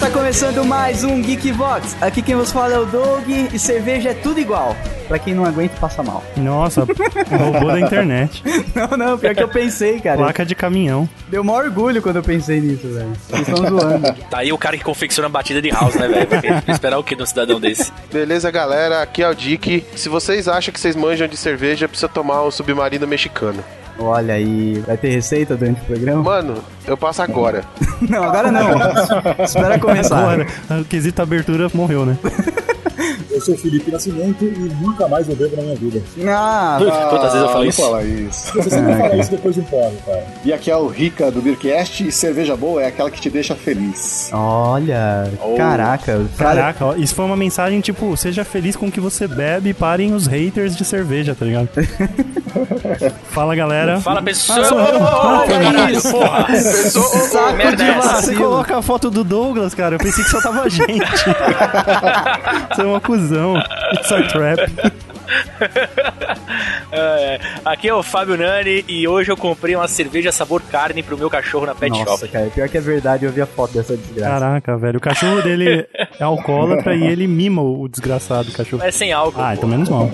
Tá começando mais um Geek Vox. Aqui quem vos fala é o Doug e cerveja é tudo igual. Pra quem não aguenta, passa mal. Nossa, roubou da internet. Não, não, pior que eu pensei, cara. Placa de caminhão. Deu maior orgulho quando eu pensei nisso, velho. Vocês estão zoando. Tá aí o cara que confecciona batida de house, né, velho? Porque Esperar o que de um cidadão desse? Beleza, galera? Aqui é o Dick. Se vocês acham que vocês manjam de cerveja, precisa tomar um submarino mexicano. Olha aí, vai ter receita durante o programa? Mano, eu passo agora. Não, agora não. Espera começar. Agora, né? o quesito abertura morreu, né? Eu sou Felipe Nascimento e nunca mais eu bebo na minha vida. Ah, Quantas vezes eu falo não isso? fala isso. Você sempre fala isso depois de um porre, cara. E aqui é o Rica do Beercast e cerveja boa é aquela que te deixa feliz. olha. Oh. Caraca. cara- Caraca, ó, isso foi uma mensagem tipo, seja feliz com o que você bebe e parem os haters de cerveja, tá ligado? Fala galera. Fala, pessoa! Ah, sou eu. Ô, Ah, ô, caralho, porra! Saco de merda é essa? vacilo. Você coloca a foto do Douglas, cara. Eu pensei que só tava gente. Você é um acusão. It's a trap. É, aqui é o Fábio Nani e hoje eu comprei uma cerveja sabor carne pro meu cachorro na Pet Nossa, Shop. cara, pior que é verdade, eu vi a foto dessa desgraça. Caraca, velho. O cachorro dele é alcoólatra e ele mima o desgraçado cachorro. É sem álcool. Ah, pô. então menos mal.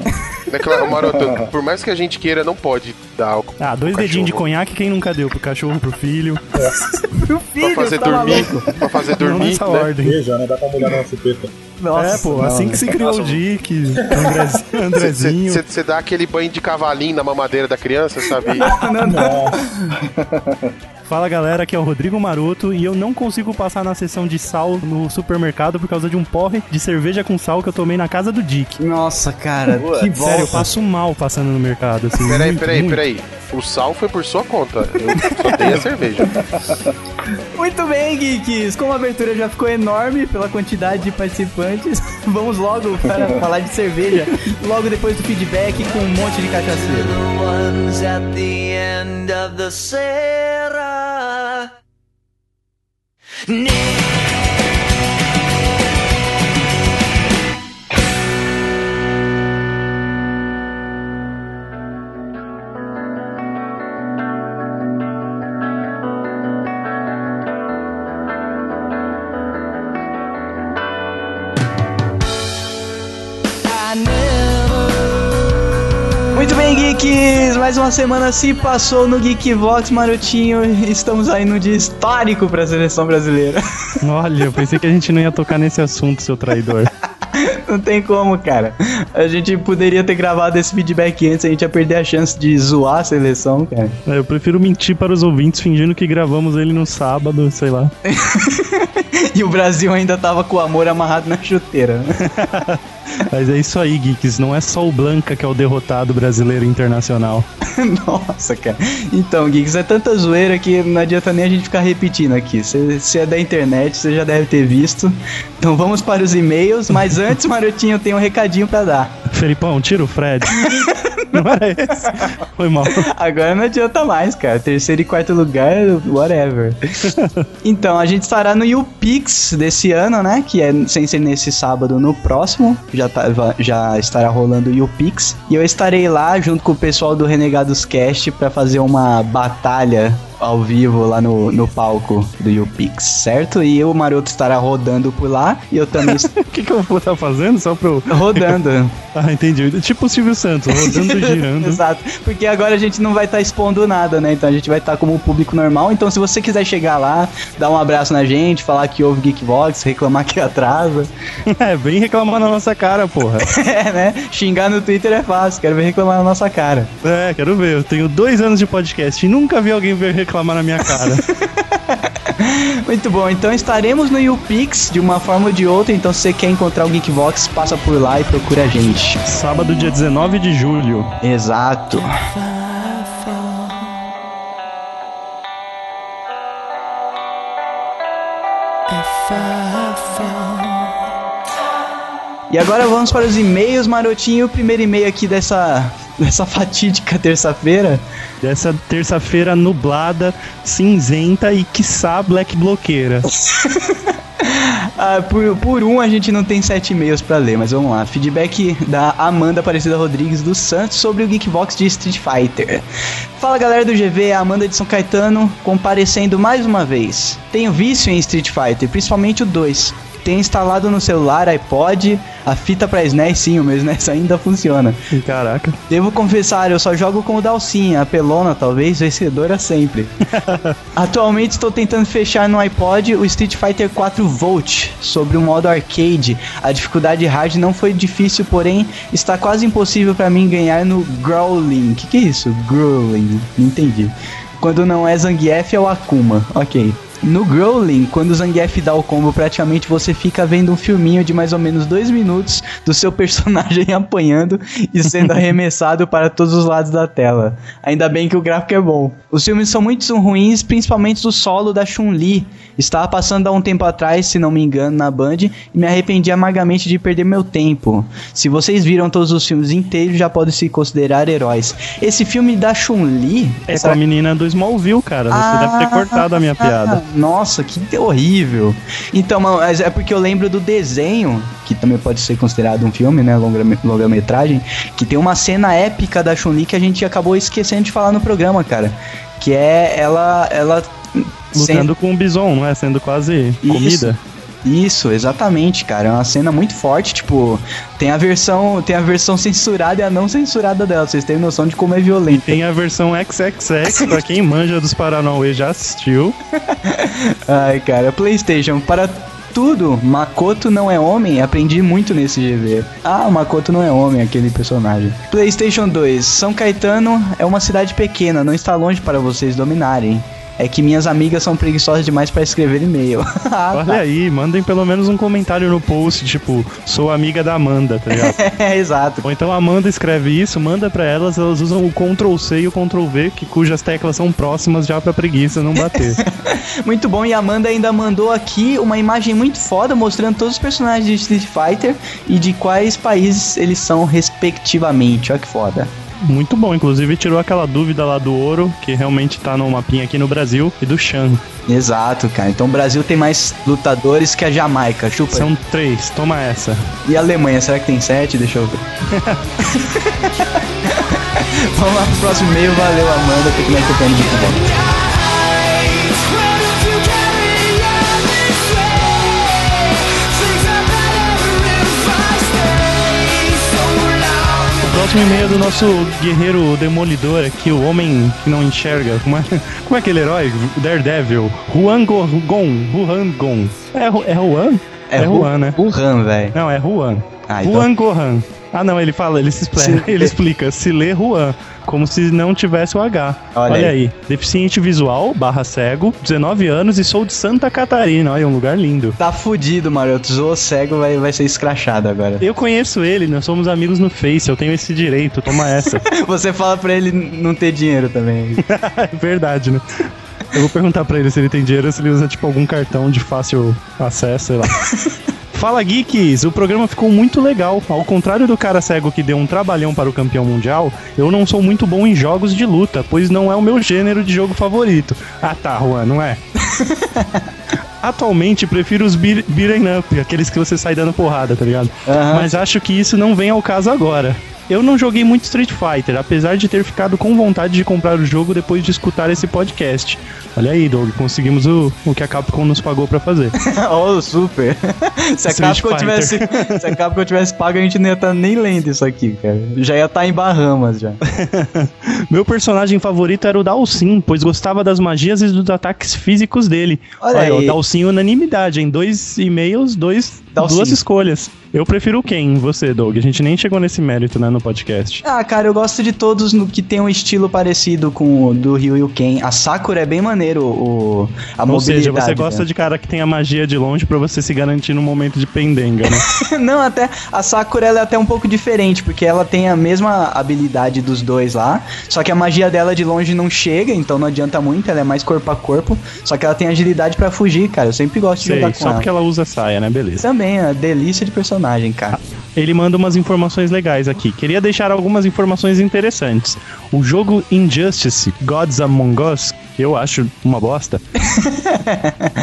Declara- Maroto, por mais que a gente queira, não pode dar álcool. Ah, dois pro dedinhos de cachorro. conhaque quem nunca deu pro cachorro, pro filho. Meu filho, Pra fazer tá dormir, maluco? pra fazer Não dormir, nessa né? ordem. Veja, né? Dá pra molhar na chupeta. Nossa, é, pô, assim que se criou o Dick, Andrez- Andrezinho. Você dá aquele banho de cavalinho na mamadeira da criança, sabe? não, não. Fala galera, aqui é o Rodrigo Maroto e eu não consigo passar na sessão de sal no supermercado por causa de um porre de cerveja com sal que eu tomei na casa do Dick. Nossa, cara, que volta. Sério, eu passo mal passando no mercado, assim. Peraí, muito, peraí, muito. peraí. O sal foi por sua conta. Eu só dei a cerveja. Muito bem, geeks. Como a abertura já ficou enorme pela quantidade de participantes, vamos logo para falar de cerveja, logo depois do feedback com um monte de cachaceiro. The ones at the end of the Sarah. Muito bem, geeks. Mais uma semana se passou no Geek Vox Marotinho. Estamos aí no dia histórico para a seleção brasileira. Olha, eu pensei que a gente não ia tocar nesse assunto, seu traidor. Não tem como, cara. A gente poderia ter gravado esse feedback antes, a gente ia perder a chance de zoar a seleção, cara. É, Eu prefiro mentir para os ouvintes fingindo que gravamos ele no sábado, sei lá. E o Brasil ainda tava com o amor amarrado na chuteira. né? Mas é isso aí, geeks. Não é só o Blanca que é o derrotado brasileiro internacional. Nossa, cara. Então, Geeks, é tanta zoeira que não adianta nem a gente ficar repetindo aqui. Se se é da internet, você já deve ter visto. Então vamos para os e-mails, mas antes, Marotinho, tem um recadinho pra dar. Felipão, tira o Fred. não era esse. Foi mal. Agora não adianta mais, cara. Terceiro e quarto lugar, whatever. Então, a gente estará no YouPix desse ano, né? Que é sem ser nesse sábado, no próximo. Já, tá- va- já estará rolando o YouPix. E eu estarei lá junto com o pessoal do Renegados Cast pra fazer uma batalha ao vivo lá no, no palco do YouPix, certo? E eu, o Maroto estará rodando por lá e eu também estou O que, que eu vou estar fazendo? Só pra eu. rodando. Ah, entendi. Tipo o Silvio Santos, rodando e girando. Exato. Porque agora a gente não vai estar expondo nada, né? Então a gente vai estar como o público normal. Então se você quiser chegar lá, dar um abraço na gente, falar que houve Geekbox, reclamar que atrasa, É, vem reclamar na nossa cara, porra. é, né? Xingar no Twitter é fácil, quero ver reclamar na nossa cara. É, quero ver. Eu tenho dois anos de podcast e nunca vi alguém vir reclamar na minha cara. Muito bom, então estaremos no YouPix de uma forma ou de outra. Então se você quer encontrar o Geekbox, passa por lá e procura a gente. Sábado, dia 19 de julho. Exato. E agora vamos para os e-mails, Marotinho. O primeiro e-mail aqui dessa, dessa fatídica terça-feira. Dessa terça-feira nublada, cinzenta e quiçá black bloqueira. Ah, por, por um a gente não tem sete e-mails pra ler, mas vamos lá. Feedback da Amanda Aparecida Rodrigues dos Santos sobre o Geekbox de Street Fighter. Fala galera do GV, é a Amanda de São Caetano comparecendo mais uma vez. Tenho vício em Street Fighter, principalmente o 2. tem instalado no celular, iPod, a fita pra SNES, sim, o meu SNES ainda funciona. Caraca. Devo confessar, eu só jogo com o Dalcinha, a pelona talvez, vencedora sempre. Atualmente estou tentando fechar no iPod o Street Fighter 4 Volt sobre o modo arcade. A dificuldade hard não foi difícil, porém está quase impossível para mim ganhar no Growling. Que que é isso? Growling? Não entendi. Quando não é Zangief é o Akuma. Ok. No Growling, quando o Zangief dá o combo, praticamente você fica vendo um filminho de mais ou menos dois minutos do seu personagem apanhando e sendo arremessado para todos os lados da tela. Ainda bem que o gráfico é bom. Os filmes são muito ruins, principalmente do solo da Chun-Li. Estava passando há um tempo atrás, se não me engano, na Band, e me arrependi amargamente de perder meu tempo. Se vocês viram todos os filmes inteiros, já podem se considerar heróis. Esse filme da Chun-Li... É com a menina do Smallville, cara. Você Ah, deve ter cortado a minha piada. Nossa, que horrível. Então, mas é porque eu lembro do desenho, que também pode ser considerado um filme, né? longa- Longa-metragem, que tem uma cena épica da Chun-Li que a gente acabou esquecendo de falar no programa, cara. Que é ela. ela Lutando com um bison, não é? Sendo quase Isso. comida. Isso, exatamente, cara. É uma cena muito forte, tipo, tem a versão, tem a versão censurada e a não censurada dela. Vocês têm noção de como é violento. Tem a versão XXX, pra quem manja dos Paranauê já assistiu. Ai, cara, PlayStation, para tudo, Makoto não é homem, aprendi muito nesse GV. Ah, o Makoto não é homem, aquele personagem. PlayStation 2, São Caetano é uma cidade pequena, não está longe para vocês dominarem. É que minhas amigas são preguiçosas demais para escrever e-mail. Ah, Olha aí, mandem pelo menos um comentário no post, tipo, sou amiga da Amanda, tá ligado? é, exato. Ou então a Amanda escreve isso, manda pra elas, elas usam o Ctrl C e o Ctrl V, que cujas teclas são próximas já pra preguiça não bater. Muito bom, e a Amanda ainda mandou aqui uma imagem muito foda mostrando todos os personagens de Street Fighter e de quais países eles são respectivamente. Olha que foda. Muito bom, inclusive tirou aquela dúvida lá do ouro, que realmente tá no mapinha aqui no Brasil, e do Chan. Exato, cara. Então o Brasil tem mais lutadores que a Jamaica, chupa. São três, toma essa. E a Alemanha, será que tem sete? Deixa eu ver. Vamos lá pro próximo e-mail. Valeu, Amanda, porque como é que eu tenho de bom. O próximo e-mail é do nosso guerreiro demolidor aqui, o homem que não enxerga. Como é, como é aquele herói? Daredevil. Juan Gon. Juan Gon. É, Ru- é Juan? Juan, né? Wuhan, velho. Não, é Juan. Ah, então- Juan Gohan. Ah, não, ele fala, ele se explica, Se- ele explica, se lê Juan, como se não tivesse o H. Olha Olha, aí. deficiente visual, barra cego, 19 anos e sou de Santa Catarina, olha, um lugar lindo. Tá fudido, maroto. Zoou cego, vai, vai ser escrachado agora. Eu conheço ele, nós somos amigos no Face, eu tenho esse direito, toma essa. Você fala pra ele não ter dinheiro também. é verdade, né? Eu vou perguntar pra ele se ele tem dinheiro ou se ele usa, tipo, algum cartão de fácil acesso, sei lá. Fala Geeks, o programa ficou muito legal. Ao contrário do cara cego que deu um trabalhão para o campeão mundial, eu não sou muito bom em jogos de luta, pois não é o meu gênero de jogo favorito. Ah tá, Juan, não é? Atualmente prefiro os beat- beating up, aqueles que você sai dando porrada, tá ligado? Aham. Mas acho que isso não vem ao caso agora. Eu não joguei muito Street Fighter, apesar de ter ficado com vontade de comprar o jogo depois de escutar esse podcast. Olha aí, Doug, conseguimos o, o que a Capcom nos pagou pra fazer. oh, super. Se a, Street Capcom tivesse, se a Capcom tivesse pago, a gente não ia estar nem lendo isso aqui, cara. Já ia estar em Bahamas já. Meu personagem favorito era o Dalsim, pois gostava das magias e dos ataques físicos dele. Olha Olha, aí. o Dalsim unanimidade, em dois e-mails, dois, Dalsim. duas escolhas. Eu prefiro quem? Você, Doug. A gente nem chegou nesse mérito, né, no podcast. Ah, cara, eu gosto de todos no- que tem um estilo parecido com o do Ryu e o Ken. A Sakura é bem maneiro, o, a Ou mobilidade. seja, você gosta né? de cara que tem a magia de longe pra você se garantir num momento de pendenga, né? Não, até a Sakura ela é até um pouco diferente, porque ela tem a mesma habilidade dos dois lá, só que a magia dela de longe não chega, então não adianta muito, ela é mais corpo a corpo, só que ela tem agilidade pra fugir, cara. Eu sempre gosto de Sei, jogar com só ela. porque ela usa saia, né? Beleza. Também, é uma delícia de personagem, cara. Ele manda umas informações legais aqui. Queria deixar algumas informações interessantes. O jogo Injustice, Gods Among Us, que eu acho uma bosta.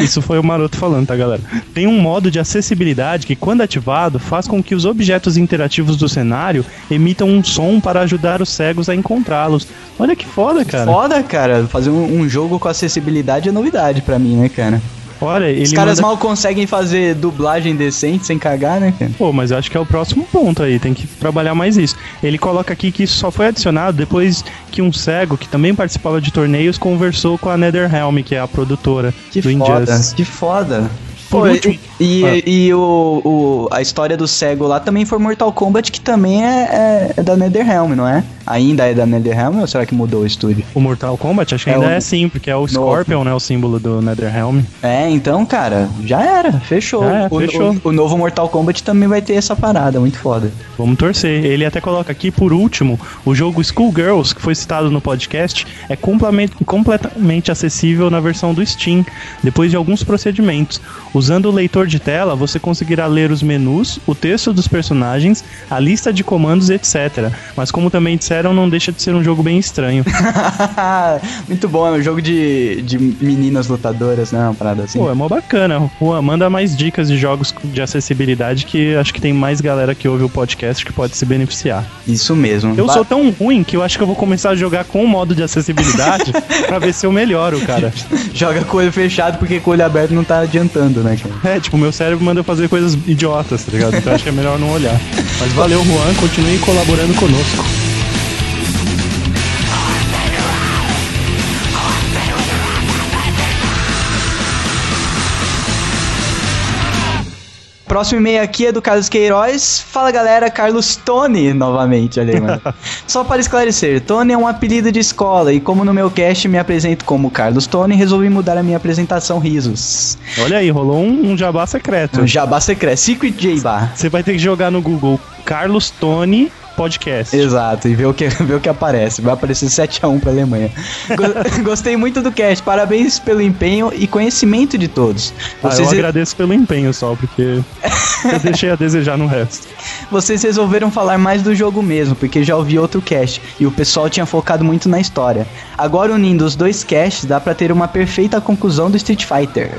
Isso foi o Maroto falando, tá, galera? Tem um modo de acessibilidade que, quando ativado, faz com que os objetos interativos do cenário emitam um som para ajudar os cegos a encontrá-los. Olha que foda, cara. Foda, cara. Fazer um, um jogo com acessibilidade é novidade pra mim, né, cara? Olha, ele Os caras manda... mal conseguem fazer dublagem decente sem cagar, né, cara? Pô, mas eu acho que é o próximo ponto aí, tem que trabalhar mais isso. Ele coloca aqui que isso só foi adicionado depois que um cego, que também participava de torneios, conversou com a Netherrealm, que é a produtora Que do foda, Injustice. que foda. Por Pô, último- E, Ah. e o, o- a história do cego lá também foi Mortal Kombat, que também é, é- é da Netherrealm, não é? Ainda é da Netherrealm ou será que mudou o estúdio? O Mortal Kombat, acho que É ainda o- é sim, porque é o Scorpion, né, o símbolo do Netherrealm. É, então, cara, já era, fechou. Já era, O- fechou. O, o novo Mortal Kombat também vai ter essa parada, muito foda. Vamos torcer. Ele até coloca aqui, por último, o jogo Schoolgirls, que foi citado no podcast, é complemen- completamente acessível na versão do Steam, depois de alguns procedimentos. Usando o leitor de tela, você conseguirá ler os menus, o texto dos personagens, a lista de comandos, etc. Mas como também disseram, não deixa de ser um jogo bem estranho. muito bom, é um jogo de, de meninas lutadoras, né? Uma parada assim. Pô, é mó bacana. Juan, manda mais dicas de jogos de acessibilidade que acho que tem mais galera que ouve o podcast que pode se beneficiar. Isso mesmo. Eu Ba- sou tão ruim que eu acho que eu vou começar a jogar com o modo de acessibilidade pra ver se eu melhoro, cara. Joga com o olho fechado porque com o olho aberto não tá adiantando, né, cara? É, tipo, meu cérebro manda eu fazer coisas idiotas, tá ligado? Então eu acho que é melhor não olhar. Mas valeu, Juan, continue colaborando conosco. Próximo e-mail aqui é do Carlos Queiroz. Fala galera, Carlos Tony novamente, olha aí, mano. Só para esclarecer, Tony é um apelido de escola e como no meu cast me apresento como Carlos Tony, resolvi mudar a minha apresentação risos. Olha aí, rolou um, um jabá secreto. Um jabá secreto, Secret J-Bar. Você vai ter que jogar no Google Carlos Tony Podcast. Exato, e ver o que, ver o que aparece. Vai aparecer 7x1 pra Alemanha. Go- Gostei muito do cast, parabéns pelo empenho e conhecimento de todos. Ah, eu Vocês, agradeço pelo empenho só, porque eu deixei a desejar no resto. vocês resolveram falar mais do jogo mesmo, porque já ouvi outro cast e o pessoal tinha focado muito na história. Agora unindo os dois casts, dá pra ter uma perfeita conclusão do Street Fighter.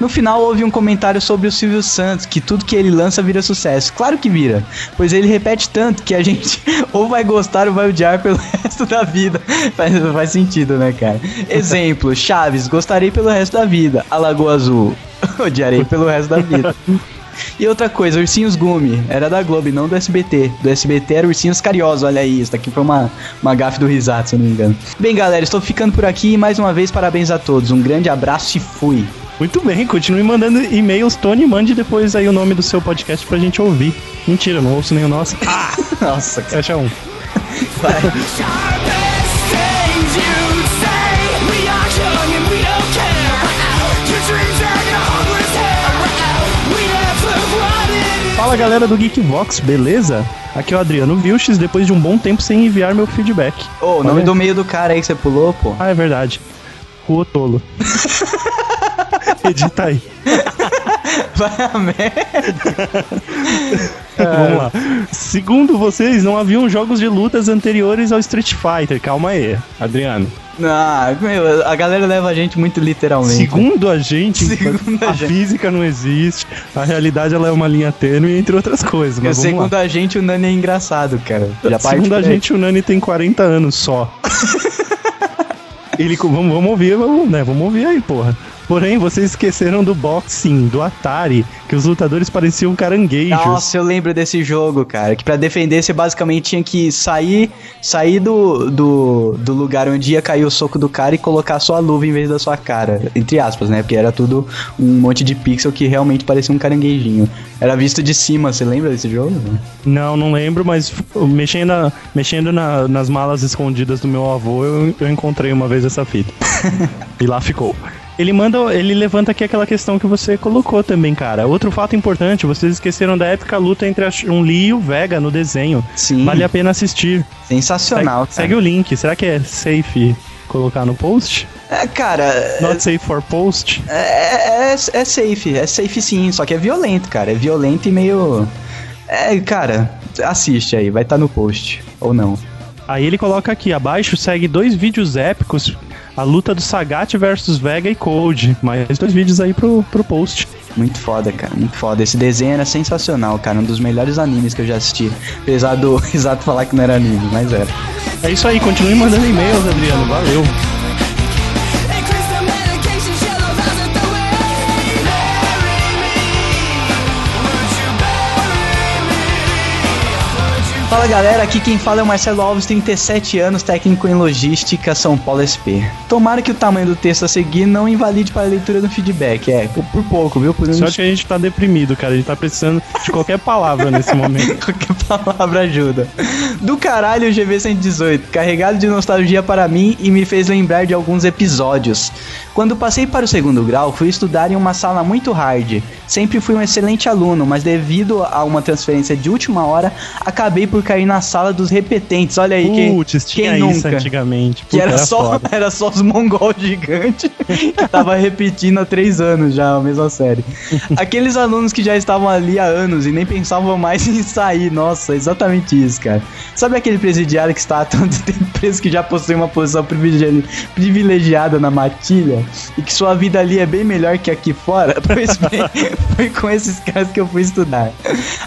No final houve um comentário sobre o Silvio Santos, que tudo que ele lança vira sucesso. Claro que vira, pois ele repete tanto que a gente ou vai gostar ou vai odiar pelo resto da vida. Faz, faz sentido, né, cara? Exemplo, Chaves, gostarei pelo resto da vida. A Lagoa Azul, odiarei pelo resto da vida. E outra coisa, Ursinhos Gumi, era da Globo e não do SBT. Do SBT era Ursinhos Carinhosos, olha aí, isso daqui foi uma, uma gafe do Risato, se eu não me engano. Bem, galera, estou ficando por aqui e mais uma vez parabéns a todos. Um grande abraço e fui. Muito bem, continue mandando e-mails, Tony, mande depois aí o nome do seu podcast pra gente ouvir. Mentira, eu não ouço nem o nosso. Ah, Nossa, cara. fecha um. Fala galera do Geekbox, beleza? Aqui é o Adriano Vilches, depois de um bom tempo sem enviar meu feedback. Ô, o nome do meio do cara aí que você pulou, pô. Ah, é verdade. Rua Tolo. Edita aí. Vai a merda. É. Vamos lá. Segundo vocês, não haviam jogos de lutas anteriores ao Street Fighter. Calma aí, Adriano. Ah, meu, a galera leva a gente muito literalmente. Segundo a gente, Segundo a a, gente. física não existe, a realidade ela é uma linha tênue, entre outras coisas. Porque Mas vamos lá. segundo a gente, o Nani é engraçado, cara. Já parte Segundo a por aí. gente, o Nani tem 40 anos só. Ele, co- vamos, vamos ouvir, vamos, né? Vamos ouvir aí, porra. Porém, vocês esqueceram do boxing, do Atari, que os lutadores pareciam caranguejos. Nossa, eu lembro desse jogo, cara. Que pra defender você basicamente tinha que sair, sair do, do, do lugar onde ia cair o soco do cara e colocar só a luva em vez da sua cara. Entre aspas, né? Porque era tudo um monte de pixel que realmente parecia um caranguejinho. Era visto de cima, você lembra desse jogo? Não, não lembro, mas f- mexendo, na- mexendo na- nas malas escondidas do meu avô, eu, eu encontrei uma vez essa fita. e lá ficou. Ele manda, ele levanta aqui aquela questão que você colocou também, cara. Outro fato importante, vocês esqueceram da épica luta entre a Chun-Li e o Vega no desenho. Sim. Vale a pena assistir. Sensacional, Segue, segue cara. o link. Será que é safe colocar no post? É, cara, Not safe for post? é, é, é safe. É safe sim, só que é violento, cara. É violento e meio. É, cara, assiste aí, vai estar no post. Ou não. Aí ele coloca aqui abaixo, segue dois vídeos épicos. A luta do Sagat versus Vega e Cold. Mais dois vídeos aí pro, pro post. Muito foda, cara, muito foda. Esse desenho era sensacional, cara. Um dos melhores animes que eu já assisti. Apesar do exato falar que não era anime, mas era. É isso aí, continue mandando e-mails, Adriano. Valeu. Increase the medication, shallow down the way. Fala galera, aqui quem fala é o Marcelo Alves, 37 anos, técnico em logística, São Paulo SP. Tomara que o tamanho do texto a seguir não invalide para a leitura do feedback. É, por por pouco, viu? Por uns- Sorte que a gente tá deprimido, cara. A gente tá precisando de qualquer palavra nesse momento. Qualquer palavra ajuda. Do caralho, o GV118, carregado de nostalgia para mim e me fez lembrar de alguns episódios. Quando passei para o segundo grau, fui estudar em uma sala muito hard. Sempre fui um excelente aluno, mas devido a uma transferência de última hora, acabei por cair na sala dos repetentes. Olha aí, quem, Putz, tinha quem isso nunca? antigamente. Puta, Que era só, Tipo, foda. era só os mongol gigantes que tava repetindo há três anos já a mesma série. Aqueles alunos que já estavam ali há anos e nem pensavam mais em sair. Nossa, exatamente isso, cara. Sabe aquele presidiário que está há tanto tempo preso que já possui uma posição privilegi- privilegiada na matilha e que sua vida ali é bem melhor que aqui fora? Pois bem, foi com esses caras que eu fui estudar.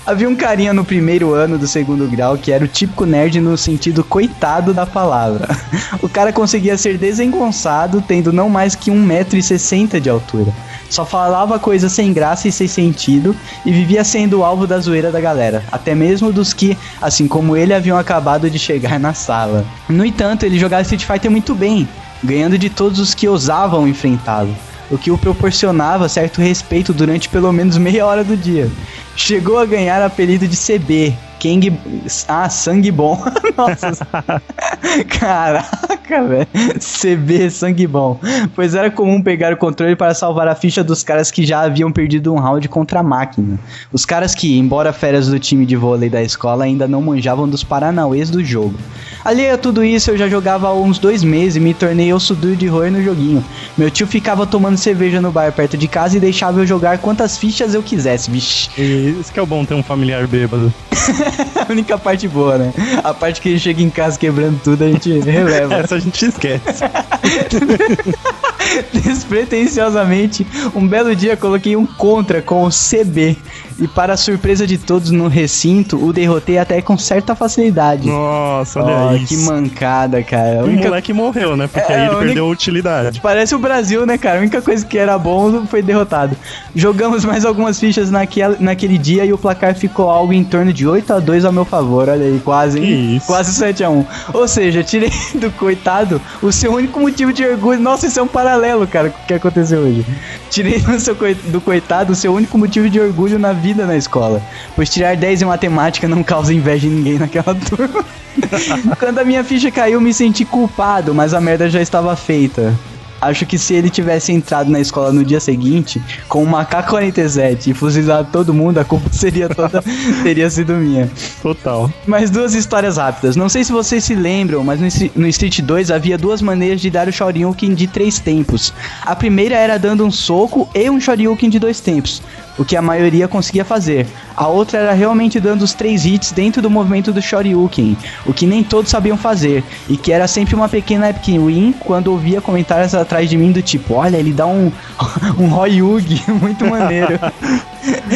Havia um carinha no primeiro ano do segundo grau que era o típico nerd no sentido coitado da palavra. O cara conseguia ser desengonçado, tendo não mais que 1,60m de altura. Só falava coisas sem graça e sem sentido e vivia sendo o alvo da zoeira da galera, até mesmo dos que, assim como ele, haviam acabado de chegar na sala. No entanto, ele jogava Street Fighter muito bem, ganhando de todos os que ousavam enfrentá-lo o que o proporcionava certo respeito durante pelo menos meia hora do dia. Chegou a ganhar o apelido de CB, Kang. Ah, sangue bom. Nossa. Caraca, velho. CB, sangue bom. Pois era comum pegar o controle para salvar a ficha dos caras que já haviam perdido um round contra a máquina. Os caras que, embora férias do time de vôlei da escola, ainda não manjavam dos paranauês do jogo. Alheio a tudo isso, eu já jogava há uns dois meses e me tornei ossudu de roer no joguinho. Meu tio ficava tomando cerveja no bar perto de casa e deixava eu jogar quantas fichas eu quisesse, bicho. E Isso que é o bom ter um familiar bêbado. A única parte boa, né? A parte que ele chega em casa quebrando tudo, a gente releva. Essa a gente esquece. Despretensiosamente, um belo dia coloquei um contra com o CB. E para a surpresa de todos no recinto, o derrotei até com certa facilidade. Nossa, Ó, olha isso. que mancada, cara. A E o única- moleque morreu, né? Porque É, aí a ele única- perdeu a utilidade. Parece o Brasil, né, cara? A única coisa que era bom foi derrotado. Jogamos mais algumas fichas naquela, naquele dia e o placar ficou algo em torno de 8 a 2 ao meu favor. Olha aí, quase, hein? Que isso. Quase 7 a 1 Ou seja, tirei do coitado o seu único motivo de orgulho. Nossa, isso é um paralelo, cara, com o que aconteceu hoje. Tirei do, seu coi- do coitado o seu único motivo de orgulho na vida na escola. Pois tirar 10 em matemática não causa inveja em ninguém naquela turma. Quando a minha ficha caiu, me senti culpado, mas a merda já estava feita. Acho que se ele tivesse entrado na escola no dia seguinte com uma K-47 e fuzilado todo mundo, a culpa seria toda teria sido minha. Total. Mais duas histórias rápidas. Não sei se vocês se lembram, mas no, Stri- no Street 2 havia duas maneiras de dar o Shoryuken de três tempos. A primeira era dando um soco e um Shoryuken de dois tempos, o que a maioria conseguia fazer. A outra era realmente dando os três hits dentro do movimento do Shoryuken, o que nem todos sabiam fazer, e que era sempre uma pequena win quando ouvia comentários atrás de mim do tipo: Olha, ele dá um, um Royug, muito maneiro.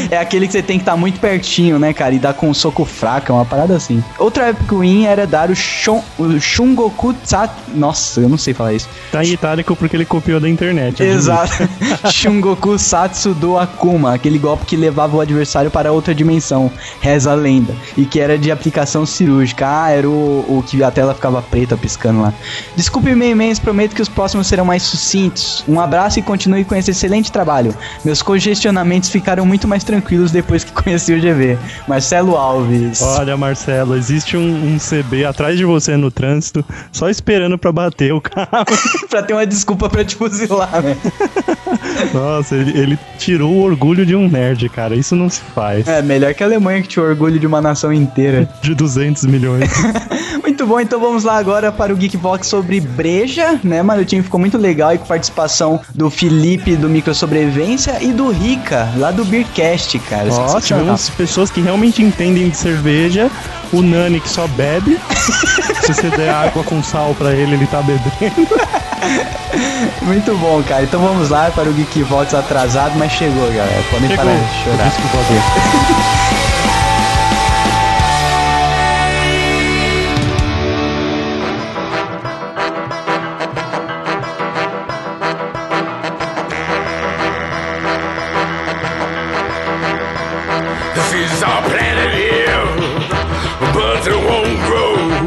É aquele que você tem que estar muito pertinho, né, cara? E dar com um soco fraco, é uma parada assim. Outra Epic Win era dar o, shon, o Shungoku Tsat... Nossa, eu não sei falar isso. Tá em itálico porque ele copiou da internet. eu Exato. Shungoku Satsu do Akuma, aquele golpe que levava o adversário para outra dimensão, reza a lenda, e que era de aplicação cirúrgica. Ah, era o, o que a tela ficava preta piscando lá. Desculpe meu imenso, prometo que os próximos serão mais sucintos. Um abraço e continue com esse excelente trabalho. Meus congestionamentos ficaram muito mais tranquilos depois que conheci o GV. Marcelo Alves. Olha, Marcelo, existe um, um CB atrás de você no trânsito, só esperando pra bater o carro. pra ter uma desculpa pra te fuzilar, né? Nossa, ele, ele tirou o orgulho de um nerd, cara. Isso não se faz. É, melhor que a Alemanha que tinha orgulho de uma nação inteira. De 200 milhões. Muito bom, então vamos lá agora para o Geekbox sobre breja, né, Marotinho? Ficou muito legal e com participação do Felipe do Micro Sobrevivência e do Rica, lá do Beercast, cara. Nossa, Sensacional. tivemos pessoas que realmente entendem de cerveja. O Nani que só bebe. Se você der água com sal pra ele, ele tá bebendo. Muito bom, cara. Então vamos lá para o Geekbox atrasado, mas chegou, galera. Podem parar de chorar. Desculpa, Deus. This is our planet here, but through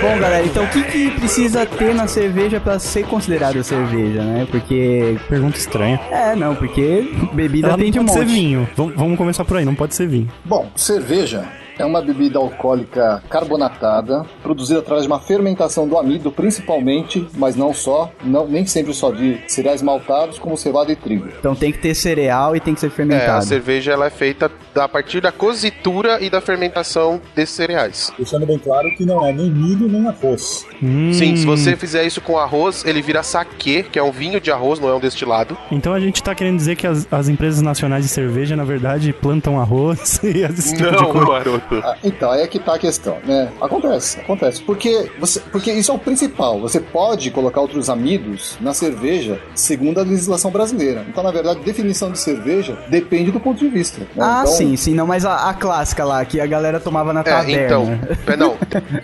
Cara, então o que, que precisa ter na cerveja pra ser considerada cerveja, né? Porque. Pergunta estranha. É, não, porque bebida Ela tem não de um pode ser monte. vinho. Vamos, vamos começar por aí, não pode ser vinho. Bom, cerveja é uma bebida alcoólica carbonatada, produzida através de uma fermentação do amido, principalmente, mas não só, não, nem sempre só de cereais maltados, como cevada e trigo. Então tem que ter cereal e tem que ser É, a fermentado. cerveja ela é feita da- a partir da cozitura e da fermentação desses cereais. Deixando bem claro que não é nem milho nem arroz. Hum, Sim, se você fizer isso com arroz, ele vira saquê, que é um vinho de arroz, não é um destilado. Então a gente tá querendo dizer que as, as empresas nacionais de cerveja, na verdade, plantam arroz e esse tipo de coisa. garoto. Ah, então, aí é que tá a questão, né? Acontece, acontece. Porque, você, porque isso é o principal. Você pode colocar outros amidos na cerveja segundo a legislação brasileira. Então, na verdade, definição de cerveja depende do ponto de vista. né? Ah, Então, sim, sim, não, mas a, a clássica lá, que a galera tomava na É, taverna. então. é, não,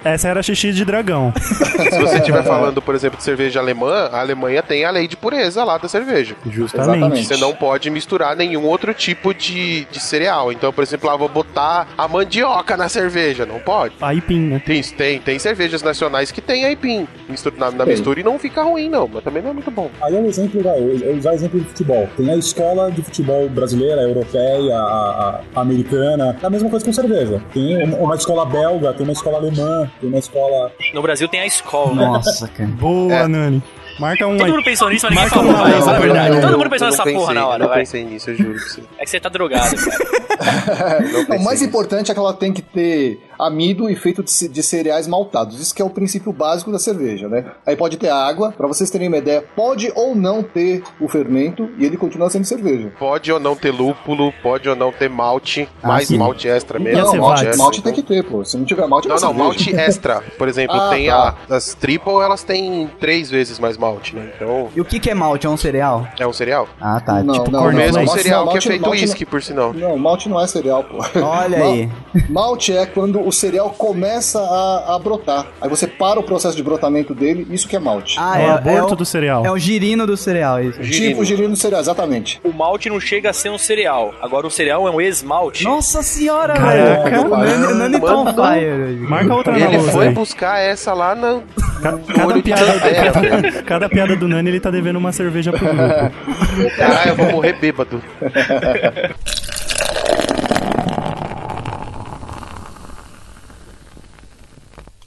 Essa era xixi de dragão. se você estiver falando, por exemplo, de cerveja alemã, a Alemanha tem a lei de pureza lá da cerveja. Justamente. Exatamente. Você não pode misturar nenhum outro tipo de, de cereal. Então, por exemplo, lá vou botar a mandioca na cerveja. Não pode. Aipim, né? Tem, tem, tem cervejas nacionais que tem aipim mistura, na, na Tem. mistura e não fica ruim, não. Mas também não é muito bom. Aí é o exemplo da. Eu usar exemplo de futebol. Tem a escola de futebol brasileira, a europeia, a, a- a americana. É a mesma coisa com cerveja. Tem uma- uma escola belga, tem uma escola alemã, tem uma escola. No Brasil tem a escola, né? Nossa, cara. Boa, Nani. Marca um Todo aí. mundo pensou nisso, mas ninguém Marca falou, um vai. não, Fala a não, verdade. não, Todo não, mundo pensou Eu não nessa pensei, porra na eu hora, não vai. pensei nisso, eu juro pra você. É que você tá drogado, cara. Não é, Não, o pensei mais nisso. importante é que ela tem que ter amido e feito de, ce- de cereais maltados. Isso que é o princípio básico da cerveja, né? Aí pode ter água, pra vocês terem uma ideia, pode ou não ter o fermento e ele continua sendo cerveja. Pode ou não ter lúpulo, pode ou não ter malte, mais sim. malte extra E a mesmo. Ah, malte, cevada? malte tem que ter, pô. Se não tiver malte, Não, é não, cerveja. malte extra. Por exemplo, Ah, tem tá. a, as triple, elas têm três vezes mais malte, né? Então E o que, que é malte? É um cereal? é um cereal. Ah, tá. Não, tipo não, O não, cornflakes. mesmo malte- cereal que é malte- feito malte- uísque, por sinal. Não, malte não é cereal, pô. Olha Ma- aí. Malte é quando o cereal começa a, a brotar. Aí você para o processo de brotamento dele, isso que é malte. Ah, É é, o aborto é o, do cereal. é o girino do cereal, isso. tipo girino cereal, exatamente. O malte não chega a ser um cereal. Agora, um cereal é um esmalte. Nossa senhora, Caraca. velho. O Nani, o Nani um tá on Mano. fire. Marca outra na Ele lousa foi aí. buscar essa lá na. Ca- no Cada olho de É, piada, Tandera, velho. cada, cada piada do Nani, ele tá devendo uma cerveja pro grupo. Caralho, eu vou morrer bêbado.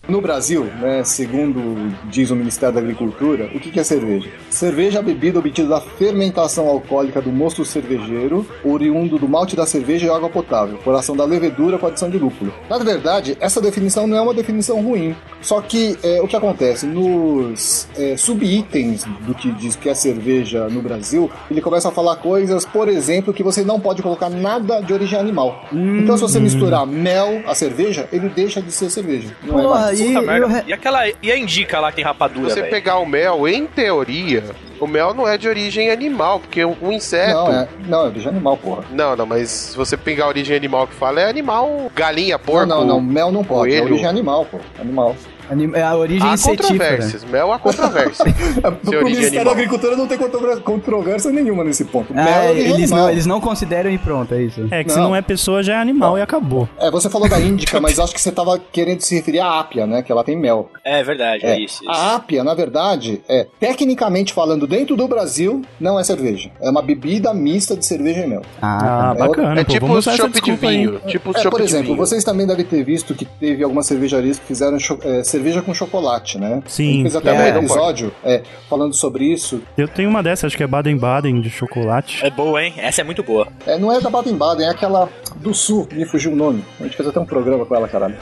No Brasil, né, segundo diz o Ministério da Agricultura, o que que é cerveja? Cerveja é a bebida obtida da fermentação alcoólica do mosto cervejeiro, oriundo do malte da cerveja e água potável, por ação da levedura com adição de lúpulo. Na verdade, essa definição não é uma definição ruim, só que é, o que acontece? Nos é, subitens do que diz que é cerveja no Brasil, ele começa a falar coisas, por exemplo, que você não pode colocar nada de origem animal. então, se Hum. você misturar mel à cerveja, ele deixa de ser cerveja. Não é mais. Porra, e, Puta e o re- merda. E aquela. E a indica lá que tem rapadura, Você velho? pegar o mel, em teoria, o mel não é de origem animal, porque um um inseto. Não, é, não, é bicho animal, porra. Não, não, mas se você pegar a origem animal que fala, é animal, galinha, porco. não, não, não, mel não pode. É coelho. origem animal, pô. Animal. anim- é a origem Há né? cetífera. controvérsias. Mel há controvérsia. Se O origem Ministério da animal. Agricultura não tem controvérsia, controvérsia nenhuma nesse ponto. Mel Ah, é origem eles, animal. não, eles não consideram e pronto, é isso. É que se Não. não é pessoa, já é animal e acabou. É, você falou da índica, mas acho que você tava querendo se referir à ápia, né? Que ela tem mel. É verdade, é, É. isso. isso. A ápia, na verdade, é, tecnicamente falando, dentro do Brasil, não é cerveja. É uma bebida mista de cerveja e mel. Ah, Ah, tá. bacana. É pô, tipo vamos o usar essa chopp de desculpa aí. vinho. Tipo o É, chopp por de exemplo, vinho. vocês também devem ter visto que teve algumas cervejarias que fizeram cho- é, cerveja com chocolate, né? Sim, A gente fez até também, um não pode. episódio é, falando sobre isso. Eu tenho uma dessa, acho que é Baden-Baden de chocolate. É boa, hein? Essa é muito boa. É, não é da Baden Baden, é aquela do sul, me fugiu o nome. A gente fez até um programa com ela, caralho.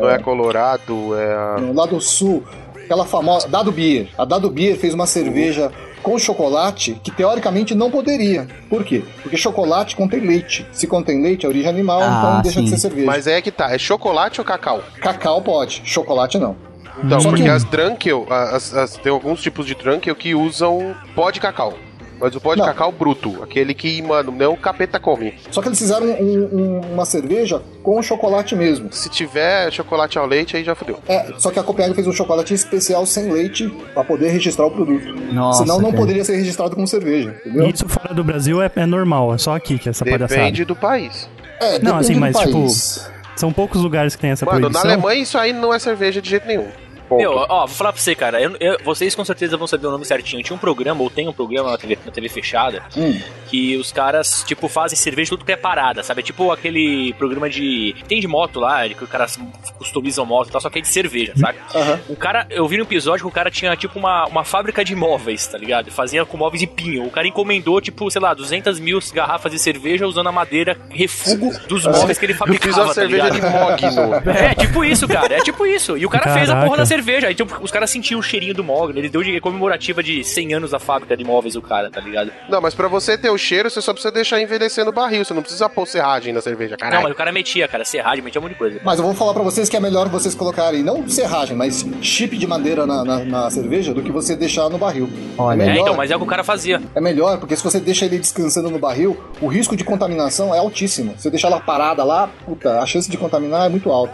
Não é Colorado, é. a- Lá do sul, aquela famosa Dado Beer. A Dado Beer fez uma cerveja com chocolate que teoricamente não poderia. Por quê? Porque chocolate contém leite. Se contém leite, é origem animal, Ah, então deixa de sim. ser cerveja. Mas é que tá, é chocolate ou cacau? Cacau pode, chocolate não. Então, Só que- porque as Drunkel, as, as- tem alguns tipos de Drunkel que usam pó de cacau. Mas o pó de Não. cacau bruto, aquele que, mano, não capeta come. Só que eles fizeram um- um- uma cerveja com chocolate mesmo. Se tiver chocolate ao leite, aí já fodeu. É, só que a Copenhague fez um chocolate especial sem leite pra poder registrar o produto. Nossa, Senão não cara. poderia ser registrado como cerveja, entendeu? Isso fora do Brasil é, é normal, é só aqui que é essa palhaçada. Depende do país. É, tipo, Não, depende assim, do mas, país. São poucos lugares que tem essa Mano, na Tá proibição. Alemanha isso aí não é cerveja de jeito nenhum. Ponto. Meu, ó, vou falar pra você, cara. eu- eu- vocês com certeza vão saber o nome certinho. Tinha um programa, ou tem um programa na TV, na TV fechada, Hum. que os caras, tipo, fazem cerveja tudo preparada, sabe? É tipo aquele programa de. Tem de moto lá, que os caras customizam moto e tal, só que é de cerveja, sabe? Aham. O cara, eu vi no episódio que o cara tinha, tipo, uma, uma fábrica de móveis, tá ligado? Fazia com móveis de pinho. O cara encomendou, tipo, sei lá, 200 mil garrafas de cerveja usando a madeira refugo dos móveis que ele Eu fabricava, fiz uma tá cerveja ligado? de mogno. É, tipo isso, cara. É tipo isso. E o cara fez a Caraca. porra da cerveja. Aí tipo, os caras sentiam o cheirinho do mogno. Ele deu de comemorativa de 100 anos da fábrica de móveis, o cara, tá ligado? Não, mas pra você ter o cheiro, você só precisa deixar envelhecer no barril. Você não precisa pôr serragem na cerveja, Não, mas caralho. o cara metia, cara. Serragem, metia um monte de coisa. Mas eu vou falar pra vocês que é melhor vocês colocarem, não serragem, mas chip de madeira na, na- na cerveja do que você deixar no barril. Olha. é É, melhor, então, mas é o que o cara fazia. é melhor, porque se você deixa ele descansando no barril, o risco de contaminação é altíssimo. Se você deixar ela parada lá, puta, a chance de contaminar é muito alta.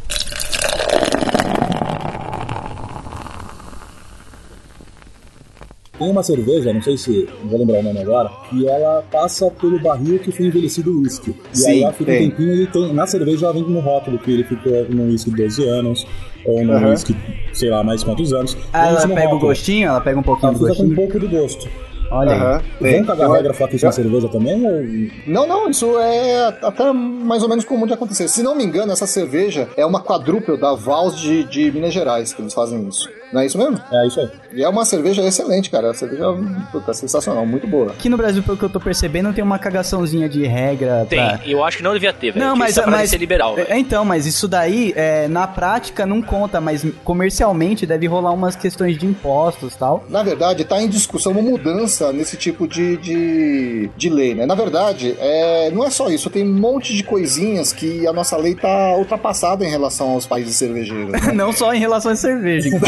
Tem uma cerveja, não sei se não vou lembrar o nome agora, e ela passa pelo barril que foi envelhecido o uísque. E Sim, aí ela fica tem. um tempinho e tem, na cerveja ela vem com um rótulo que ele ficou no uísque 12 anos, ou no Aham. uísque, sei lá, mais quantos anos. Ah, Vem ela isso no pega o rótulo. gostinho? Ela pega um pouquinho Ela do fica com um gostinho? pouco do gosto. Olha aí. Aham. Vamos cagar Eu- regra e falar que isso é cerveja também? Ou... Não, não, isso é até mais ou menos comum de acontecer. Se não me engano, essa cerveja é uma quadrúpel da Vals de, de Minas Gerais, que eles fazem isso. Não é isso mesmo? É isso aí. E é uma cerveja excelente, cara. A cerveja puta, sensacional, muito boa. Aqui no Brasil, pelo que eu tô percebendo, tem uma cagaçãozinha de regra Tem. pra... Eu acho que não devia ter, velho. Não, Porque mas, isso é pra mas ser liberal, velho. é, então, mas isso daí é, na prática não conta, mas comercialmente deve rolar umas questões de impostos, tal. Na verdade, tá em discussão uma mudança nesse tipo de, de, de lei, né? Na verdade, é, não é só isso. Tem um monte de coisinhas que a nossa lei tá ultrapassada em relação aos países cervejeiros. né? Não só em relação à cerveja.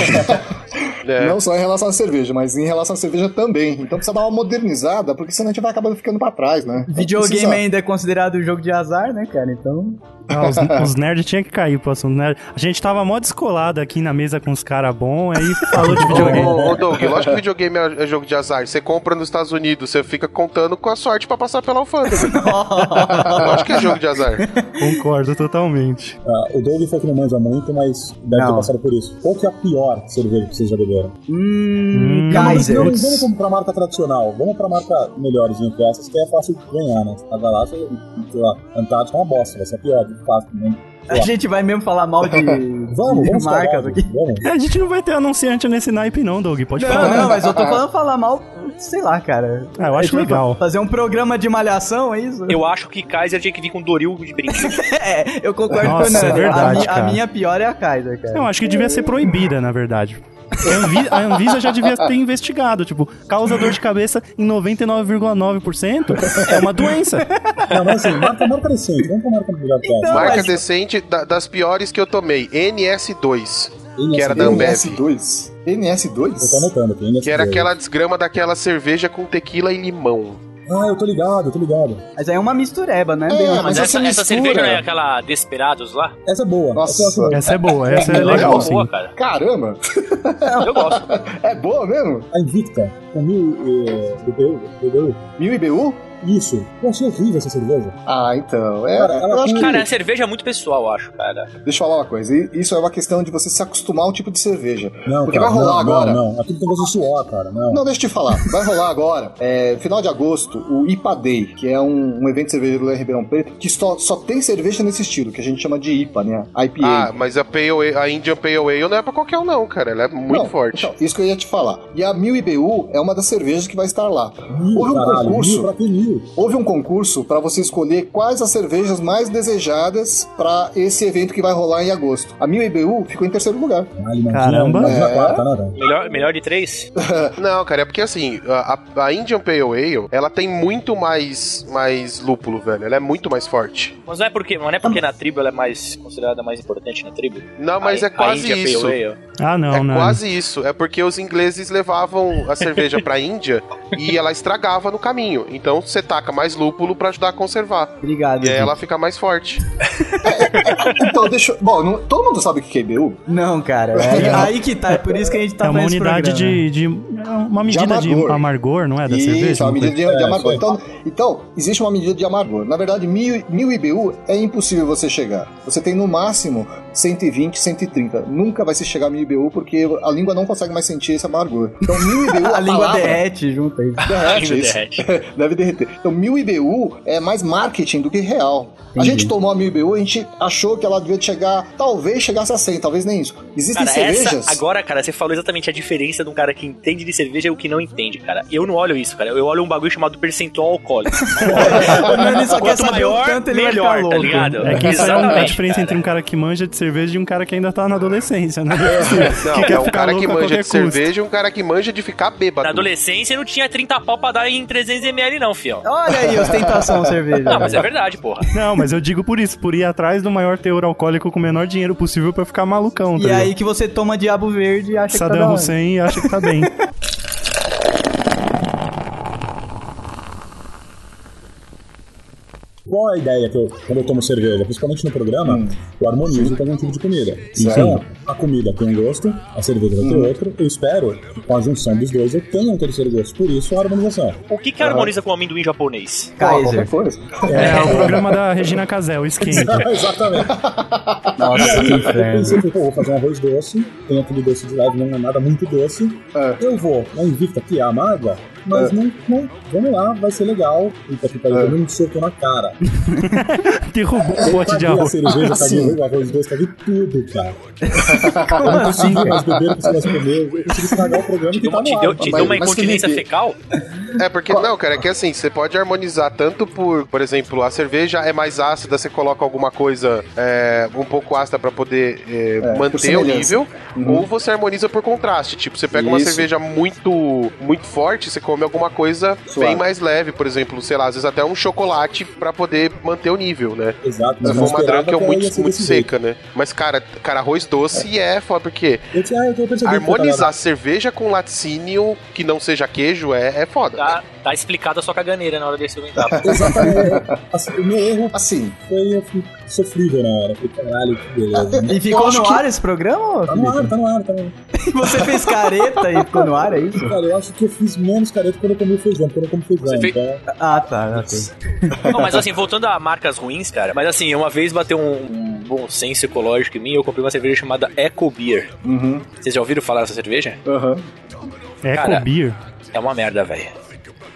É. Não só em relação à cerveja, mas em relação à cerveja também. Então precisa dar uma modernizada, porque senão a gente vai acabando ficando pra trás, né? Então Videogame precisa- ainda é considerado jogo de azar, né, cara? Então. Ah, os, os nerds tinham que cair pro assunto nerd. A gente tava mó descolado aqui na mesa com os caras bons, aí falou de videogame. Ô, ô, Doug, lógico que videogame é é jogo de azar. Você compra nos Estados Unidos, você fica contando com a sorte pra passar pela alfândega. lógico que é jogo de azar. Concordo totalmente. Ah, o Doug foi que não manja muito, mas deve Não. ter passado por isso. Qual que é a pior cerveja que vocês já beberam? Hum, Hum, Kaiser. Não, mas é. não vamos pra marca tradicional, vamos pra marca melhorzinha que essas, que é fácil de ganhar, né? A Galáxia, sei lá, Antártica é uma bosta, vai ser pior, fácil, né? A gente vai mesmo falar mal de, Vamos, de vamos marcas cagar, aqui. Vamos. É, A gente não vai ter anunciante nesse naipe, não, Doug. Pode Não, falar. não, mas eu tô falando falar mal, sei lá, cara. Ah, eu A acho gente vai legal. Fazer um programa de malhação, é isso? Eu acho que Kaiser tinha que vir com Doril de brinquedo. É, eu concordo com Nossa, o Nando. é a, verdade, mi- a cara. minha pior é a Kaiser, cara. Não, acho que devia ser proibida, na verdade. A Anvi- A Anvisa já devia ter investigado, tipo, causa dor de cabeça em 99,9% é uma doença. Não, mas assim, marca, marca decente, vamos pra marca melhor que Então, essa. Marca mas- decente da- das piores que eu tomei, NS2. Então, que era da Ambev. NS2. assim, Eu tô NS2? anotando aqui, ainda assim. Que era aquela desgrama daquela cerveja com tequila e limão. Ah, eu tô ligado, eu tô ligado. Mas aí é uma mistureba, né? É, Bem- mas Mas essa, essa essa mistura- cerveja não é aquela Desperados lá? Essa é boa. Nossa. Essa é boa. Essa é boa, essa é Eu acho legal, uma assim. boa, cara. Caramba! Eu gosto. É boa mesmo? A Invicta, com mil eh, BBU, BBU. Mil IBU? Isso. Eu achei horrível essa cerveja. Ah, então. É, Cara, eu ela acho tem- que. Cara, a cerveja é muito pessoal, eu acho, cara. Deixa eu falar uma coisa. i- Isso é uma questão de você se acostumar ao tipo de cerveja. Não, Porque cara, vai rolar não, agora. Não, não. Aquilo tem gosto de suor, cara. Não. Não, deixa eu te falar. Vai rolar agora, é, final de agosto, o IPA Day, que é um, um evento cervejeiro lá em Ribeirão Preto, que só, só tem cerveja nesse estilo, que a gente chama de IPA, né? IPA. Ah, mas a, Pale Ale- a Indian Pale Ale não é pra qualquer um não, cara. Ela é muito Não, forte. então, isso que eu ia te falar. E a 1000 IBU é uma das cervejas que vai estar lá. Mil, Houve um caralho. Mil concurso, pra que mil? houve um concurso para você escolher quais as cervejas mais desejadas para esse evento que vai rolar em agosto. A 1000 IBU ficou em terceiro lugar. Caralho, imagina- Caramba. Imagina É. a quarta, né, velho? Melhor, melhor de três? Não, cara, é porque assim, a, a- a Indian Pale Ale, ela tem muito mais, mais lúpulo, velho. Ela é muito mais forte. Mas não é porque, mas não é porque na tribo ela é mais considerada mais importante na tribo? Não, mas A- é quase a Índia isso. Pale Ale. Ah, não, é não. quase isso. É porque os ingleses levavam a cerveja pra Índia e ela estragava no caminho. Então, você taca mais lúpulo pra ajudar a conservar. Obrigado. E aí Gui. ela fica mais forte. Então, deixa eu... Bom, não- todo mundo sabe o que é QBU? Não, cara. É aí que tá. É por isso que a gente tá é uma fazendo esse unidade programa. de, de- é Uma medida de amargor. amargor, não é? Da Isso, cerveja? uma Não medida de, É, de amargor. isso Então, então, existe uma medida de amargor. Na verdade, mil, mil IBU é impossível você chegar. Você tem no máximo 120, 130. Nunca vai se chegar a mil IBU porque a língua não consegue mais sentir esse amargor. Então, mil IBU, A língua palavra- derrete junto aí. Derrete, Ainda isso. derrete. Deve derreter. Então, 1000 IBU é mais marketing do que real. Entendi. A gente tomou a 1000 IBU, a gente achou que ela devia chegar, talvez chegasse a 100, talvez nem isso. Existem Cara, cervejas. essa, agora, cara, você falou exatamente a diferença de um cara que entende de cerveja e o que não entende, cara. Eu não olho isso, cara. Eu olho um bagulho chamado percentual alcoólico. O Nani só quer Quanto saber o maior, tanto ele melhor, vai ficar tá louco. ligado? É que isso é Exatamente, a diferença cara. entre um cara que manja de cerveja e um cara que ainda tá na adolescência, né? Não, que quer é um ficar cara louco que a manja qualquer de custo. cerveja e um cara que manja de ficar bêbado. Na adolescência não tinha 30 pau pra dar em 300ml, não, fião. Olha aí, ostentação, cerveja. Não, mas é verdade, porra. Não, mas eu digo por isso, por ir atrás do maior teor alcoólico com o menor dinheiro possível pra ficar malucão, tá E aí ligado? que você toma diabo verde e acha que tá Saddam um- da hora. Hussein acha que tá bem. Qual a ideia que eu, quando eu tomo cerveja, principalmente no programa, eu harmonizo com algum tipo de comida. Certo. Então, a comida tem um gosto, a cerveja vai ter outro, eu espero que com a junção dos dois eu tenha um terceiro gosto. Por isso, a harmonização. O que que harmoniza com o amendoim japonês? Ah, qualquer Kaiser. coisa. É o programa da Regina Casel, esquenta. Exatamente. Nossa, que Eu inferno. pensei, pô, vou fazer um arroz doce, tem aquele doce de leve, não é nada muito doce. É. Eu vou na Invicta, que é a mágoa, mas não, não- Vamos lá, vai ser legal. Eita, que pariu, tomei um soco na cara. Derrubou um pote de Caguei a arroz. cerveja, Sim. caguei o arroz doce, caguei tudo, cara. Como Eu não assim, consigo cara? mais beber, não consigo mais comer. Eu consigo estragar o programa que Te tá deu, te no deu, ar. te Então mas- deu uma mas incontinência Felipe- fecal? É porque, não, cara, é que assim, você pode harmonizar tanto por, por exemplo, a cerveja é mais ácida, você coloca alguma coisa é, um pouco ácida pra poder é, por manter o semelhança. nível, Uhum. ou você harmoniza por contraste. Tipo, você pega uma Isso. cerveja muito muito forte, você come alguma coisa Suave. bem mais leve, por exemplo, sei lá, às vezes até um chocolate pra poder manter o nível, né? Exato, Se mas eu for uma esperava drunk é ela ia muito, ser muito desse jeito. seca, né? Mas, cara, cara, arroz doce é, foda, porque Eu disse, ah, eu tô percebendo. que tá harmonizar cerveja com laticínio que não seja queijo é, é foda. Ah, Tá, tá explicada a sua caganeira na hora de experimentar. errado. Exatamente. Assim, o meu erro Assim, foi eu fui sofrível na hora. Falei, caralho, que beleza. E Eu ficou acho no que- ar esse programa? Tá no ar, tá no ar, tá no ar. Felipe? Você fez careta e ficou no ar, é isso? Cara, eu acho que eu fiz menos careta quando eu comi feijão, quando eu comi feijão. Você fez- Então, Ah, tá. ok. Não, mas assim, voltando a marcas ruins, cara. Mas assim, uma vez bateu um, um bom senso ecológico em mim, eu comprei uma cerveja chamada Eco Beer. uhum, Vocês já ouviram falar dessa cerveja? aham. Eco Cara. Beer. É uma merda, velho.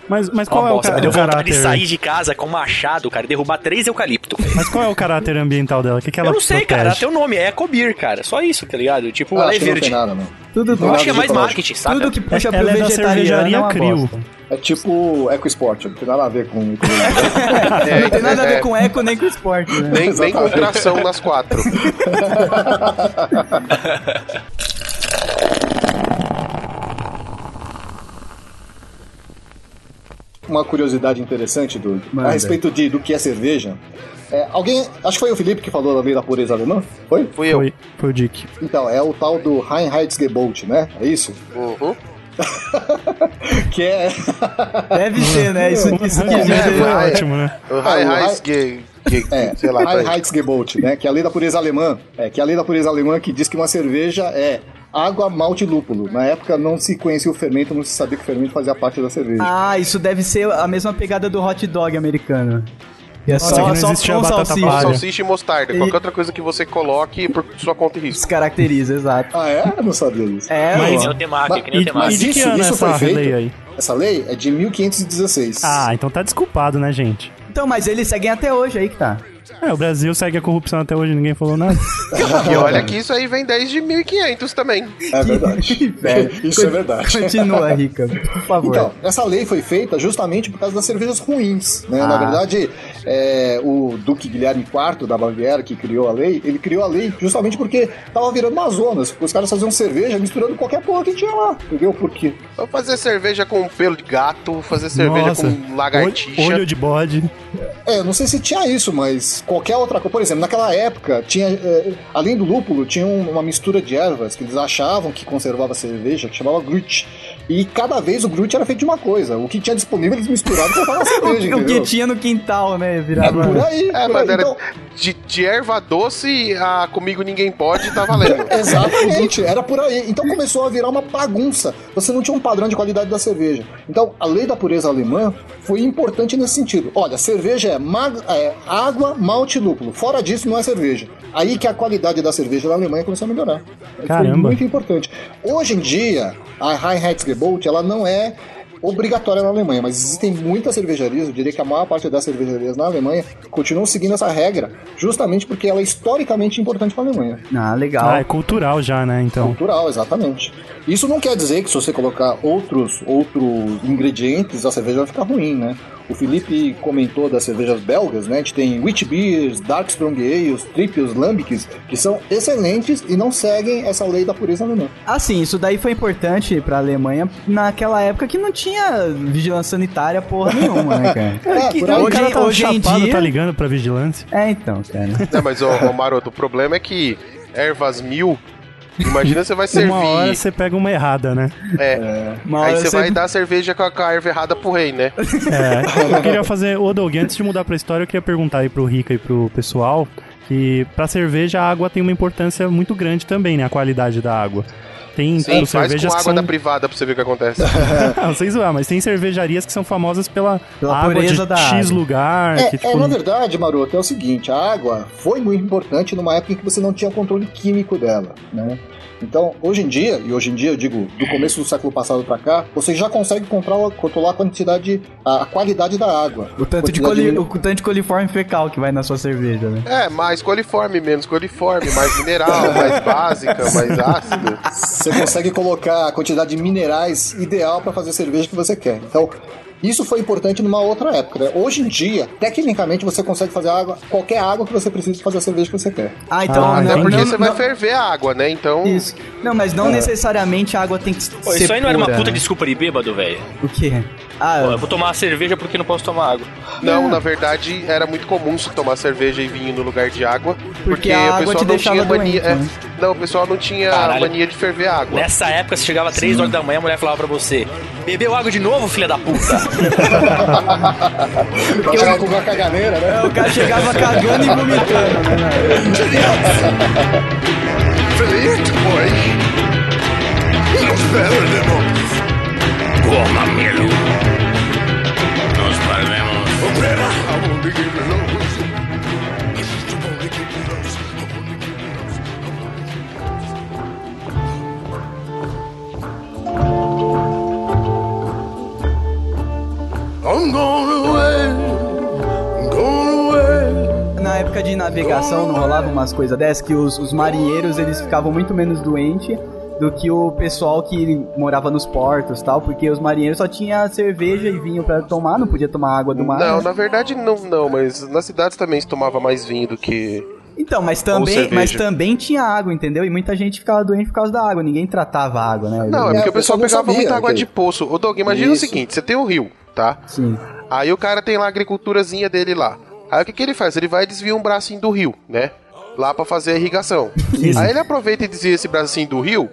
Mas, mas Uma qual é o, bosta. ca- Deu o vontade de caráter? sair de casa com machado, cara, e derrubar três eucalipto. velho. Mas qual é o caráter ambiental dela? O que, que ela Eu não sei, protege? cara. Até o nome é Eco Beer, cara. Só isso, tá ligado? Tipo, Ah, ela é acho que não verde. tem nada, não. Eu Tudo, acho que é Nada mais de ecológico. marketing, saca? tudo que puxa pro Ela é da vegetariano cervejaria é uma Crio. bosta. É tipo EcoSport, não tem nada a ver com. com- É, Não tem nada a é, ver com eco nem com esporte, né? Nem, nem com tração nas quatro. uma curiosidade interessante do, a respeito de, do que é cerveja. É, alguém. Acho que foi o Felipe que falou da lei da pureza alemã? Foi? Fui eu. Foi, foi o Dick. Então, é o tal do Reinheitsgebot, né? É isso? Uhum. Que é. Deve ser, né? Isso, isso que Uhum. Foi diz. é, é. ótimo, né? O High Ah, o High High- Gay. gay- É, Sei lá. tá aí. Reinheitsgebot, né? Que é a lei da pureza alemã. É, que é a lei da pureza alemã que diz que uma cerveja é água, malte e lúpulo. Na época não se conhecia o fermento, não se sabia que o fermento fazia parte da cerveja. Ah, isso deve ser a mesma pegada do hot dog americano. Que é Nossa, que só, não só existia pão, batata salsicha. palha. Salsicha e mostarda. Qualquer outra coisa que você coloque por sua conta e risco. Descaracteriza, exato. Ah, é? Eu não sabia disso. É, Que mas, nem o Temaki, que nem o E, e Temaki. de que isso- ano é isso foi essa feito? lei aí? Essa lei é de 1516. Ah, então tá desculpado, né, gente? Então, mas eles seguem até hoje aí que tá. É, o Brasil segue a corrupção até hoje, ninguém falou nada. E olha que isso aí vem desde 1500 também. É verdade. É, isso é verdade. Continua, Rica, por favor. Então, essa lei foi feita justamente por causa das cervejas ruins. Né? Ah. Na verdade, é, o Duque Guilherme IV da Baviera, que criou a lei, ele criou a lei justamente porque tava virando Amazonas. Os caras faziam cerveja misturando qualquer porra que tinha lá. Entendeu? Por quê? Vou fazer cerveja com pelo de gato, vou fazer cerveja Nossa. com lagartixa. Olho de bode. É, eu não sei se tinha isso, mas qualquer outra coisa. Por exemplo, naquela época, tinha, é, além do lúpulo, tinha um- uma mistura de ervas que eles achavam que conservava a cerveja, que chamava Grütz. E cada vez o Groot era feito de uma coisa. O que tinha disponível eles misturavam e colocavam na cerveja, o que entendeu? tinha no quintal, né? É Virava. por aí. É, por mas aí. era Então, de, de erva doce a comigo ninguém pode, tá valendo. Exato, o Groot era por aí. Então começou a virar uma bagunça. Você não tinha um padrão de qualidade da cerveja. Então a lei da pureza alemã foi importante nesse sentido. Olha, cerveja é, mag- é água, malte e lúpulo. Fora disso, não é cerveja. Aí que a qualidade da cerveja da Alemanha começou a melhorar. Caramba. Foi muito importante. Hoje em dia, a Reinheitsgebot, ela não é obrigatória na Alemanha, mas existem muitas cervejarias, eu diria que a maior parte das cervejarias na Alemanha continuam seguindo essa regra, justamente porque ela é historicamente importante para a Alemanha Ah, legal. Ah, é cultural já, né? Então. cultural, exatamente. Isso não quer dizer que se você colocar outros, outros ingredientes, a cerveja vai ficar ruim, né? O Felipe comentou das cervejas belgas, né? A gente tem Witch Beers, Dark Strong Ales, Triples, Lambics, que são excelentes e não seguem essa lei da pureza alemã. Assim, isso daí foi importante pra Alemanha naquela época que não tinha vigilância sanitária porra nenhuma, né, cara? É, Que- por aí. O cara tá hoje em chapado, dia- tá ligando pra vigilância. É, então, cara. Não, mas, ô, ô, Maroto, o problema é que ervas mil, imagina você vai servir. Uma hora você pega uma errada, né? é, Uma aí hora você você- vai dar cerveja com a, com a erva errada pro rei, né? É, eu queria fazer, ô Doug, antes de mudar pra história, eu queria perguntar aí pro Rica e pro pessoal que pra cerveja a água tem uma importância muito grande também, né? A qualidade da água. Tem, Então, Sim, tem faz com cervejas água que são... da privada pra você ver o que acontece. Não sei zoar, mas tem cervejarias que são famosas pela, Pela água de pureza da X água. lugar, É, que é, tipo... na verdade, Maroto, é o seguinte, a água foi muito importante numa época em que você não tinha controle químico dela, né? Então, hoje em dia, e hoje em dia eu digo do começo do século passado pra cá, você já consegue controlar, controlar a quantidade, a, a qualidade da água. O tanto, de Quantidade coli... o tanto de coliforme fecal que vai na sua cerveja, né? É, mais coliforme, menos coliforme, mais mineral, mais básica, mais ácido. Você consegue colocar a quantidade de minerais ideal para fazer a cerveja que você quer. Então, isso foi importante numa outra época. né? Hoje em dia, tecnicamente, você consegue fazer água, qualquer água que você precisa pra fazer a cerveja que você quer. Ah, então Ah, não, Até porque não, você vai não- ferver a água, né? Então. Isso. Não, mas Ah. não necessariamente a água tem que Pô, ser isso aí não era uma pura, puta né? desculpa de bêbado, velho. O quê? É. Ah, Pô, eu vou tomar uma cerveja porque não posso tomar água. É. Não, na verdade era muito comum se tomar cerveja e vinho no lugar de água. Porque, a água te deixava doente, mania. né? é, não, o pessoal não tinha Caralho. mania de ferver água. Nessa época, você chegava às 3 horas da manhã, a mulher falava pra você: Bebeu água de novo, filha da puta? Pra chegar com uma caganeira, né? o cara chegava cagando e vomitando, né? Na época de navegação não rolava umas coisas dessas que os, os marinheiros eles ficavam muito menos doentes do que o pessoal que morava nos portos e tal, porque os marinheiros só tinha cerveja e vinho pra tomar, não podia tomar água do mar. Não, né? na verdade não, não, mas nas cidades também se tomava mais vinho do que. Então, mas Ou também, cerveja. mas também tinha água, entendeu? E muita gente ficava doente por causa da água, ninguém tratava a água, né? Não, é porque É, o pessoal não pegava sabia, muita água ok. de poço. Ô Doug, imagina Isso. o seguinte: você tem um rio, tá? Sim. Aí o cara tem lá a agriculturazinha dele lá. Aí o que, que ele faz? Ele vai desviar um bracinho do rio, né? Lá pra fazer a irrigação. Aí ele aproveita e desvia esse bracinho do rio,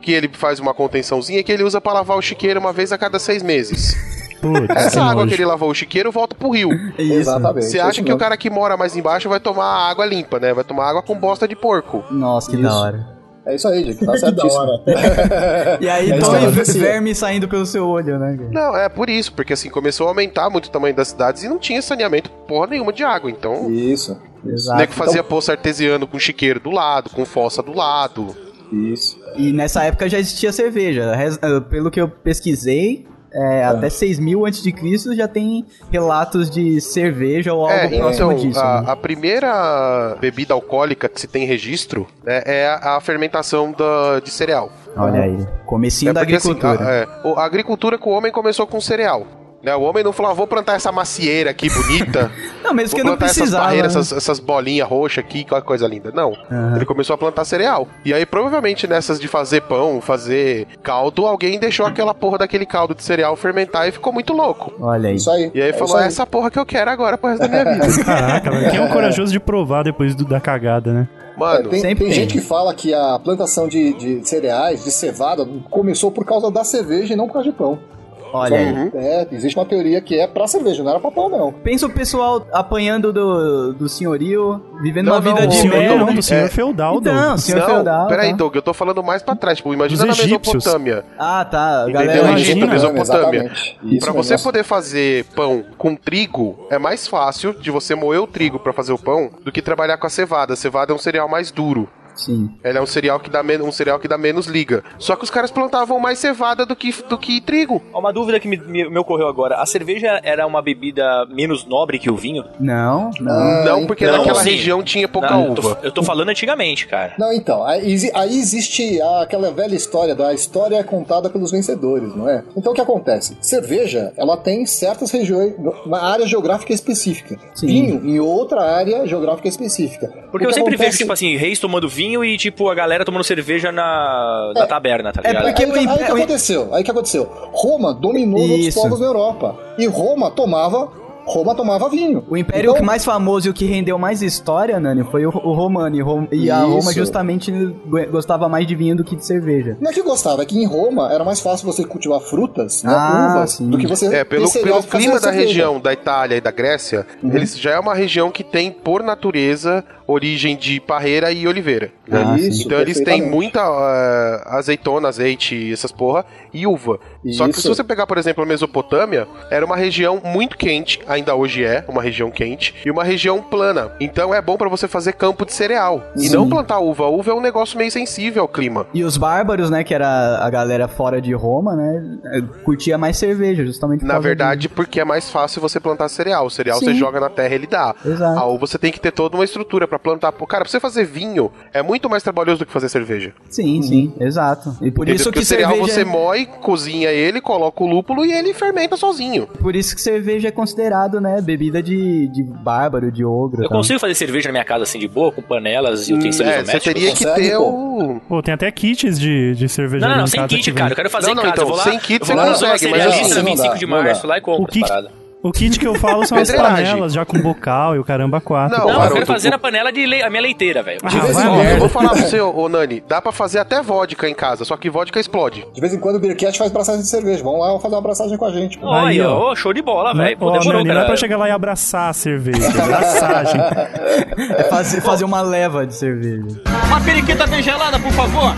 que ele faz uma contençãozinha, que ele usa pra lavar o chiqueiro uma vez a cada seis meses. Putz, Essa água nojo. que ele lavou o chiqueiro volta pro rio. É isso. Exatamente. Você É, é acha isso que o mesmo. cara que mora mais embaixo vai tomar água limpa, né? Vai tomar água com bosta de porco. Nossa, que Isso. da hora. É isso aí, Dick, tá Que da certíssimo. hora. E aí, É isso então, que acontecia. verme saindo pelo seu olho, né? cara? Não, é por isso, porque assim começou a aumentar muito o tamanho das cidades e não tinha saneamento porra nenhuma de água. Então, Isso. o Exato. nego fazia poço artesiano com chiqueiro do lado, com fossa do lado. Isso. E nessa época já existia cerveja. Res- eh, Pelo que eu pesquisei, é, até 6000 a.C. já tem relatos de cerveja ou algo É, próximo então, disso. a, né? a primeira bebida alcoólica que se tem registro né, é a, a fermentação da, de cereal. Olha aí. Comecinho é da porque, assim, agricultura. a, é, o- a agricultura com o homem começou com cereal. Né? O homem não falou, ah, vou plantar essa macieira aqui bonita. Não, mesmo vou que não plantar essas precisava. barreiras, né? essas, essas bolinhas roxas aqui, que coisa linda. Não. Ele começou a plantar cereal. E aí, provavelmente, nessas de fazer pão, fazer caldo, alguém deixou aquela porra daquele caldo de cereal fermentar e ficou muito louco. Olha aí. Isso aí. E aí é falou, isso é aí. essa porra que eu quero agora pro resto da minha vida. Caraca, velho. Quem é o corajoso de provar depois do- da cagada, né? É, Mano, tem, sempre tem tem. gente que fala que a plantação de, de cereais, de cevada, começou por causa da cerveja e não por causa de pão. Olha aí. É, existe uma teoria que é pra cerveja, não era pra pão, não. Pensa o pessoal apanhando do, do senhorio, vivendo Não, uma não, vida o de senhor merda. não, do senhor feudal, Então, Doug. senhor É. não, feudal. peraí, tá. Doug, eu tô falando mais pra trás. Tipo, imagina na Dos egípcios. Mesopotâmia. Ah, tá. Entendeu? Galera, Imagina, Egito, imagina. Mesopotâmia. Exatamente. Isso Pra mesmo. você poder fazer pão com trigo, é mais fácil de você moer o trigo pra fazer o pão do que trabalhar com a cevada. A cevada é um cereal mais duro. Sim. Ela é um cereal que dá menos, um cereal que dá menos liga. Só que os caras plantavam mais cevada do que, do que trigo. Uma dúvida que me, me- me ocorreu agora. A cerveja era uma bebida menos nobre que o vinho? Não, não. Ah, não, porque então, naquela sim. região tinha pouca Não, então eu uva. tô, eu tô falando antigamente, cara. Não, então, aí, exi- aí existe a- aquela velha história da história é contada pelos vencedores, não é? Então o que acontece? Cerveja, ela tem certas regiões, uma área geográfica específica. Sim. Vinho, em outra área geográfica específica. Porque O eu que sempre acontece- vejo, tipo assim, reis tomando vinho e, tipo, a galera tomando cerveja na, na É. taberna, tá É ligado? porque- Aí, que- o aí que império- aconteceu? Aí que aconteceu? Roma dominou os outros Isso. povos na Europa. E Roma tomava. Roma tomava vinho. O império Então, mais famoso e o que rendeu mais história, Nani, foi o, o romano. E, Rom- e a Isso. Roma justamente go- gostava mais de vinho do que de cerveja. Não é que gostava, é que em Roma era mais fácil você cultivar frutas, né, Ah, uvas, sim. do que você É, pelo, ter cereal pelo pra fazer clima da cerveja. região da Itália e da Grécia, Uhum. eles já é uma região que tem, por natureza, origem de parreira e oliveira. né? Ah, sim. Isso, então eles têm perfeitamente. muita ah, azeitona, azeite, essas porra, e uva. Só que Isso. se você pegar, por exemplo, a Mesopotâmia, era uma região muito quente, ainda hoje é uma região quente, e uma região plana. Então é bom pra você fazer campo de cereal. E Sim. não plantar uva. Uva é um negócio meio sensível ao clima. E os bárbaros, né, que era a galera fora de Roma, né, eh, curtia mais cerveja, justamente por Na causa verdade, porque é mais fácil você plantar cereal. O cereal Sim. você joga na terra ele dá. Exato. Ah, ou você tem que ter toda uma estrutura pra plantar. Pô, Cara, pra você fazer vinho é muito mais trabalhoso do que fazer cerveja. disso. Sim, sim, exato. E por Uhum. Entendeu? isso Porque que o cereal cerveja, é- você moe, cozinha ele, coloca o lúpulo e ele fermenta sozinho. por isso que cerveja é considerado, né, bebida de, de bárbaro, de ogro. Eu tal. consigo fazer cerveja na minha casa assim de boa, com panelas e Hum. utensílios É, você domésticos? teria que consegue, ter pô. o. Pô, tem até kits de, de Não, cervejaria não, não, em sem casa que kit, vem. cara. Eu quero fazer Não, em não, casa. então, eu vou lá, sem kit eu você vou lá na consegue, zona mas assim, cerealista, não dá, 25 de não dá. março, lá e compro O kit- as paradas. O kit que eu falo são as Pedreiragem. panelas, já com bocal e o caramba quatro. Não, Não, eu Maroto, quero fazer o- na panela de lei- a minha leiteira, velho. Ah, de vez em vai quando. Ó, eu merda. vou falar pra você, ô, ô Nani, dá pra fazer até vodka em casa, só que vodka explode. De vez em quando o Beercat faz braçagem de cerveja. Vamos lá fazer uma braçagem com a gente. pô. Aí, Olha, ó. ó, show de bola, Não é- velho. Pô, ó, demorou, Nani, não é pra cara. chegar lá e abraçar a cerveja. Abraçagem. É fazer, fazer uma leva de cerveja. Uma periquita bem gelada, por favor.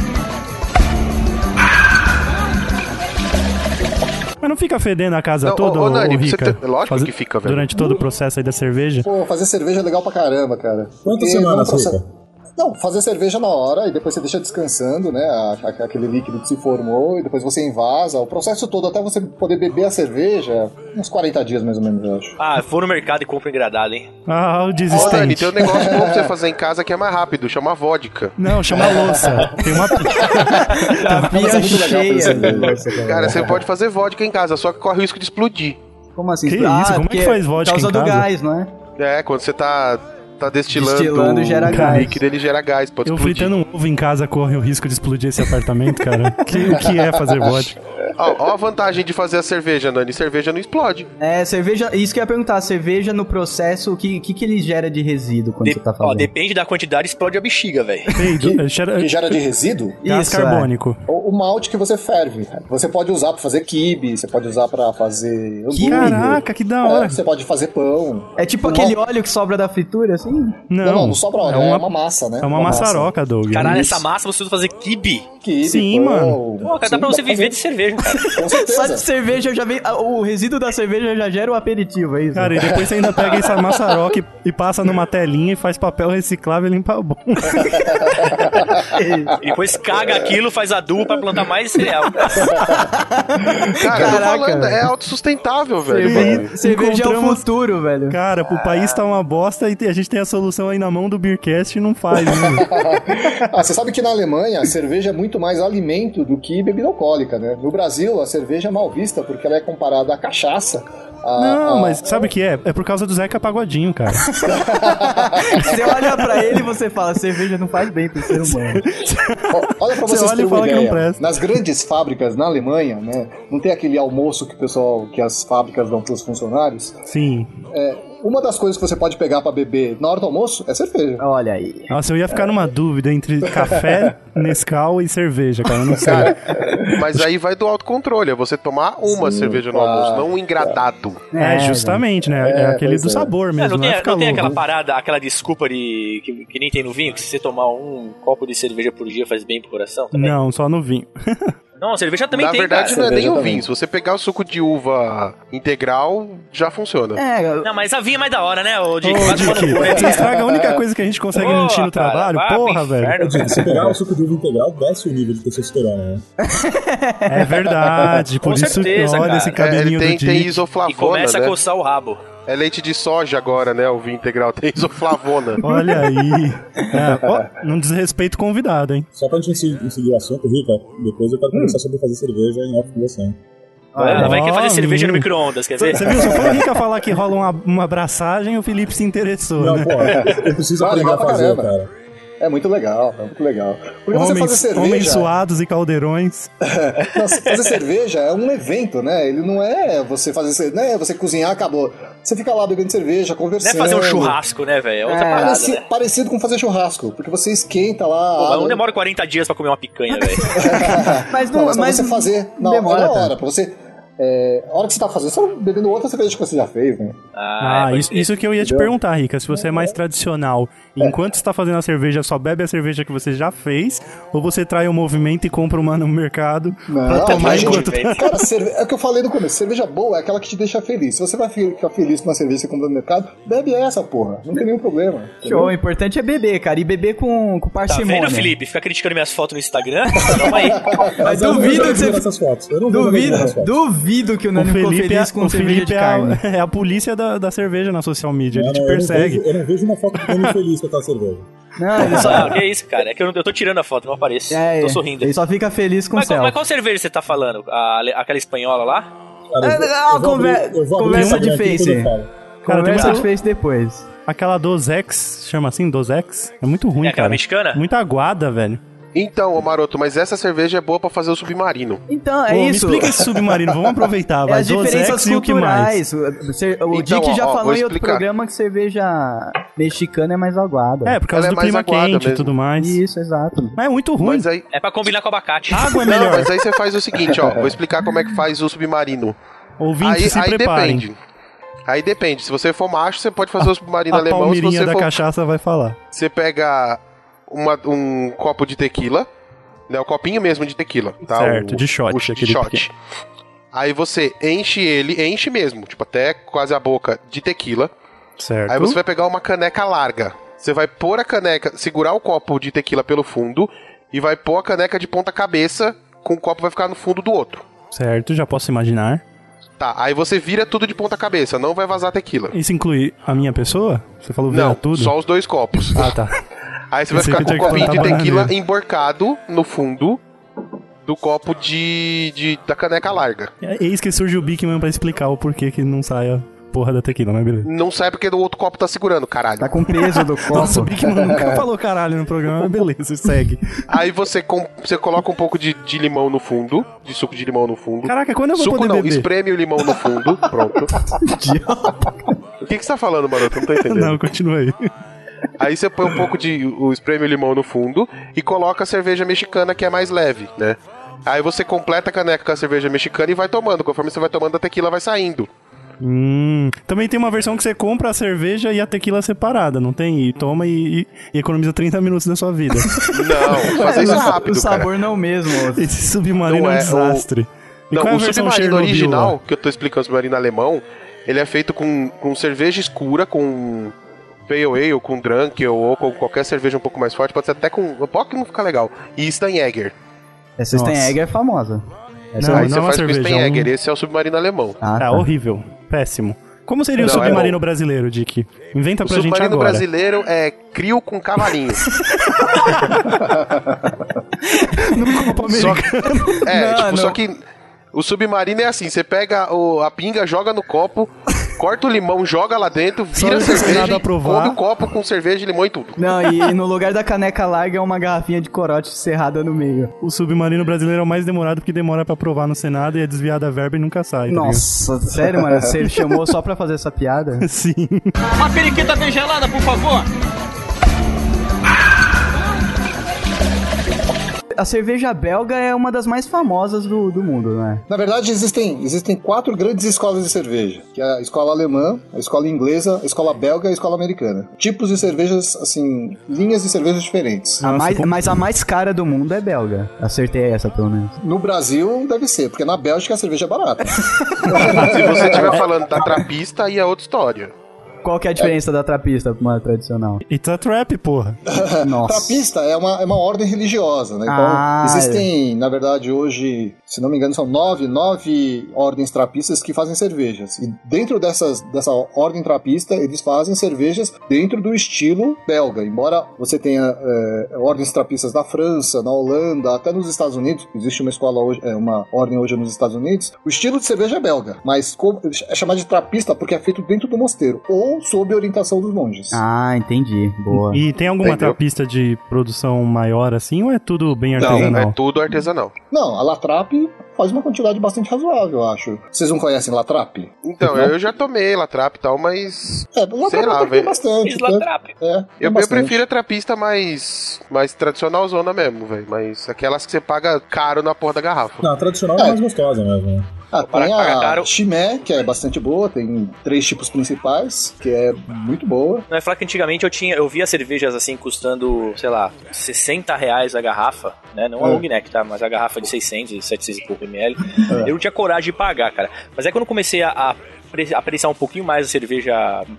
Mas não fica fedendo a casa Não, toda, ô, ô, ô, Nani, ô, você Rica? tem- lógico que fica, velho. Durante todo o processo aí da cerveja. Pô, fazer cerveja é legal pra caramba, cara. Quantas não semanas, proce- Rica? Não, fazer cerveja na hora e depois você deixa descansando, né? a- a- aquele líquido que se formou e depois você invasa. O processo todo até você poder beber a cerveja, uns 40 dias mais ou menos, eu acho. Ah, vou no mercado e compro engradado, hein. Ah, o Ô Nani, tem desistente. um negócio bom pra você fazer em casa que é mais rápido, chama vodka. Não, chama a louça. Tem uma... A pia é muito legal fazer cheia. cerveja. Nossa, cara. Cara, você pode fazer vodka em casa, só que corre o risco de explodir. Como Ah, assim? Que isso? Como é que porque faz vodka Por causa em do casa? gás, não é? É, quando você tá, tá destilando, Destilando, gera o gás. líquido, ele gera gás, pode Eu explodir. fritando um ovo em casa corre o risco de explodir esse apartamento, cara. Que- o que é fazer vodka? Ó, ó a vantagem de fazer a cerveja, Nani, cerveja não explode. É, cerveja. Isso que eu ia perguntar, cerveja no processo, o que, que, que ele gera de resíduo quando De- você tá ó, fazendo? depende da quantidade, explode a bexiga, velho. Peido, Que, cheira- que gera de resíduo? gás Isso, é. carbônico. O, o malte que você ferve. cara. Você pode usar pra fazer quibe, você pode usar pra fazer hambúrguer. Caraca, que da hora. É, você pode fazer pão. É tipo Não. aquele óleo que sobra da fritura, assim? Não, Não, não, não sobra óleo, é uma, é uma massa, né? é uma massa. maçaroca, Doug. É Caralho, Isso. essa massa você usa fazer kibe. Quibe, Sim, pão. mano. Pô, cara, dá Sim, pra você fazer. viver de cerveja, cara. Com Só de certeza. cerveja eu já vem. ah, O resíduo da cerveja já gera o aperitivo, é isso? Cara, e depois você ainda pega essa maçaroca e, e passa numa telinha e faz papel reciclável e limpa a bunda. E depois caga aquilo, faz adubo pra plantar mais cereal. Cara, eu tô Caraca, falando, velho. é autossustentável, velho. Sim. cerveja é o encontramos- futuro, velho. Cara, o país tá uma bosta e te- a gente tem a solução aí na mão do Beercast e não faz, né? Ah, você sabe que na Alemanha a cerveja é muito muito mais alimento do que bebida alcoólica, né? No Brasil, a cerveja é mal vista porque ela é comparada à cachaça. à- Não, à- mas sabe o que é? É por causa do Zeca Pagodinho, cara. Você olha pra ele e você fala, cerveja não faz bem pro ser humano. Ó, Olha pra Você vocês olha e terem uma fala que não ideia. presta. Nas grandes fábricas na Alemanha, né? Não tem aquele almoço que o pessoal, que as fábricas dão pros funcionários. Sim. Uma das coisas que você pode pegar pra beber na hora do almoço é cerveja. Ah. Olha aí. Nossa, eu ia ficar numa dúvida entre café, Nescau e cerveja, cara. Eu não sei. Mas aí vai do autocontrole, é você tomar uma cerveja no claro, almoço, não um engradado. É, justamente, né? É, É, aquele pois do é. sabor É, mesmo. não vai tem, ficar não tem louco. né? aquela parada, aquela desculpa de que, que nem tem no vinho, que se você tomar um copo de cerveja por dia faz bem pro coração também? Não, só no vinho. Não, cerveja também Na tem, verdade, cara. não é nem Cerveja o também. vinho. Se você pegar o suco de uva integral, já funciona. É, eu- Não, mas a vinha é mais da hora, né, ô Dick? Ô, Vai tomar no Dick, cu, né? você estraga a única coisa que a gente consegue Porra, mentir no cara, Ah, trabalho. vai pro Porra, velho. inferno. Se você pegar o suco de uva integral, desce o nível de testosterona, né? É verdade. Por Com isso, certeza, olha cara. esse É, ele cabelinho tem, do Dick. tem E isoflavona, começa né? a coçar o rabo. É leite de soja agora, né? O vinho integral tem isoflavona. Olha aí. É, ó, não desrespeito o convidado, hein? Só pra gente se- seguir o assunto, Rica, depois eu quero Hum. conversar sobre fazer cerveja em off com você. hein? Ah, Ela vai querer Ó, fazer cerveja no menino. micro-ondas, quer Você ver? viu? Só foi o Rica falar que rola uma, uma abraçagem o Felipe se interessou, Não, né? pô, eu preciso Ah, aprender legal a pra fazer, caramba. cara. É muito legal, é muito legal. Porque você fazer Homens, cerveja. homens suados e caldeirões. Não, fazer cerveja é um evento, né? Ele não é você fazer cerveja, né? Você cozinhar, acabou. Você fica lá bebendo cerveja, Não é conversando. fazer um churrasco, né, velho? É outra É, parada, Pareci- né? Parecido com fazer churrasco, porque você esquenta lá. Pô, mas é a um água- não demora 40 dias pra comer uma picanha, velho. Mas Não, não, mas, pra mas você fazer. Não, demora, é na cara. hora, pra você. é, a hora que você tá fazendo, você tá bebendo outra cerveja que você já fez, né? Ah, pode isso, ser. isso que eu ia te Entendeu? perguntar, Rica. Se você é mais tradicional, enquanto está fazendo a cerveja, só bebe a cerveja que você já fez, ou você trai o movimento e compra uma no mercado pra Não, é tomar mas, enquanto. gente, Cara, cerve... é o que eu falei no começo: cerveja boa é aquela que te deixa feliz. Se você vai ficar feliz com uma cerveja que você compra no mercado, bebe essa, porra. Não tem nenhum problema. entendeu? Show, o importante é beber, cara. E beber com, com Tá parcimônia. vendo, Felipe? Fica criticando minhas fotos no Instagram? Calma aí. Mas eu duvido não que você- vou essas fotos. Eu não vou Duvido, essas fotos. duvido que o O Nani ficou Felipe, é, feliz com o cerveja de Felipe é, carne. a, é a polícia da, da cerveja na social media. Ele Não, é, te não, eu não persegue. vejo- Eu não vejo uma foto do homem feliz com essa cerveja. Não, ele só... Não, que isso, cara. É que eu, não- eu tô tirando a foto, não apareço. É, tô sorrindo. Ele só fica feliz com o Mas, qual- é céu. mas qual cerveja você tá falando? A- aquela espanhola lá? Cara, eu- É, ah, eu vou conver- abrir- eu vou abrir conversa o de Instagram aqui Face. e depois eu falo. Cara, tem um- Conversa uma- de face depois. Aquela Dozex, chama assim? Dozex? É muito ruim, É aquela cara. mexicana? Muito aguada, velho. Então, ô maroto, mas essa cerveja é boa pra fazer o submarino. Então, é Pô, isso. Me explica esse submarino, vamos aproveitar. É vai. as diferenças Dozex e o que mais? culturais. O, cer- o Então, Dick já ó, ó, falou vou em outro explicar. programa que cerveja mexicana é mais aguada. É, por causa Ela é do mais clima aguada quente e mesmo. tudo mais. Isso, exato. Mas é muito ruim. Mas aí. É pra combinar com abacate. Água é Não, melhor. mas aí você faz o seguinte, ó. Vou explicar como é que faz o submarino. Ouvintes, aí se aí preparem. depende. Aí depende. Se você for macho, você pode fazer o submarino A alemão. Se palmeirinha você da for. cachaça vai falar. Você pega uma- um copo de tequila, né? O copinho mesmo de tequila, tá? Certo, O- de shot, o de aquele shot. pequeno. Aí você enche ele, enche mesmo, tipo, até quase a boca de tequila. Certo. Aí você vai pegar uma caneca larga. Você vai pôr a caneca, segurar o copo de tequila pelo fundo e vai pôr a caneca de ponta cabeça com o copo vai ficar no fundo do outro. Certo, já posso imaginar. Tá, aí você vira tudo de ponta cabeça, não vai vazar tequila. Isso inclui a minha pessoa? Você falou vira Não, tudo? só os dois copos. Ah, tá. Aí você vai Esse ficar aqui com o tinha que copinho de plantar tequila bananeira. emborcado no fundo do copo de, de- da caneca larga. É- Eis que surge o Bigman pra explicar o porquê que não sai a porra da tequila, mas beleza. Não sai porque o outro copo tá segurando, caralho. Tá com peso do Nossa, o copo. Bigman nunca falou caralho no programa, mas beleza, segue. Aí você, com- você coloca um pouco de, de limão no fundo, de suco de limão no fundo. Caraca, quando eu vou Suco poder não, beber? espreme o limão no fundo, pronto. O que, que você tá falando, maroto? Não tô entendendo. Não, continua aí. Aí você põe um pouco de o espreme o limão no fundo e coloca a cerveja mexicana que é mais leve, né? Aí você completa a caneca com a cerveja mexicana e vai tomando. Conforme você vai tomando, a tequila vai saindo. Hum, também tem uma versão que você compra a cerveja e a tequila separada, não tem? E toma e, e- e economiza 30 minutos da sua vida. Não, fazer isso O é sa- rápido, o cara. sabor não é o mesmo. Esse submarino é Não um é, o- desastre. E qual é Não, a o versão submarino Chernobyl original, lá? que eu tô explicando, o submarino alemão, ele é feito com, com cerveja escura, com pale ale, com drunk ou com qualquer cerveja um pouco mais forte, pode ser até com... Pode que não fica legal. E Steinegger. Essa Nossa. Steinegger é famosa. Não, Aí não você é uma faz com cerveja, é Steinegger, um- esse é o submarino alemão. Ah, Tá, tá. horrível. Péssimo. Como seria o Não, é submarino brasileiro, Dick? Inventa O pra gente submarino agora. brasileiro é crio com cavalinho. no copo Só americano. que, é, Não, tipo, não. só que o submarino é assim, você pega o- a pinga, joga no copo, corta o limão, joga lá dentro, vira não a tem nada cerveja, a e provar. come o copo com cerveja, limão e tudo. Não, e no lugar da caneca larga é uma garrafinha de corote cerrada no meio. O submarino brasileiro é o mais demorado porque demora pra aprovar no Senado e é desviado a verba e nunca sai. tá Nossa, sério, mano? Você chamou só pra fazer essa piada? ligado? Sim. Uma periquita bem gelada, por favor. A cerveja belga é uma das mais famosas do, do mundo, né? Na verdade, existem, existem quatro grandes escolas de cerveja, que é a escola alemã, a escola inglesa, a escola belga e a escola americana. Tipos de cervejas, assim, linhas de cervejas diferentes. A mais, mas a mais cara do mundo é belga. Acertei essa, pelo menos. No Brasil, deve ser, porque na Bélgica a cerveja é barata. Se você estiver falando da trapista, aí é outra história. Qual que é a diferença da trapista pra uma tradicional? It's a trap, porra. Nossa. Trapista é uma, é uma ordem religiosa, né? Então, Ah, existem, na verdade, hoje, se não me engano, são nove, nove ordens trapistas que fazem cervejas. E dentro dessas, dessa ordem trapista, eles fazem cervejas dentro do estilo belga. Embora você tenha é, ordens trapistas da França, na Holanda, até nos Estados Unidos, existe uma escola hoje, é, uma ordem hoje nos Estados Unidos, o estilo de cerveja é belga, mas co- é chamado de trapista porque é feito dentro do mosteiro ou sob orientação dos monges. Ah, entendi. Boa. E tem alguma Entendeu? trapista de produção maior assim ou é tudo bem Não, artesanal? é tudo artesanal. Não, a Latrap faz uma quantidade bastante razoável, eu acho. Vocês não conhecem Latrap? Então, eu já tomei latrap e tal, mas É, Latrap Sei lá, tem velho. bastante. Isla Né? Trap. É, tem eu, eu bastante. prefiro a trapista mais, mais tradicional zona mesmo, velho. Mas aquelas que você paga caro na porra da garrafa. Não, a tradicional é É. mais gostosa mesmo. né? Ah, Para tem pagar a caro. Chimé, que é bastante boa, tem três tipos principais, que é muito boa. Não é falar que antigamente eu tinha, eu via cervejas assim custando, sei lá, 60 reais a garrafa, né? Não a É. long neck, tá? Mas a garrafa de 600, 700 e pouco ml. É. Eu não tinha coragem de pagar, cara. Mas aí quando eu comecei a, a apre- apreciar um pouquinho mais a cerveja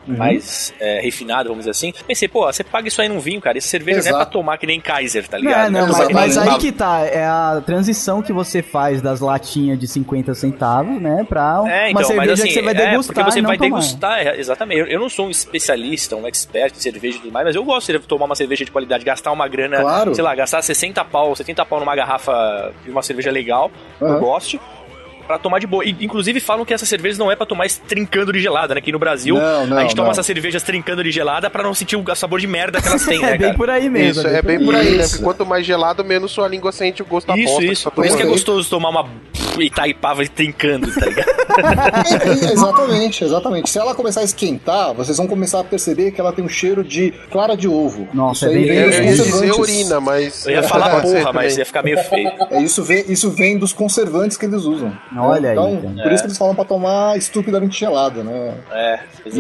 Uhum. mais é, refinada, vamos dizer assim, pensei, pô, você paga isso aí num vinho, cara. Essa cerveja não é Exato. pra tomar que nem Kaiser, tá É, ligado? não, mas, Exatamente. mas aí que tá, é a transição que você faz das latinhas de 50 centavos, né, pra É, uma então, cerveja mas assim, que você vai é, degustar porque você e não vai tomar. degustar, é, exatamente. Eu, eu não sou um especialista, um expert em cerveja e tudo mais, mas eu gosto de tomar uma cerveja de qualidade, gastar uma grana, Claro. sei lá, gastar 60 pau, 70 pau numa garrafa de uma cerveja legal, eu Aham. gosto. Pra tomar de boa. E, inclusive falam que essas cervejas não é pra tomar trincando de gelada, né? Aqui no Brasil, Não, não, a gente toma não. essas cervejas trincando de gelada pra não sentir o sabor de merda que elas têm, É né, bem cara? por aí mesmo. Isso, é por bem por aí, né? Isso. Porque quanto mais gelado, menos sua língua sente o gosto da Isso, bosta. isso. tá Por isso que é tomando. gostoso tomar uma Itaipava trincando, tá ligado? É, é, exatamente, exatamente. Se ela começar a esquentar, vocês vão começar a perceber que ela tem um cheiro de clara de ovo. Nossa, Isso é bem aí bem vem Eu dos ia dizer conservantes. urina, mas. Eu ia falar Pode ser porra, mas também. ia ficar meio feio. É, isso, vem, isso vem dos conservantes que eles usam. né? Olha aí, então, cara. Por isso que eles falam pra tomar estupidamente gelada, né? É, E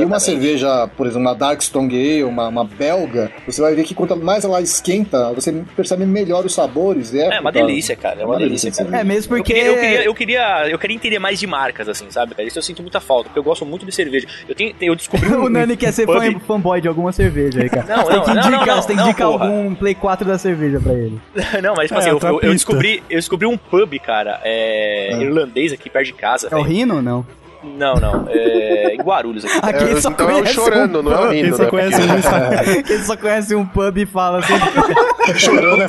uma exatamente. cerveja, por exemplo, uma Dark Strong Ale, uma, uma belga, você vai ver que quanto mais ela esquenta, você percebe melhor os sabores. E é, É uma cara, delícia, cara. É uma delícia, de cara. cerveja. É mesmo Eu porque queria, eu, queria, eu, queria, eu queria entender mais de marcas, assim, sabe? cara? Isso eu sinto muita falta, porque eu gosto muito de cerveja. Eu, tenho, eu descobri um. o Nani quer ser pub- fã, fanboy de alguma cerveja aí, cara. Não, Você tem não, que não, indicar, não, você tem que não, indicar porra. algum Play 4 da cerveja pra ele. Não, mas tipo assim, É, eu, eu- eu trapista. descobri, eu descobri um pub, cara, é, irlandês aqui perto de casa. É o velho. Rino ou não? Não, não. É, em Guarulhos aqui. Ah, Aqui ele É, só então é o conhece chorando, não é o Quem rindo, só né? conhece um sabe. um, ele só conhece um pub e fala assim,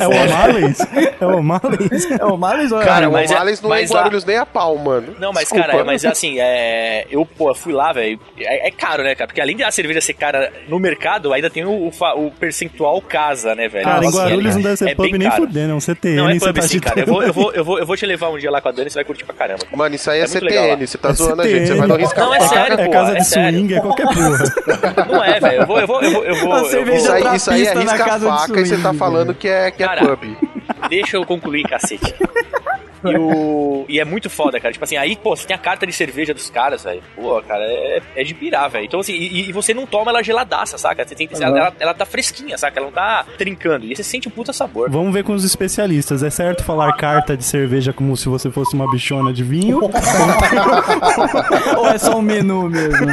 É o O'Malley's? É o O'Malley's? é o Marlins ou é o Cara, Rino?" mas o é- Wallace não é em mas lá- Guarulhos nem a pau, mano. Não, mas, Desculpa. cara, mas assim, é, eu pô, fui lá, velho. É, é caro, né, cara? Porque além da cerveja ser cara no mercado, ainda tem o, o fa- o percentual casa, né, velho? Cara, em Nossa, Guarulhos não deve ser é pub bem nem caro. fudendo, é um CTN. Não, é você pub tá sim, cara. Eu agitando. vou, eu, vou, eu, vou, eu vou te levar um dia lá com a Dani, você vai curtir pra caramba. Mano, isso aí é, É muito legal lá. CTN, você tá É zoando a CTN. gente, você vai no risco. Não, é Faca. sério, É pô, casa é de sério. swing, é qualquer porra. Não é, velho. Eu vou, eu vou, eu vou, eu vou. A eu cerveja Isso vou- aí, isso aí é Trapista na risca casa de faca e você tá swing, falando que é, que é Cara. pub. Deixa eu concluir, cacete. E, o... e é muito foda, cara. Tipo assim, aí, pô, você tem a carta de cerveja dos caras, velho. Pô, cara, é, é de pirar, velho. Então, assim, e, e você não toma ela geladaça, saca? Você tem, ela, ela, ela tá fresquinha, saca? Ela não tá trincando. E você sente um puta sabor. Vamos ver com os especialistas. É certo Ah, falar tá. carta de cerveja como se você fosse uma bichona de vinho? Ou é só um menu mesmo?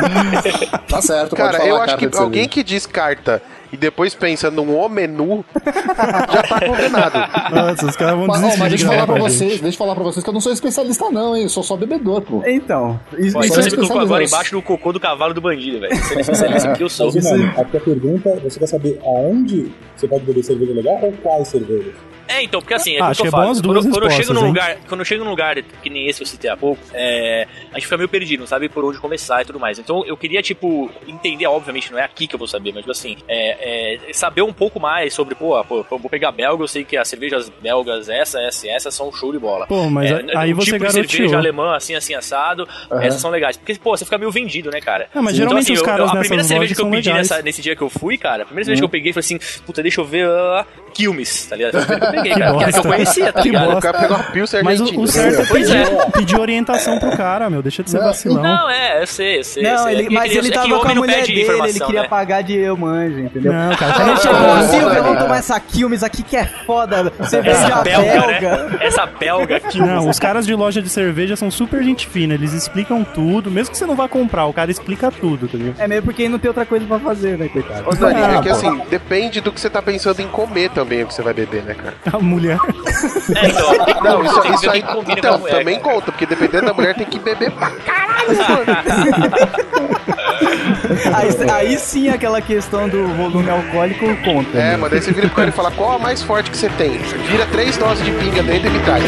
Tá certo, pode Cara, falar eu a acho carta que de alguém cerveja. que diz carta e depois pensa num o menu já tá condenado. Nossa, os caras vão Mas, ó, desistir de mas deixa eu gravar falar pra pra gente. vocês, deixa eu falar pra vocês que eu não sou especialista, não, hein? Eu sou só bebedor, pô. Então, isso, Ó, isso- então é você me colocou agora especialidade. embaixo do cocô do cavalo do bandido, velho. Você é especialista que eu sou. assim, é Mas, Nani, a tua pergunta, você quer saber aonde você pode beber cerveja legal ou quais cervejas? É, então, porque assim, é Ah, aquilo acho que eu que é falo. bom as quando, duas quando eu chego respostas, num hein? lugar, quando eu chego num lugar que nem esse que eu citei há pouco, é, a gente fica meio perdido, não sabe por onde começar e tudo mais. Então eu queria, tipo, entender, obviamente, não é aqui que eu vou saber, mas tipo assim, é, é, saber um pouco mais sobre, pô, pô, eu vou pegar belga, eu sei que as cervejas belgas, essa, essa e essa, são show de bola. Pô, mas É, a- aí o você tipo de garoteou. cerveja alemã, assim, assim, assado, essas são legais. Porque, pô, você fica meio vendido, né, cara? Não, É, mas geralmente os eu- eu, caras A nessas primeira cerveja lojas que eu são pedi legais. nessa- nesse dia que eu fui, cara, a primeira cerveja que eu peguei foi assim, puta, deixa eu ver, ah, Quilmes, tá ligado? Foi a primeira que Eu peguei, cara, que era a que eu bosta. conhecia, tá Que ligado? bosta. O cara pegou uma Pilsen Mas o, argentina. o certo é Pois pedir, é. pedir orientação pro cara, meu. Deixa de ser Não, vacilão. Não, é, eu sei, eu sei. eu Não, sei. É ele, que mas ele é que tava com a homem não mulher pede dele, ele informação, queria né? pagar de eu manjo, entendeu? Não, cara, Ele cara, chegou, Ah, Silvio, cara. vamos tomar essa Quilmes aqui que é foda. Você vende Essa a belga, belga. né? Essa belga Quilmes. Não, os caras de loja de cerveja são super gente fina, eles explicam tudo, mesmo que você não vá comprar, o cara explica tudo, tá ligado? É meio porque não tem outra coisa pra fazer, né, coitado? Ô, Dani, Ah, é que pô. assim, depende do que você tá pensando em comer também, o que você vai beber, né, cara? A mulher. É, então, tem que- Não, isso, tem que isso ver aí. o que combina com a Então, mulher, também cara. conta, porque dependendo da mulher tem que beber pra caralho, mano. Aí, Ah, aí sim aquela questão do volume alcoólico conta. É, mas daí você vira pro cara e fala qual a mais forte que você tem. Vira três doses de pinga dentro e me traz.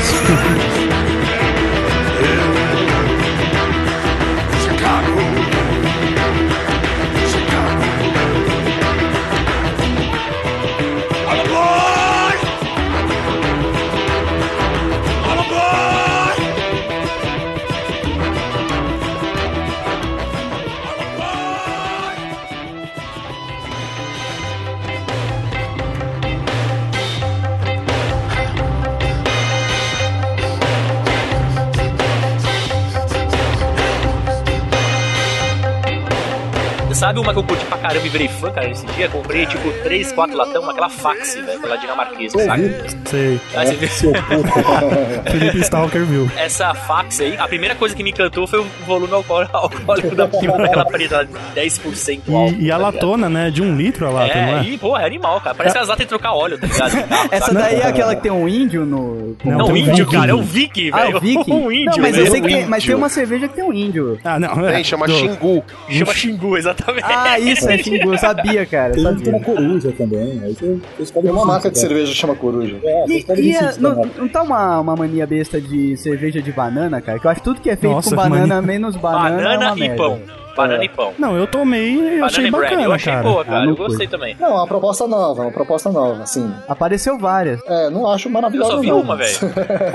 Você sabe uma que eu curti pra caramba e virei fã, cara, esse dia? Comprei, tipo, 3, 4 latão, aquela fax, velho, aquela dinamarquesa, saca? Sei. Aí você vê- Seu puto. Felipe Stalker viu. Essa fax aí, a primeira coisa que me encantou foi o volume alcoó- alcoólico da Pilsen, aquela preta 10% álcool. E, e a tá ligado? latona, né? De um litro a lata, não É, é? e, porra, é animal, cara. Parece que as latas têm que trocar óleo, tá ligado? No carro, Essa saca? daí é aquela que tem um índio no. Não, Não, tem o um índio, viking. cara, é o Vicky, Ah, velho. o Viking? Um índio, não, mas velho. eu sei que tem, índio. mas tem uma cerveja que tem um índio. Ah, não. é. Tem, chama Do- Xingu. Chama Xingu, exatamente. Ah, isso é xingu, eu sabia, cara. eu Tem um que tem Sabia. uma coruja também. Aí você, você escolhe Tem uma cinco, marca de cara. cerveja que chama Coruja. É, você E, escolhe e cinco, é- tá não, bom. não tá uma, uma mania besta de cerveja de banana, cara? Que eu acho que tudo que é feito Nossa, com banana, mania. menos banana. é Banana uma e merda. pão. Banana e pão. Não, eu tomei e eu Banana achei e bread. bacana, Eu achei cara. boa, Ah, cara. não Eu gostei também. Não, é uma proposta nova, uma proposta nova, assim. Apareceu várias. É, não acho Eu maravilhosa, só vi não. uma, velho.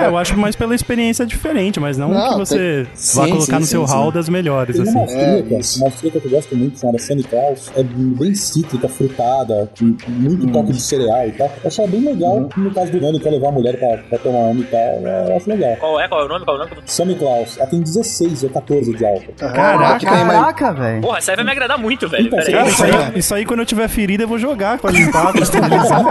É, eu acho mais pela experiência diferente, mas não, Não, que você tem- vá sim, colocar sim, no seu sim, hall sim. das melhores, Tem assim. uma É, austríaca, isso. uma austríaca que eu gosto muito, chamada Sunny Kraus, é bem cítrica, frutada, com muito Hum. toque de cereal e tal. Eu achei bem legal, Uhum. no caso do Nani, que é levar a mulher pra, pra tomar uma e tal, eu acho legal. Qual é? Qual é o nome? Qual é o nome? Sunny Klaus, ela tem 16 ou 14 de álcool. Caraca, tem mais... Caraca, velho. Porra, essa aí vai me agradar muito, velho. Então, Pera Cara, aí. isso aí, isso aí quando eu tiver ferida eu vou jogar pra limpar, pra esterilizar.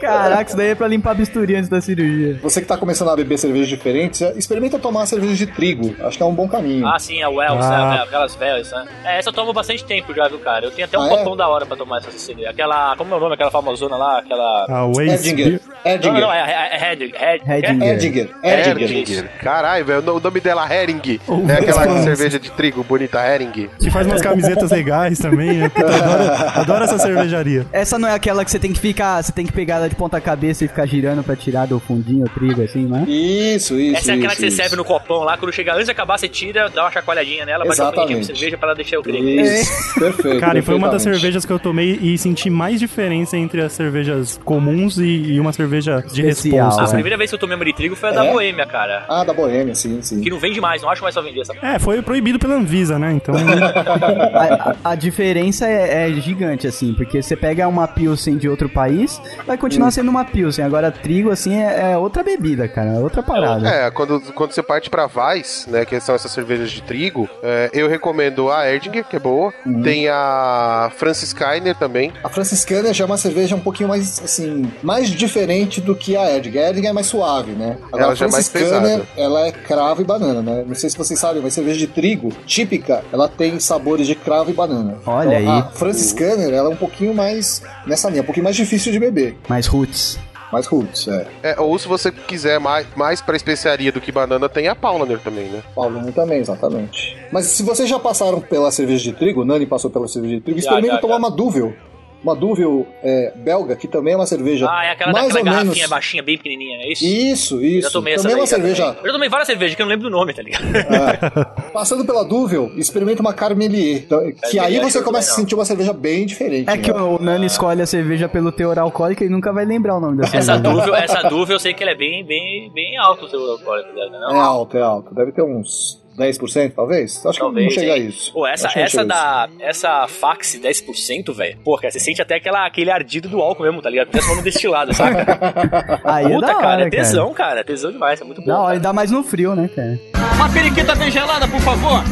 Caraca, isso daí é pra limpar bisturi antes da cirurgia. Você que tá começando a beber cervejas diferentes, é, experimenta tomar cerveja de trigo. Acho que é um bom caminho. Ah, sim, a Wells, Ah. né, aquelas velhas, né? É, essa eu tomo bastante tempo já, viu, cara? Eu tenho até um Ah, é? copão da hora pra tomar essa CD. Aquela. Como é o nome? Aquela famosona lá? Aquela. A É Waze. Edinger. Não, não, não, Edinger. é, é, é Red. Red. Hedinger. Edinger. Edinger. Hering. Caralho, velho, o nome dela é Hering. Ou É aquela Vans. cerveja de trigo bonita, Hering. Que faz umas camisetas legais também. né? Puta, Eu adoro, adoro essa cervejaria. Essa não é aquela que você tem que ficar, você tem que pegar ela de ponta cabeça e ficar girando pra tirar do fundinho o trigo, assim, né? Isso, isso, Essa é aquela isso, que você isso. serve no copão lá, quando chegar antes de acabar, você tira, dá uma chacoalhadinha nela, bate um pouquinho de Exatamente. cerveja pra ela deixar o creme. Isso, perfeito. Cara, e foi uma das perfeitamente. cervejas que eu tomei e senti mais diferença entre as cervejas comuns e, e uma cerveja de Especial, né? resposta. A assim. primeira vez que eu tomei uma de trigo foi a da É? Boêmia, cara. Ah, da Boêmia, sim, sim. Que não vende mais, não acho mais só vender essa. É, foi proibido pela Anvisa, né? Então, A, a- a diferença é, é gigante, assim, porque você pega uma Pilsen de outro país, vai continuar sendo uma Pilsen. Agora, trigo, assim, é, é outra bebida, cara, é outra parada. É, quando, quando você parte pra Weiss, né, que são essas cervejas de trigo, é, eu recomendo a Erdinger, que é boa. Uhum. Tem a Franciscainer também. A franciscana já é uma cerveja um pouquinho mais, assim, mais diferente do que a Edgar. A Edgar é mais suave, né? Ela a já é mais franciscana, pesada. ela é cravo e banana, né? Não sei se vocês sabem, mas cerveja de trigo típica, ela tem sabores de cravo e banana. Então, Olha aí. A franciscana, ela é um pouquinho mais, nessa linha, um pouquinho mais difícil de beber. Mas roots. Mais roots, é. É, ou se você quiser mais, mais pra especiaria do que banana, tem a Paulaner também, né? Paulino também, exatamente. Mas se vocês já passaram pela cerveja de trigo, o Nani passou pela cerveja de trigo, Já, experimenta já, tomar já. uma Duvel. uma Duvel é, belga, que também é uma cerveja. Ah, é aquela mais daquela ou garrafinha menos... baixinha, bem pequenininha, é isso? Isso, Eu isso. já tomei essa também é uma daí, já cerveja. tomei. Eu já tomei várias cervejas que eu não lembro do nome, tá ligado? é. Passando pela Duvel, experimenta uma Carmelier. então, que aí Carmelier você é começa a legal. sentir uma cerveja bem diferente. É que né? o o Nani escolhe a cerveja pelo teor alcoólico e nunca vai lembrar o nome da cerveja. Essa dúvida, essa dúvida eu sei que ela é bem, bem, bem alto o seu alcoólico dela, né? não? É alto, é alto. Deve ter uns 10%, talvez. Acho Talvez. que não chega a hein? isso. Pô, essa, Acho que não essa chega a isso. da. Essa fax 10%, velho. Pô, cara, você sente até aquela, aquele ardido do álcool mesmo, tá ligado? Parece um destilado, sabe? Aí é Puta, da hora, cara, é cara. tesão, cara. É tesão demais, é muito bom. Da hora, e dá mais no frio, né, cara? Uma periquita bem gelada, por favor.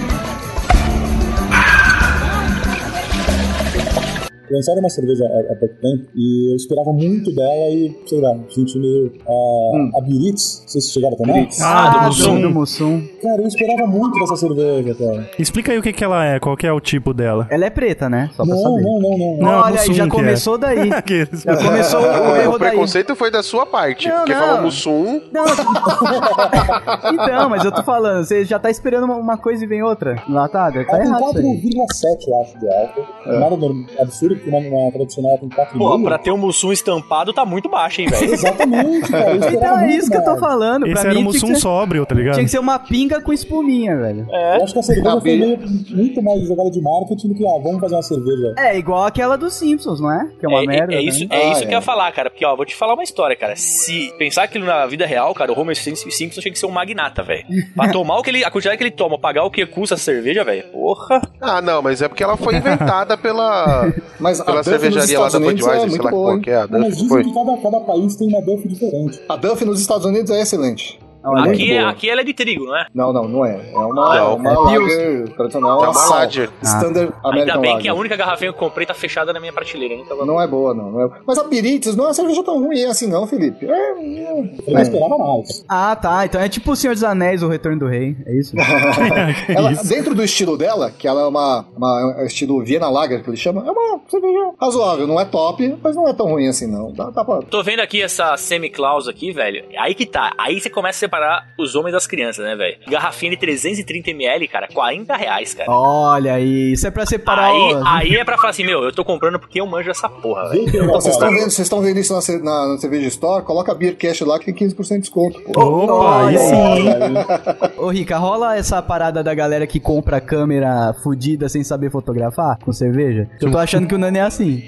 Lançaram uma cerveja há, há pouco tempo e eu esperava muito dela e, sei lá, senti meio. A, a Biritz, vocês chegaram a tomar? Ah, do Mussum. do Mussum. Cara, eu esperava muito dessa cerveja, cara. Explica aí o que, que ela é, qual que é o tipo dela. Ela é preta, né? Só pra Não, saber. não, não, não. Não, é Olha aí, Mussum já que é. começou daí. Aqueles. Já começou o erro É o daí. preconceito foi da sua parte, Não, porque não. falou Mussum. Não, eu- então, mas eu tô falando, você já tá esperando uma, uma coisa e vem outra. Lá tá, deve tá Ela tem errado isso aí. 4,7, eu acho, de álcool. Nada norm- absurdo, porque uma, uma tradicional ela tem 4 Pô, pra ter um Mussum estampado tá muito baixo, hein, velho? Exatamente, cara. Eu esperava Então é muito isso que eu tô mais. falando. Pra mim Esse era um tinha, Mussum que ser, sóbrio, tá ligado? tinha que ser uma pinga com espuminha, velho. É. Eu acho que a cerveja Tá foi bem. meio, muito mais jogada de marketing do que, ah, vamos fazer uma cerveja. É, igual aquela dos Simpsons, não é? Que é uma É, é- merda. é né? isso, é Ah, isso que eu é. ia falar, cara. Porque, ó, vou te falar uma história, cara. Se pensar aquilo na vida real, cara, o Homer Simpson Simpson tinha que ser um magnata, velho. Pra tomar o que ele, a quantidade que ele toma, pagar o que custa a cerveja, velho. Porra. Ah, não, mas é porque ela foi inventada pela, Mas a pela Duff nos cervejaria lá Estados da Unidos é Budweiser, sei muito lá boa, qual hein? que é. A Não, mas Duff dizem foi. que cada, cada país tem uma Duff diferente. A Duff nos Estados Unidos é excelente. Olha, muito aqui, é- boa. aqui ela é de trigo, não é? Não, não, não é. É uma, Ah, é não. uma É lager tradicional. É uma sal. lager. Standard Ainda American bem Lager. que é a única garrafinha que eu comprei tá fechada na minha prateleira. hein? Então, Não é boa, não. não é- Mas a Pirites não é uma cerveja tão ruim assim, não, Felipe. É, Eu não esperava mais. Ah, tá. Então é tipo o Senhor dos Anéis, o Retorno do Rei. É isso? ela, dentro do estilo dela, que ela é uma, uma- é um estilo Viena Lager, que ele chama, é uma cerveja razoável. Não é top, mas não é tão ruim assim, não. Dá, dá pra... Tô vendo aqui essa semi-claus aqui, velho. Aí que tá. Aí você começa a separar os homens das crianças, né, velho? Garrafinha de 330ml, cara, 40 reais, cara. Olha aí, isso é pra separar aí, o... aí é pra falar assim, meu, eu tô comprando porque eu manjo essa porra, velho. Então, Então, vocês estão vendo, vocês estão vendo isso na, ce- na, na cerveja store? Coloca a Beer Cash lá que tem 15% de desconto. pô. Oh. Opa, aí Olha sim. Ô, Rica, rola essa parada da galera que compra câmera fudida sem saber fotografar com cerveja? Eu tô achando que o Nani é assim.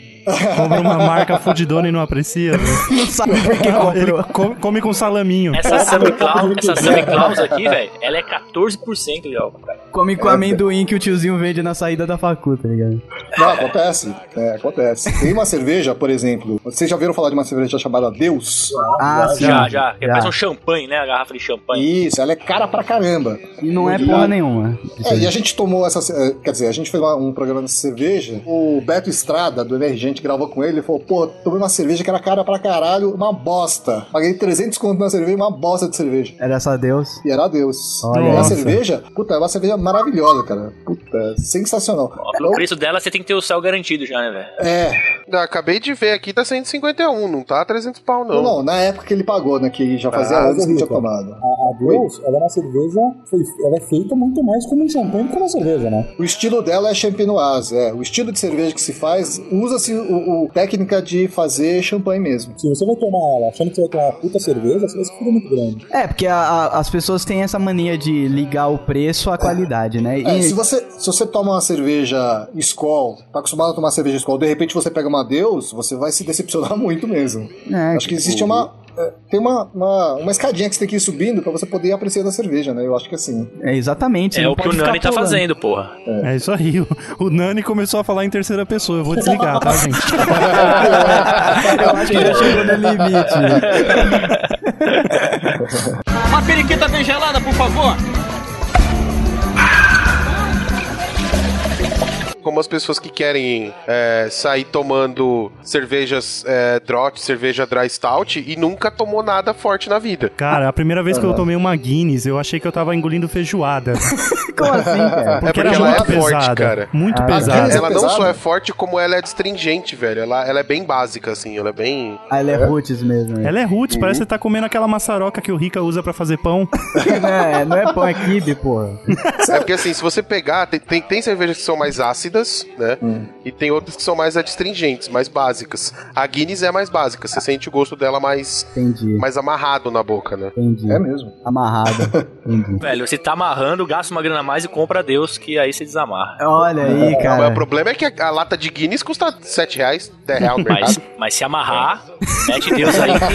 Compra uma marca fudidona e não aprecia. velho. Não sabe por que Ele comprou. É. co- come com salaminho. Essa Sammy Claus, essa Sammy Claus aqui, velho, ela é 14% de álcool, cara. Come com amendoim que o tiozinho vende na saída da facu, tá ligado? Não, acontece. É, acontece. Tem uma cerveja, por exemplo. Vocês já ouviram falar de uma cerveja chamada Deus? Ah, sim. Já, já. Que Parece um champanhe, né? A garrafa de champanhe. Isso, ela é cara pra caramba. E não é porra nenhuma. É, e a gente tomou essa. eh, Quer dizer, a gente fez uma- um programa de cerveja. O Beto Estrada, do Emergente, gravou com ele. Ele falou: pô, tomei uma cerveja que era cara pra caralho, uma bosta. Paguei 300 conto na cerveja, uma bosta de cerveja. Era só Deus. E era Deus. Olha e a essa. cerveja, puta, é uma cerveja maravilhosa, cara. Puta, sensacional. Ó, pelo preço dela, você tem que ter o céu garantido já, né, velho? É, Ah, acabei de ver aqui, tá 151, não tá 300 pau, não. não. não, na época que ele pagou, né? Que já fazia Ah, anos que ele tinha Rica. tomado. A, a Deus, ela é uma cerveja, foi, ela é feita muito mais como um champanhe do que uma cerveja, né? O estilo dela é champenoise, é. O estilo de cerveja que se faz, usa-se o, o técnica de fazer champanhe mesmo. Se você vai tomar ela achando que você vai tomar uma puta cerveja, você vai se fuder muito grande. É, porque a- a- as pessoas têm essa mania de ligar o preço à qualidade, né? É, E- se, você, se você toma uma cerveja Skol, tá acostumado a tomar cerveja Skol, de repente você pega uma Deus, você vai se decepcionar muito mesmo. É, acho que tipo, existe uma. é, Tem uma, uma, uma escadinha que você tem que ir subindo pra você poder apreciar da cerveja, né? Eu acho que assim. é, exatamente. você É não o que o pode ficar Nani tá pulando. fazendo, porra. É isso aí. O, o Nani começou a falar em terceira pessoa. Eu vou desligar, tá, gente? Eu acho que já chegou no limite. Uma periquita bem gelada, por favor. Como as pessoas que querem é, sair tomando cervejas é, draught, cerveja dry stout e nunca tomou nada forte na vida. Cara, a primeira vez que eu tomei uma Guinness, eu achei que eu tava engolindo feijoada. Como assim, cara? Porque, porque era ela é muito forte, pesada. cara. Muito Ah, pesada. Guinness Ela é não pesada? só é forte, como ela é astringente, velho. Ela, ela é bem básica, assim. Ela é bem. Ah, ele é roots mesmo. né? Ela é roots, parece que você tá comendo aquela maçaroca que o Rica usa pra fazer pão. não, é, não é pão, é kibe, porra. É porque, assim, se você pegar, tem, tem, tem cervejas que são mais ácidas frias, né? E tem outras que são mais adstringentes, mais básicas. A Guinness é a mais básica, você sente o gosto dela mais, Entendi, mais amarrado na boca, né? entendi. É mesmo. Amarrada. Entendi. Velho, você tá amarrando, gasta uma grana a mais e compra a Deus, que aí você desamarra. Olha aí, Mas o cara. problema é que a, a lata de Guinness custa R$ 7 reais, 10 reais no mercado. Mas, mas se amarrar, mete Deus aí que.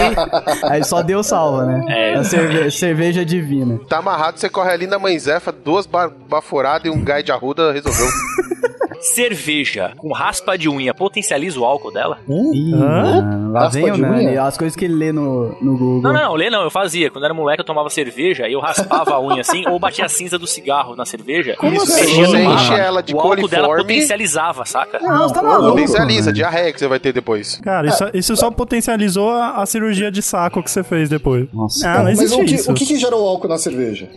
Aí só Deus salva, né? É. A cerve- cerveja divina. Tá amarrado, você corre ali na mãe Zefa, duas ba- baforadas e um gai de arruda, resolveu. Cerveja com raspa de unha potencializa o álcool dela? Ih, Hã? mano, lá Raspa vem o tá de Nani. unha? As coisas que ele lê no, no Google. Não, não, não, lê não, eu fazia. Quando era moleque, eu tomava cerveja e eu raspava a unha assim, ou batia a cinza do cigarro na cerveja. Como Isso, assim? mexia no Você mapa, enche ela de o álcool dela coliforme. potencializava, saca? Não, você tá maluco. Potencializa, mano. diarreia que você vai ter depois. Cara, isso, isso só potencializou a, a cirurgia de saco que você fez depois. Nossa, ah, não Mas existe o que, isso. o que que gerou o álcool na cerveja?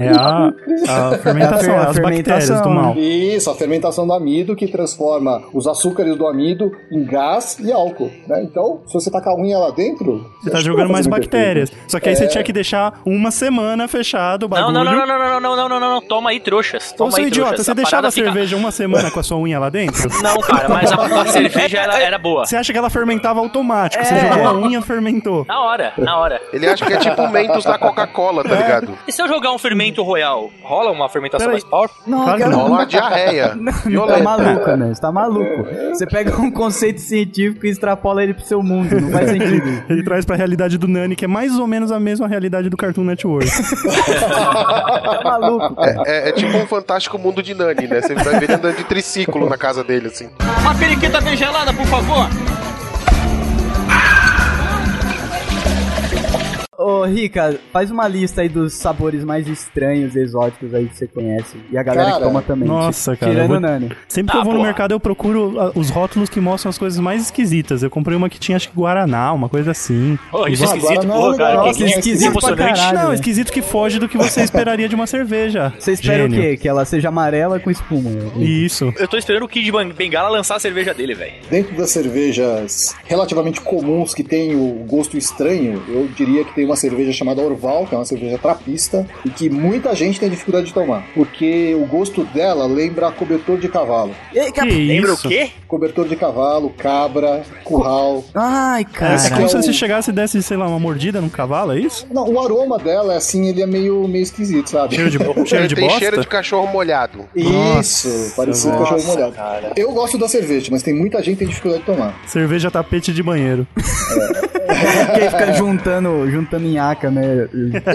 É a, a fermentação, É a fer- as fermentação, bactérias do mal. Isso, a fermentação do amido que transforma os açúcares do amido em gás e álcool. né? Então, se você tacar a unha lá dentro. Você tá acho que jogando vai mais fazer muito bactérias. efeito. Só que aí você tinha que deixar uma semana fechado o Não, tá bagulho. não, não, não, não, não, não, não, não, não, não, toma aí, trouxas. Ô, Toma seu aí, idiota, trouxas. você A deixava parada a fica- cerveja uma semana com a sua unha lá dentro? Não, cara, mas a, a cerveja era, era boa. Você acha que ela fermentava automático? É. Você jogou a unha, fermentou. Na hora, na hora. Ele acha que é tipo o Mentos da Coca-Cola, É. tá ligado? E se eu jogar um fermento royal, rola uma fermentação Peraí. mais power? Não, Claro que cara, Rola uma diarreia. Tá Violenta. maluco, né? Você tá maluco. Você pega um conceito científico e extrapola ele pro seu mundo. Não faz sentido. Ele traz pra realidade do Nani, que é mais ou menos a mesma realidade do Cartoon Network. Tá maluco, cara. É, é tipo um fantástico mundo de Nani, né? Você vai ver ele andando de triciclo na casa dele, assim. Uma periquita bem gelada, por favor. Ô, Rica, faz uma lista aí dos sabores mais estranhos, exóticos aí que você conhece. E a galera que Cara, toma também. nossa, cara, Tirando eu vou- o Nani. Sempre que Ah, eu vou no porra. mercado, eu procuro ah, os rótulos que mostram as coisas mais esquisitas. Eu comprei uma que tinha, acho que Guaraná, uma coisa assim. Pô, isso é Agora esquisito, não, porra, cara. agora que- é não, que- esquisito que pra emocionante. caralho. não, né? esquisito que foge do que você esperaria de uma cerveja. Você espera Gênio. o quê? Que ela seja amarela com espuma. né? Isso. Eu tô esperando o Kid Bang- Bengala lançar a cerveja dele, velho. Dentro das cervejas relativamente comuns que tem o gosto estranho, eu diria que tem uma cerveja chamada Orval, que é uma cerveja trapista, e que muita gente tem dificuldade de tomar, porque o gosto dela lembra cobertor de cavalo. Que Lembra isso? o quê? Cobertor de cavalo, cabra, curral. Ai, É, cara. é como se Caralho. você chegasse e desse, sei lá, uma mordida num cavalo, é isso? Não, o aroma dela, assim, ele é meio, meio esquisito, sabe? Cheiro de, cheiro de tem cheiro bosta? de cachorro molhado. Isso, parecia um cachorro molhado. Eu gosto da cerveja, mas tem muita gente que tem dificuldade de tomar. Cerveja tapete de banheiro. que aí fica juntando, juntando nhaca, né?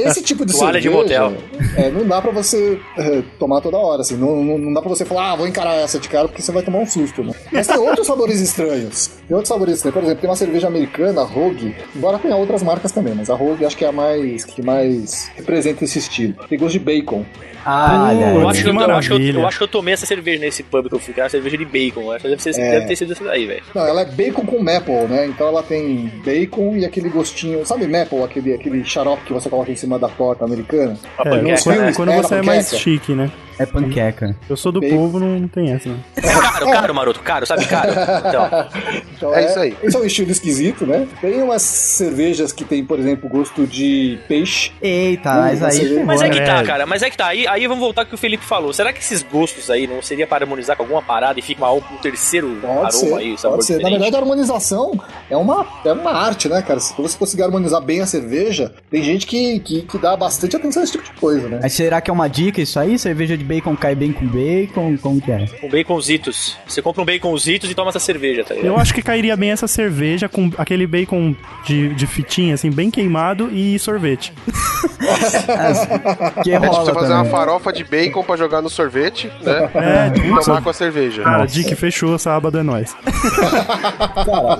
Esse tipo de Toalha cerveja. de motel. é, não dá pra você é, tomar toda hora, assim. Não, não, não dá pra você falar, ah, vou encarar essa de cara, porque você vai tomar um susto, né? Mas tem outros sabores estranhos. Tem outros sabores estranhos. Por exemplo, tem uma cerveja americana, a Rogue. Embora tenha outras marcas também, mas a Rogue acho que é a mais. que mais representa esse estilo. Tem gosto de bacon. Ah, olha aí. Eu acho, que eu, que eu acho que eu- maravilha. eu acho que eu tomei essa cerveja nesse pub que eu fui, que era uma cerveja de bacon. Acho que Deve, ser, É. deve ter sido essa daí, velho. Não, ela é bacon com maple, né? Então ela tem bacon e aquele gostinho. Sabe maple, aquele, aquele xarope que você coloca em cima da torta americana? Uma É, panqueca, sei. né? quando, quando Era você é mais panqueca. chique, né? É panqueca. Eu sou do Bacon. povo, não, não tem essa, né? É caro, caro, maroto, caro, sabe, caro. Então, Então, É isso aí. Esse é um estilo esquisito, né? Tem umas cervejas que tem, por exemplo, gosto de peixe. Eita, mas Hum, aí. você- ferrou, mas é né? que tá, É. cara, mas é que tá. Aí, aí vamos voltar ao que o Felipe falou. Será que esses gostos aí não seria para harmonizar com alguma parada e fica uma- um terceiro aroma Pode ser, aí, sabor pode ser. Na diferente? verdade, a harmonização é uma, é uma arte, né, cara? Se você conseguir harmonizar bem a cerveja, tem gente que, que, que dá bastante atenção a esse tipo de coisa, né? Mas será que é uma dica isso aí? Cerveja de bacon cai bem com bacon? Como que é? Com Um baconzitos. Você compra um baconzitos e toma essa cerveja, tá ligado? Eu acho que cairia bem essa cerveja com aquele bacon de, de fitinha, assim, bem queimado e sorvete. Que É tipo rola você fazer uma também. farofa de bacon pra jogar no sorvete, né? É, E nossa, tomar com a cerveja. Cara, Dick, fechou, sábado é nóis. Cara,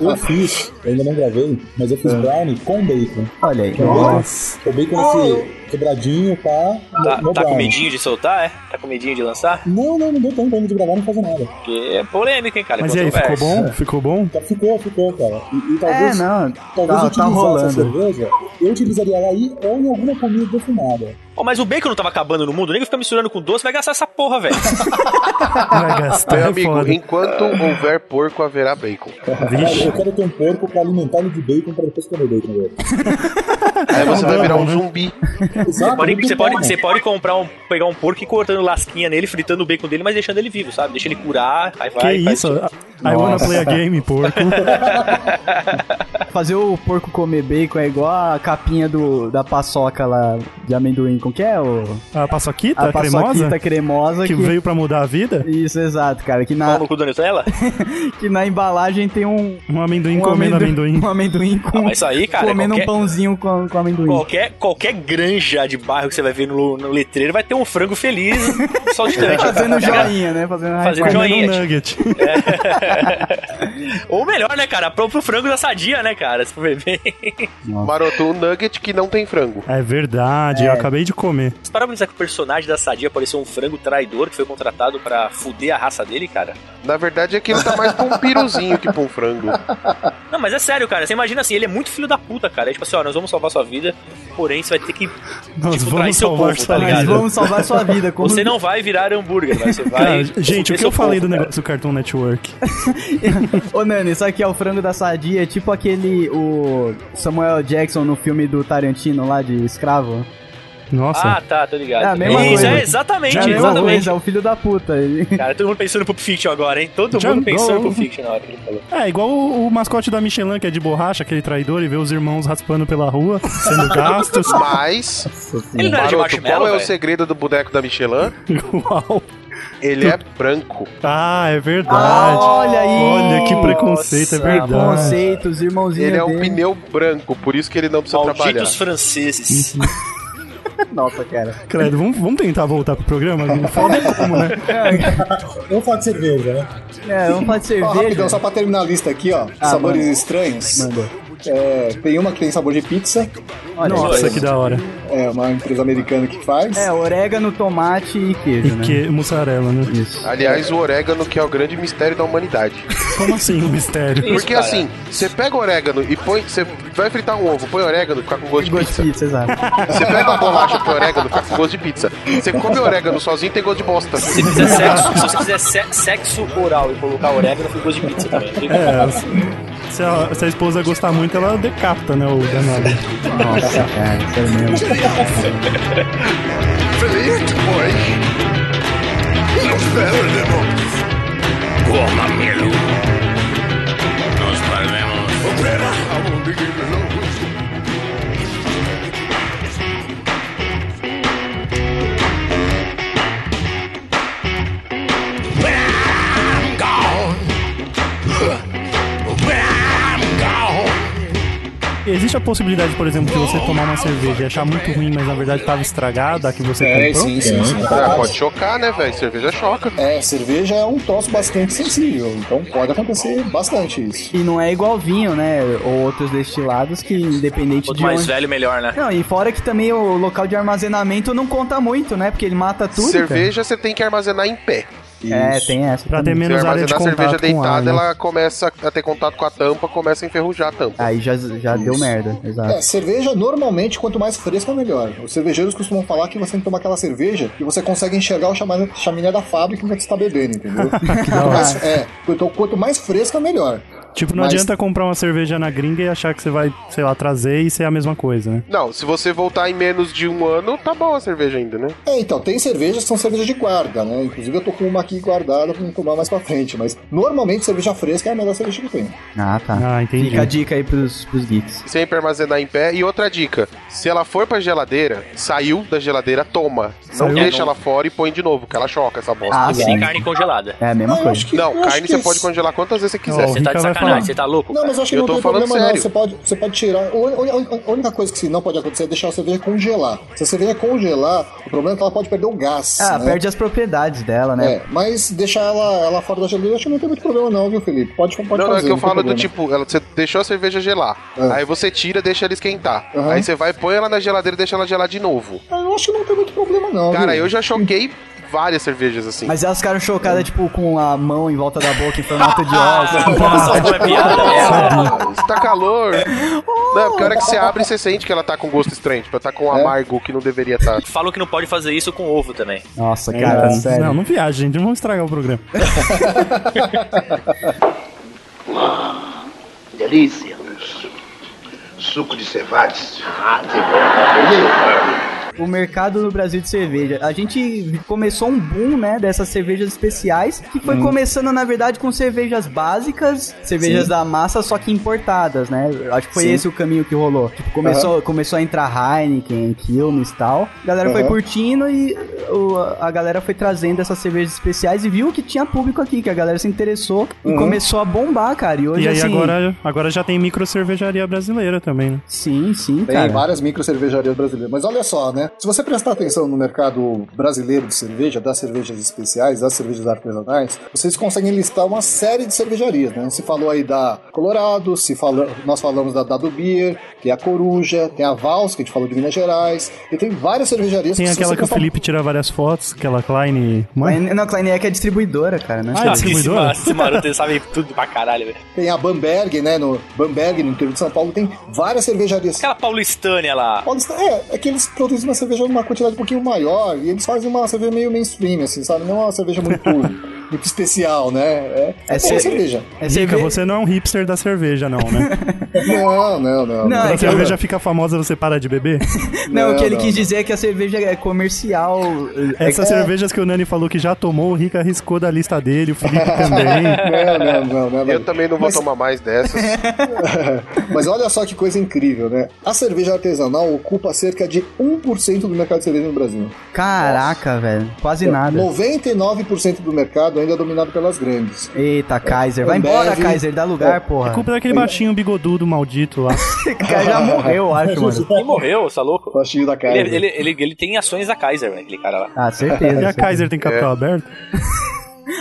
eu fiz, eu ainda não gravei, mas eu fiz Ah. brownie com bacon. Olha aí. Nossa. O bacon Ah, assim, quebradinho, pá, no, é Tá, no tá com brownie. medinho de soltar, é? Tá com medinho de lançar? Não, não, não deu tempo ainda de gravar, não fazer nada. Porque é polêmico, hein, cara? Mas e aí, ficou controverso. bom? Ficou bom? Tá- Ficou, ficou, cara. E, e É, talvez, não. talvez Tá, tá utilizar essa rolando. cerveja, eu utilizaria ela aí ou em alguma comida defumada. Ó, mas o bacon não tava acabando no mundo? O nego fica misturando com doce, vai gastar essa porra, velho. Vai gastar, tá Meu é amigo, foda. enquanto houver porco, haverá bacon. Cara, eu quero ter um porco pra alimentar ele de bacon pra depois comer bacon. velho. Aí você vai virar um zumbi. Exato, então, Pode- muito você, pode, bom. você pode comprar um, pegar um porco e cortando lasquinha nele, fritando o bacon dele, mas deixando ele vivo, sabe? Deixa ele curar, aí Que vai. faz isso? I wanna Nossa. play a game, porco. Fazer o porco comer bacon é igual a capinha do, da paçoca lá de amendoim. Como que é? O, A paçoquita a Tá cremosa? paçoquita cremosa Que que, tá veio pra mudar a vida? Isso, exato, cara. Que pau na, no cu da Nutella? que na embalagem tem um. Um amendoim um comendo amendoim. Um amendoim com. Ah, mas isso aí, cara, é comendo qualquer- um pãozinho com, com amendoim. Qualquer, qualquer granja de bairro que você vai ver no, no letreiro vai ter um frango feliz saltitante. Fazendo joinha, né? Fazendo, Fazendo high five. Comendo um joinha, tipo. nugget. Ou melhor, né, cara? Próprio frango da sadia, né, cara? Se for ver bem. Maroto, um nugget que não tem frango. É verdade, eu acabei de comer. Vocês pararam pra pensar que o personagem da sadia pareceu um frango traidor que foi contratado pra fuder a raça dele, cara? Na verdade, aquilo tá mais pra um piruzinho que pra um frango. Não, mas é sério, cara. Você imagina assim, ele é muito filho da puta, cara. É tipo assim, ó, nós vamos salvar sua vida, porém você vai ter que Nós tipo, trair vamos seu salvar povo, sua tá vida. Mas ligado? vamos salvar sua vida. Como... Você não vai virar hambúrguer, mas você vai. Cara, gente, o fuder que eu seu falei do povo, negócio do Cartoon Network? Ô, Nani, isso aqui é o frango da sadia. É tipo aquele. O Samuel Jackson no filme do Tarantino lá de escravo. Nossa. Ah, tá, tô ligado. É a mesma Isso, coisa. é É exatamente, a mesma exatamente. coisa, é o filho da puta. Ele- Cara, todo mundo pensou no Pulp Fiction agora, hein? Todo Jungle. mundo pensou no Pulp Fiction na hora que ele falou. É, igual o, o mascote da Michelin, que é de borracha, aquele traidor, e vê os irmãos raspando pela rua, sendo gastos. Mas, Ele não era de Maroto, marshmallow, qual é o velho? segredo do boneco da Michelin? Uau. Ele é branco. Ah, é verdade. Ah, olha aí! Olha que preconceito, é Nossa, verdade. Conceitos, irmãozinho. Ele é um dele. pneu branco, por isso que ele não precisa trabalhar. Malditos franceses. Nossa, cara. Credo, vamos, vamos tentar voltar pro programa? Foda é como, né? Eu faço cerveja, né? É, vamos falar de Ó, cerveja. rapidão, só pra terminar a lista aqui, ó. Ah, sabores manda. estranhos. É, tem uma que tem sabor de pizza. Olha, Nossa, que da hora. É uma empresa americana que faz. É, orégano, tomate e queijo, né? Que mussarela, né? Isso. Aliás, o orégano que é o grande mistério da humanidade. Como assim um mistério? Porque cara. assim, você pega orégano e põe. Você vai fritar um ovo, põe orégano, fica com gosto de Gosto de pizza. pizza, exato. Você pega uma bolacha, põe orégano, fica com gosto de pizza. Você come orégano sozinho, tem gosto de bosta. Se, fizer sexo, se você fizer se- sexo oral e colocar orégano, fica gosto de pizza também. É, se a, se a esposa gostar muito, ela decapita, né, o danado. Existe a possibilidade, por exemplo, de você tomar uma cerveja e achar muito ruim, mas na verdade tava estragada, a que você É, comprou? sim, sim, sim. Ah, pode chocar, né, velho? Cerveja choca. É, cerveja é um troço bastante sensível, então pode acontecer bastante isso. E não é igual vinho, né? Ou outros destilados que, independente Quanto de mais onde. velho, melhor, né? Não, e fora que também o local de armazenamento não conta muito, né? Porque ele mata tudo. Cerveja você tem que armazenar em pé. Cara. É, tem essa. Pra ter também. Se menos área de armazenar a contato cerveja com ar, deitada, né? ela começa a ter contato com a tampa, começa a enferrujar a tampa. Aí já, já deu merda, exato. É, cerveja normalmente, quanto mais fresca, melhor. Os cervejeiros costumam falar que você tem que tomar aquela cerveja e você consegue enxergar o chama- chaminé da fábrica enquanto você está bebendo, entendeu? Quanto mais- é, então quanto mais fresca, melhor. Tipo, não Mas- adianta comprar uma cerveja na gringa e achar que você vai, sei lá, trazer e ser a mesma coisa, né? Não, se você voltar em menos de um ano, tá boa a cerveja ainda, né? É, então, tem cervejas que são cervejas de guarda, né? Inclusive eu tô com uma aqui guardada pra não tomar mais pra frente, mas normalmente cerveja fresca é a melhor cerveja que tem. Ah, tá. Ah, entendi. Fica a dica aí pros, pros geeks. Sempre armazenar em pé. E outra dica: se ela for pra geladeira, saiu da geladeira, toma. Não Saiu? deixa ela fora e põe de novo, que ela choca essa bosta. Ah, E sim. Assim, carne congelada. É a mesma Ah, eu coisa. acho que- eu Não, acho carne que você esse- pode congelar quantas vezes você quiser. Ó, Você tá de Rica vai sacanagem, falar. você tá louco? Não, mas eu acho que Eu não tô tem falando problema não. sério. Você pode, você pode tirar. O- o- o- A única coisa que se não pode acontecer é deixar a cerveja congelar. Se a cerveja congelar, o problema é que ela pode perder o gás. Ah, né? perde as propriedades dela, né? É, mas deixar ela, ela fora da geladeira, acho que não tem muito problema não, viu, Felipe? Pode, pode Não, fazer. não, é que eu tem falo do problema. tipo, ela, você deixou a cerveja gelar. Ah. Aí você tira, deixa ela esquentar. Aham. Aí você vai, põe ela na geladeira e deixa ela gelar de novo. Ah, Eu acho que não tem muito problema não, Cara, viu? eu já choquei várias cervejas assim. Mas elas ficaram chocadas, tipo, com a mão em volta da boca em formato de Ah, ossos. nossa, não é piada. É. Está Ah, tá calor. Não, porque a hora que você abre, você sente que ela tá com gosto estranho. Tipo, ela tá com um amargo que não deveria tá. estar. Falam que não pode fazer isso com ovo também. Nossa, É, cara, então, sério. Não, não viaja, gente. Não vamos estragar o programa. Delícias. suco de cevades. Ah, que o mercado no Brasil de cerveja. A gente começou um boom, né, dessas cervejas especiais, que Uhum. foi começando, na verdade, com cervejas básicas, cervejas Sim. da massa, só que importadas, né? Acho que foi Sim. esse o caminho que rolou. Tipo, começou, começou a entrar Heineken, Quilmes e tal. A galera foi Aham. curtindo e o- a galera foi trazendo essas cervejas especiais e viu que tinha público aqui, que a galera se interessou e Uhum. começou a bombar, cara. E hoje, E aí assim... agora, agora já tem micro cervejaria brasileira também, né? Sim, sim, Tem cara. várias micro cervejarias brasileiras. Mas olha só, né? Se você prestar atenção no mercado brasileiro de cerveja, das cervejas especiais, das cervejas artesanais, vocês conseguem listar uma série de cervejarias, né? Se falou aí da Colorado, se fala... nós falamos da Dado Beer, tem a Coruja, tem a Vals, que a gente falou de Minas Gerais, e tem várias cervejarias Tem se aquela você que o prestar- Felipe tira várias fotos, aquela Klein. Mãe, Klein- Não, Kleineck é distribuidora, cara. Não é Ah, cerveja. Esse, Distribuidora? ma- esse maroto ele sabe tudo pra caralho, velho. Tem a Bamberg, né? No Bamberg, no interior de São Paulo, tem várias cervejarias. Aquela paulistânia lá. Paulista- É, é que eles produzem uma cerveja uma quantidade um pouquinho maior e eles fazem uma cerveja meio mainstream, assim, sabe? Não uma cerveja muito, muito especial, né? É, É é ser- boa cerveja. É Rica, cerve- você não é um hipster da cerveja, não, né? Não, não, não. Não, Quando é a que eu- cerveja fica famosa, você para de beber? Não, o que ele não, quis não. dizer é que a cerveja é comercial. É Essas cervejas que o Nani falou que já tomou, o Rica arriscou da lista dele, o Felipe também. Não, não, não, não, Eu também não vou Mas- tomar mais dessas. É Mas olha só que coisa incrível, né? A cerveja artesanal ocupa cerca de 1% do mercado de cerveja no Brasil. Caraca, velho. Quase nada. 99% do mercado ainda é dominado pelas grandes. Eita, Kaiser. Vai Ambev. embora, Kaiser. Dá lugar, É, É porra. culpa daquele baixinho bigodudo maldito lá. O cara já morreu, eu acho, mano. Ele morreu, tá louco? Baixinho é- da cara. Ele, ele, ele, ele tem ações da Kaiser, velho, aquele cara lá. Ah, E certeza. a Kaiser tem É. capital aberto?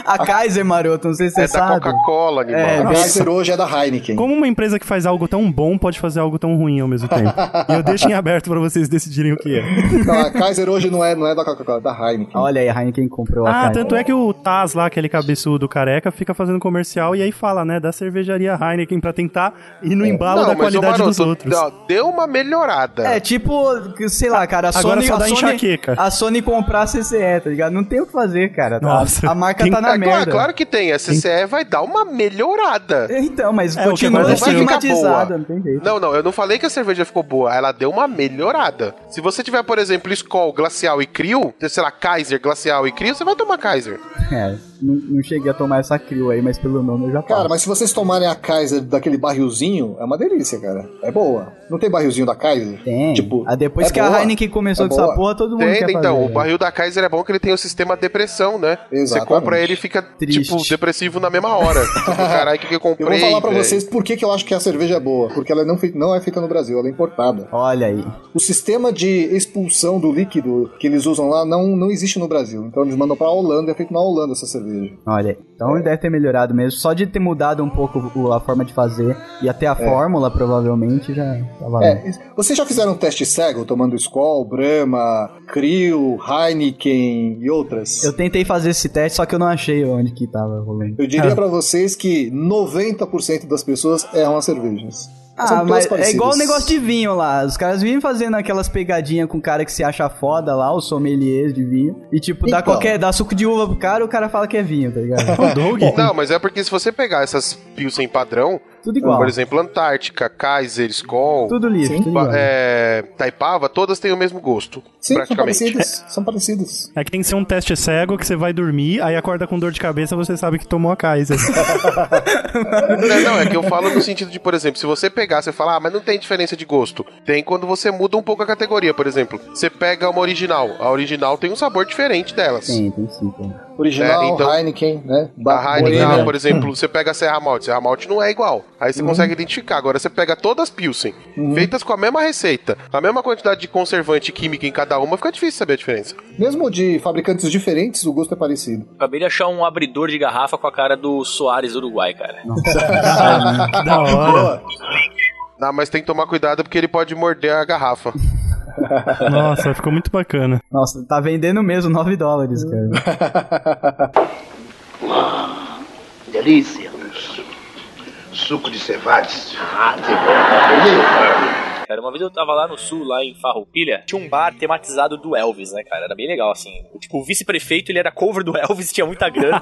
A Kaiser, maroto, não sei se você É da sabe. Coca-Cola, A animal. Kaiser hoje é da Heineken. Como uma empresa que faz algo tão bom pode fazer algo tão ruim ao mesmo tempo? E eu deixo em aberto pra vocês decidirem o que é. Não, a Kaiser hoje não é, não é da Coca-Cola, é da Heineken. Olha aí, a Heineken comprou a Ah, Kaiser. tanto é que o Taz lá, aquele cabeçudo careca, fica fazendo comercial e aí fala, né, da cervejaria Heineken pra tentar ir no embalo da qualidade dos outros. não, deu uma melhorada. É tipo, que, sei lá, cara, a Agora Sony, só a, dá Sony enxaqueca. a Sony comprar a CCE, tá ligado? Não tem o que fazer, cara. tá? Nossa. a marca Tem- tá na É merda. claro, claro que tem. A CCE vai dar uma melhorada. Então, mas É, o que continua aconteceu. estigmatizada, não tem jeito. Não, não, eu não falei que a cerveja ficou boa, ela deu uma melhorada. Se você tiver, por exemplo, Skol, Glacial e Crio, sei lá, Kaiser, Glacial e Crio, você vai tomar Kaiser. É, não, não cheguei a tomar essa crio aí, mas pelo nome eu já Cara, falo. mas se vocês tomarem a Kaiser daquele barrilzinho, é uma delícia, cara. É boa. Não tem barrilzinho da Kaiser? Tem. Tipo, Ah, depois é que boa, a Heineken começou é com boa. essa porra, todo mundo Tem, quer então, fazer, o né? barril da Kaiser é bom que ele tem o sistema depressão, né? Você Exatamente. compra ele e fica, Triste. tipo, depressivo na mesma hora. tipo, caralho, o que, que eu Eu comprei? vou falar pra velho? vocês por que, que eu acho que a cerveja é boa. Porque ela não, fei- não é feita no Brasil, ela é importada. Olha aí. O sistema de expulsão do líquido que eles usam lá não, não existe no Brasil. Então eles mandam pra Holanda, é feito na Holanda essa cerveja. Olha aí. Então deve ter melhorado mesmo. Só de ter mudado um pouco o- a forma de fazer e até a fórmula, provavelmente, já tá valendo. É, vocês já fizeram um teste cego tomando Skol, Brahma, Crio, Heineken e outras? Eu tentei fazer esse teste, só que eu não achei onde que tava rolando. Eu diria pra vocês que 90% das pessoas erram as cervejas. São Ah, todas mas é parecidas. igual o negócio de vinho lá. Os caras vivem fazendo aquelas pegadinhas com o cara que se acha foda lá, o sommelier de vinho. E tipo, dá Então. qualquer. dá suco de uva pro cara, o cara fala que é vinho, tá ligado? O Doug, Não, mas é porque se você pegar essas Pilsen padrão, Tudo igual. por exemplo, Antártica, Kaiser, Skol, Tudo lixo, tudo ba- igual. é, Taipava, todas têm o mesmo gosto, Sim, são praticamente. parecidas. São parecidas. é que tem que ser um teste cego que você vai dormir, aí acorda com dor de cabeça, você sabe que tomou a Kaiser. Não, não, é que eu falo no sentido de, por exemplo, se você pegar, você fala, ah, mas não tem diferença de gosto. Tem quando você muda um pouco a categoria, por exemplo. Você pega uma original, a original tem um sabor diferente delas. Tem, tem sim, tem. Original, É, então- Heineken, né? A Heineken, é Bohemia. por exemplo, você pega a Serra Malte, Serra Malte não é igual. Aí Uhum. você consegue identificar. Agora você pega todas Pilsen, feitas com a mesma receita, a mesma quantidade de conservante química em cada uma, fica difícil saber a diferença. Mesmo de fabricantes diferentes, o gosto é parecido. Acabei de achar um abridor de garrafa com a cara do Soares do Uruguai, cara. que da hora. Ah, mas tem que tomar cuidado porque ele pode morder a garrafa. Nossa, ficou muito bacana. Nossa, tá vendendo mesmo 9 dólares, cara. delícia. Suco de cevades. Ah, que cara. Uma vez eu tava lá no sul, lá em Farroupilha, tinha um bar tematizado do Elvis, né, cara? Era bem legal, assim. O, Tipo, o vice-prefeito, ele era cover do Elvis, tinha muita grana.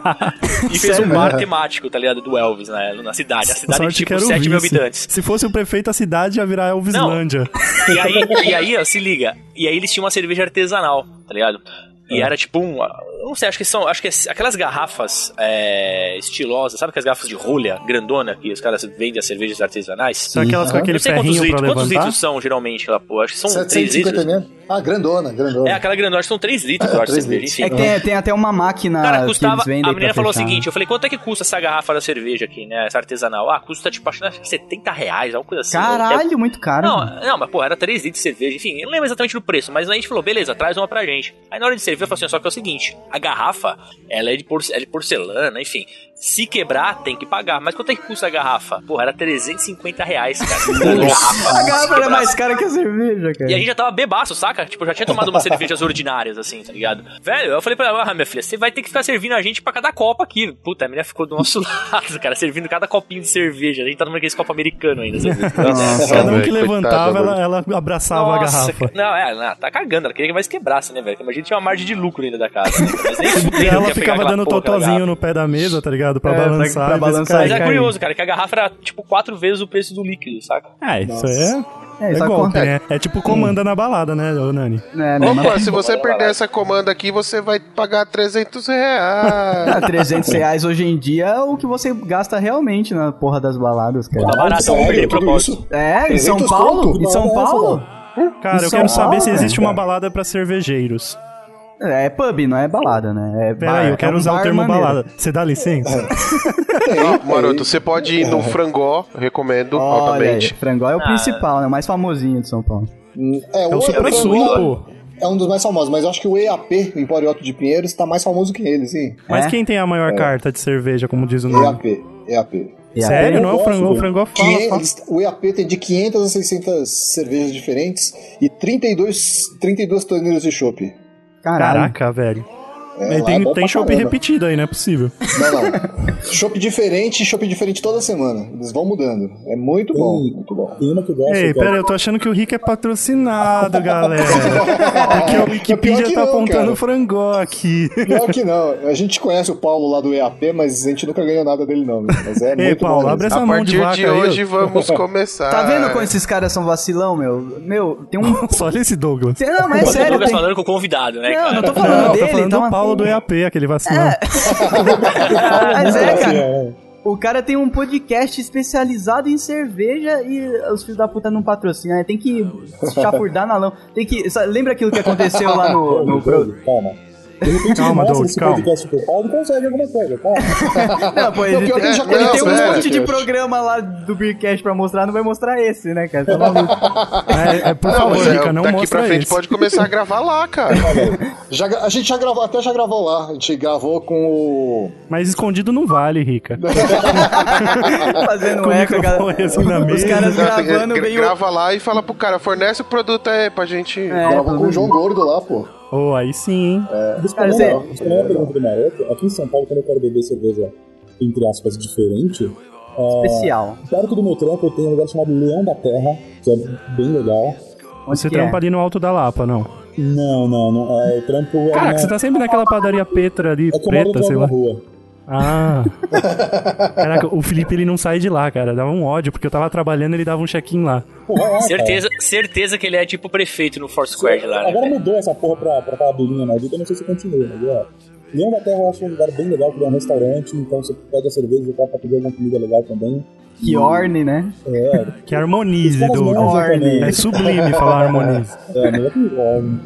e fez um Sério? bar temático, tá ligado? Do Elvis, né? Na cidade. A cidade Sorte tinha, tipo que era o 7 mil vice. habitantes. Se fosse o prefeito, a cidade ia virar Elvislândia. E aí, e aí, ó, se liga. E aí eles tinham uma cerveja artesanal, tá ligado? Ah. E era tipo um. eu Não sei, acho que são. Acho que é aquelas garrafas é, estilosas, sabe aquelas garrafas de rolha grandona que os caras vendem as cervejas artesanais? São aquelas com aquele não sei quantos ferrinho pra litros, quantos levantar. litros são geralmente lá, pô. Acho que são 3 750 litros. ml? Ah, grandona, grandona. É aquela grandona, acho que são 3 litros, eu acho, de Três cerveja, litros. enfim. É que tem, tem até uma máquina Cara, que custava. Ah, eles vendem A menina pra falou o fechar. seguinte: eu falei, quanto é que custa essa garrafa da cerveja aqui, né? Essa artesanal? Ah, custa tipo, acho que era 70 reais, alguma coisa assim. É- Caralho, muito caro. não, mano. não, mas pô, era 3 litros de cerveja, enfim, eu não lembro exatamente do preço, mas aí a gente falou, beleza, traz uma pra gente. Aí na hora de servir, eu falei assim, só que é o seguinte, a garrafa, ela é de, porce- é de porcelana, enfim, se quebrar, tem que pagar. Mas quanto é que custa a garrafa? Porra, era 350 reais, cara. a garrafa. A garrafa era mais cara que a cerveja, cara. E a gente já tava bebaço, saca? Tipo, eu já tinha tomado umas cervejas ordinárias, assim, tá ligado? Velho, eu falei pra ela, ah, minha filha, você vai ter que ficar servindo a gente pra cada copa aqui. Puta, a menina ficou do nosso lado, cara, servindo cada copinho de cerveja. A gente tá tomando aquele copo americano ainda. sabe? Cada um que Coitado, levantava, mano. ela, ela abraçava a garrafa. cara. Não, é, não, tá cagando, ela queria que mais quebrasse, né, velho? Porque Imagina tinha uma margem de lucro ainda da casa. né? Mas nem fudendo E que ela ia pegar ficava aquela dando porra, aquela totozinho garrafa. no pé da mesa, tá ligado? Pra É, pra- balançar. pra e ver se balançar, caía. Mas é Cara. curioso, cara, que a garrafa era tipo quatro vezes o preço do líquido, saca? É, isso é, É, é isso golpe, acontece. né? É tipo comanda na balada, né, ô Nani? É, né, Opa, mas- se você perder essa comanda aqui, você vai pagar 300 reais. Ah, 300 reais hoje em dia é o que você gasta realmente na porra das baladas, Tá cara. barato, eu vou perder propósito. É, em São 300 Paulo? conto? Em São Que balada é Paulo? Cara, Em eu São quero saber Paulo, se existe cara. uma balada pra cervejeiros. É pub, não é balada, né? É Pera bar, aí, é eu quero um usar o bar termo maneiro. balada. Você dá licença? É Ó, Maroto, você pode ir no Frangó, recomendo Olha, aí, altamente. Frangó é o Ah. principal, né? O mais famosinho de São Paulo. É, um É o outro- Supra Sul, pô. É um dos mais famosos, mas eu acho que o EAP, o Empório Otto de Pinheiros, tá mais famoso que ele, sim. Mas É? quem tem a maior carta de cerveja, como diz o É. nome? EAP, EAP. E Sério? até- Não é o Eu frango, gosto, o frango fala, Quinhe- fala. eles- O EAP tem de 500 a 600 cervejas diferentes e 32, 32 torneiras de chopp. Caralho. Caraca, velho. É, Aí lá é tem bom tem pra chopp caramba. repetido aí, não é possível. Não, não. chopp diferente, chopp diferente toda semana. Eles vão mudando. É muito bom, Hum. muito bom. Tem uma que eu gosto. Ei, que pera, aí, eu tô achando que o Rick é patrocinado, galera. Porque É o É, Pior Wikipedia que tá não, apontando cara. o frangó aqui. Pior que não. A gente conhece o Paulo lá do EAP, mas a gente nunca ganhou nada dele, não. Mas é Ei, muito Paulo, bom. abre mesmo. essa A mão de partir vaca de aí. hoje vamos começar. Tá vendo como esses caras são vacilão, meu? Meu, tem um. Só olha esse Douglas. Não, mas é O sério, Douglas tem... falando com o convidado, né, Não, cara? não tô falando Não, dele, tá falando então. É. do Paulo do EAP, aquele vacilão. Mas é, É, cara. é. O cara tem um podcast especializado em cerveja e os filhos da puta não patrocinam. né? Tem que chafurdar na lama. Tem que. sa- Lembra aquilo que aconteceu lá no. no pro- Calma. De repente Calma, ele mostra Douglas, esse calma. podcast pro Paulo e consegue alguma coisa, calma. Não, pô, ele, pior que tem, ele já ele conhece tem um o podcast. monte de programa lá do Beercast pra mostrar, não vai mostrar esse, né, cara? Tá maluco. É, é, por Não, favor, mas é, Rica, não daqui mostra pra frente esse. pode começar a gravar lá, cara. Já gra- a gente já gravou, até já gravou lá. A gente gravou com o. Mas escondido não vale, Rica. Fazendo Com o eco, a microfone galera. assim na Os mesa. caras Gra- gravando gra- bem o. grava lá e fala pro cara, fornece o produto aí pra gente. É, tá gravou com o João Gordo lá, pô. Oh, aí sim, hein? Cara, Respondendo você- a- respondendo a é pergunta do Maroto, aqui em São Paulo, quando eu quero beber cerveja, entre aspas, diferente, É. especial. perto do meu trampo eu tenho um lugar chamado Leão da Terra, que é bem legal. Onde Você que trampa é? ali no alto da Lapa, não. Não, não, não. É, o trampo é. Caraca, na- você tá sempre naquela padaria Petra ali, É que eu moro preta, do sei lado lá. da rua. Ah. Caraca, o Felipe ele não sai de lá, cara. Dava um ódio, porque eu tava trabalhando e ele dava um check-in lá. Pô, vai lá, cara. Certeza, certeza que ele é tipo prefeito no Foursquare de lá, né? Agora velho? mudou essa porra pra, pra aquela bilinha maldita, eu não sei se continua, mas é. Leão da Terra eu acho um lugar bem legal, que é um restaurante, então você pede a cerveja e dá pra pedir alguma comida legal também. Que orne, né? É, Que harmonize, Os caras Douglas. moram em Japonês. É sublime falar harmonize. é melhor que o Orne.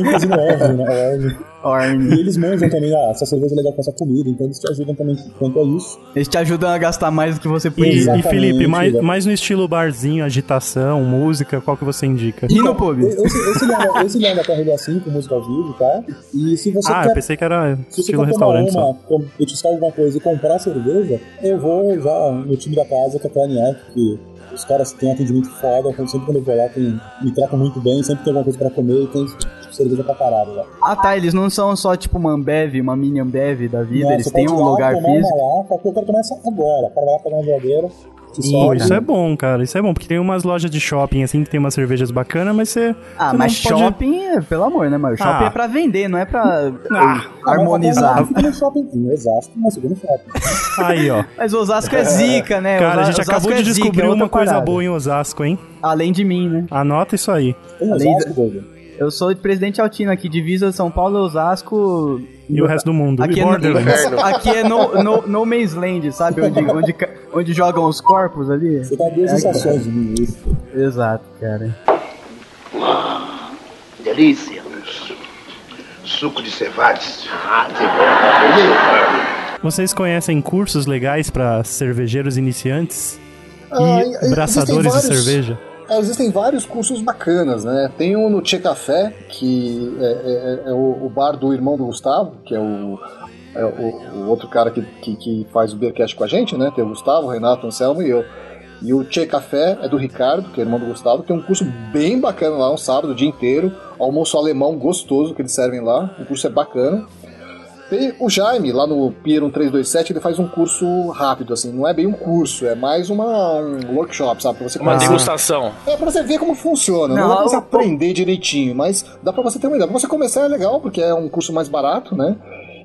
Inclusive Orne, né? Orne. Orne. E eles manjam também, ah, essa cerveja é legal com essa comida, então eles te ajudam também quanto a isso. Eles te ajudam a gastar mais do que você E, podia. e Exatamente, Felipe, mais, velho. mais no estilo barzinho, agitação, música, qual que você indica? E no pub? Esse, esse, Leão, esse Leão da Terra ele é assim, com música ao vivo, tá? E se você Ah, eu quer pensei que era Se você estilo for tomar restaurante só. uma, com- petiscar alguma coisa e comprar cerveja, eu vou já no time da casa, que é planear, porque os caras têm atendimento foda, então sempre quando eu vou lá tem, me tratam muito bem, sempre tem alguma coisa pra comer e tem tipo, cerveja pra caralho lá. Ah tá, eles não são só tipo uma Ambev, uma mini Ambev da vida, Nossa, eles você têm pode um ir lá, lugar tomar físico. Uma lá, fala, "Pô, eu quero tomar essa agora. O cara vai lá pegar uma geladeira, Que só- né? Isso é bom, cara. Isso é bom, porque tem umas lojas de shopping, assim, que tem umas cervejas bacanas, mas você. Ah, você mas não pode- shopping, é- pelo amor, né, mano? Shopping Ah. é pra vender, não é pra Ah, harmonizar. mas Fica no shopping, em Osasco, mas fica no shopping. Aí, ó. Mas Osasco é zica, né? Cara, a Osa- gente Osasco acabou é de zica, descobrir é outra uma coisa parada. boa em Osasco, hein? Além de mim, né? Anota isso aí. Tem Além Osasco, doido. Eu sou de Presidente Altino aqui, divisa São Paulo, Osasco... E o resto do mundo. Aqui e é, Borderlands. no, aqui é no, no, no Man's Land, sabe? Onde, onde, ca- onde jogam os corpos ali. Você tá duas sensações de mim, isso. Exato, cara. Delícia. Suco de cevados. Ah, que Vocês conhecem cursos legais pra cervejeiros iniciantes? Ah, E braçadores de existem vários- cerveja? É, existem vários cursos bacanas, né? Tem um no Tchê Café, que é, é- é o, o bar do irmão do Gustavo, que é o, é o- o outro cara que, que, que faz o Beercast com a gente, né? Tem o Gustavo, o Renato, o Anselmo e eu. E o Tchê Café é do Ricardo, que é irmão do Gustavo. Tem um curso bem bacana lá, um sábado, o dia inteiro. Almoço alemão gostoso que eles servem lá. O curso é bacana. Tem o Jaime, lá no Pier 1327, ele faz um curso rápido, assim. Não é bem um curso, é mais uma, um workshop, sabe? Pra você Uma conhecer- degustação. é pra você ver como funciona. Não, Não, dá pra você eu- aprender direitinho, mas dá pra você ter uma ideia. Pra você começar é legal, porque é um curso mais barato, né?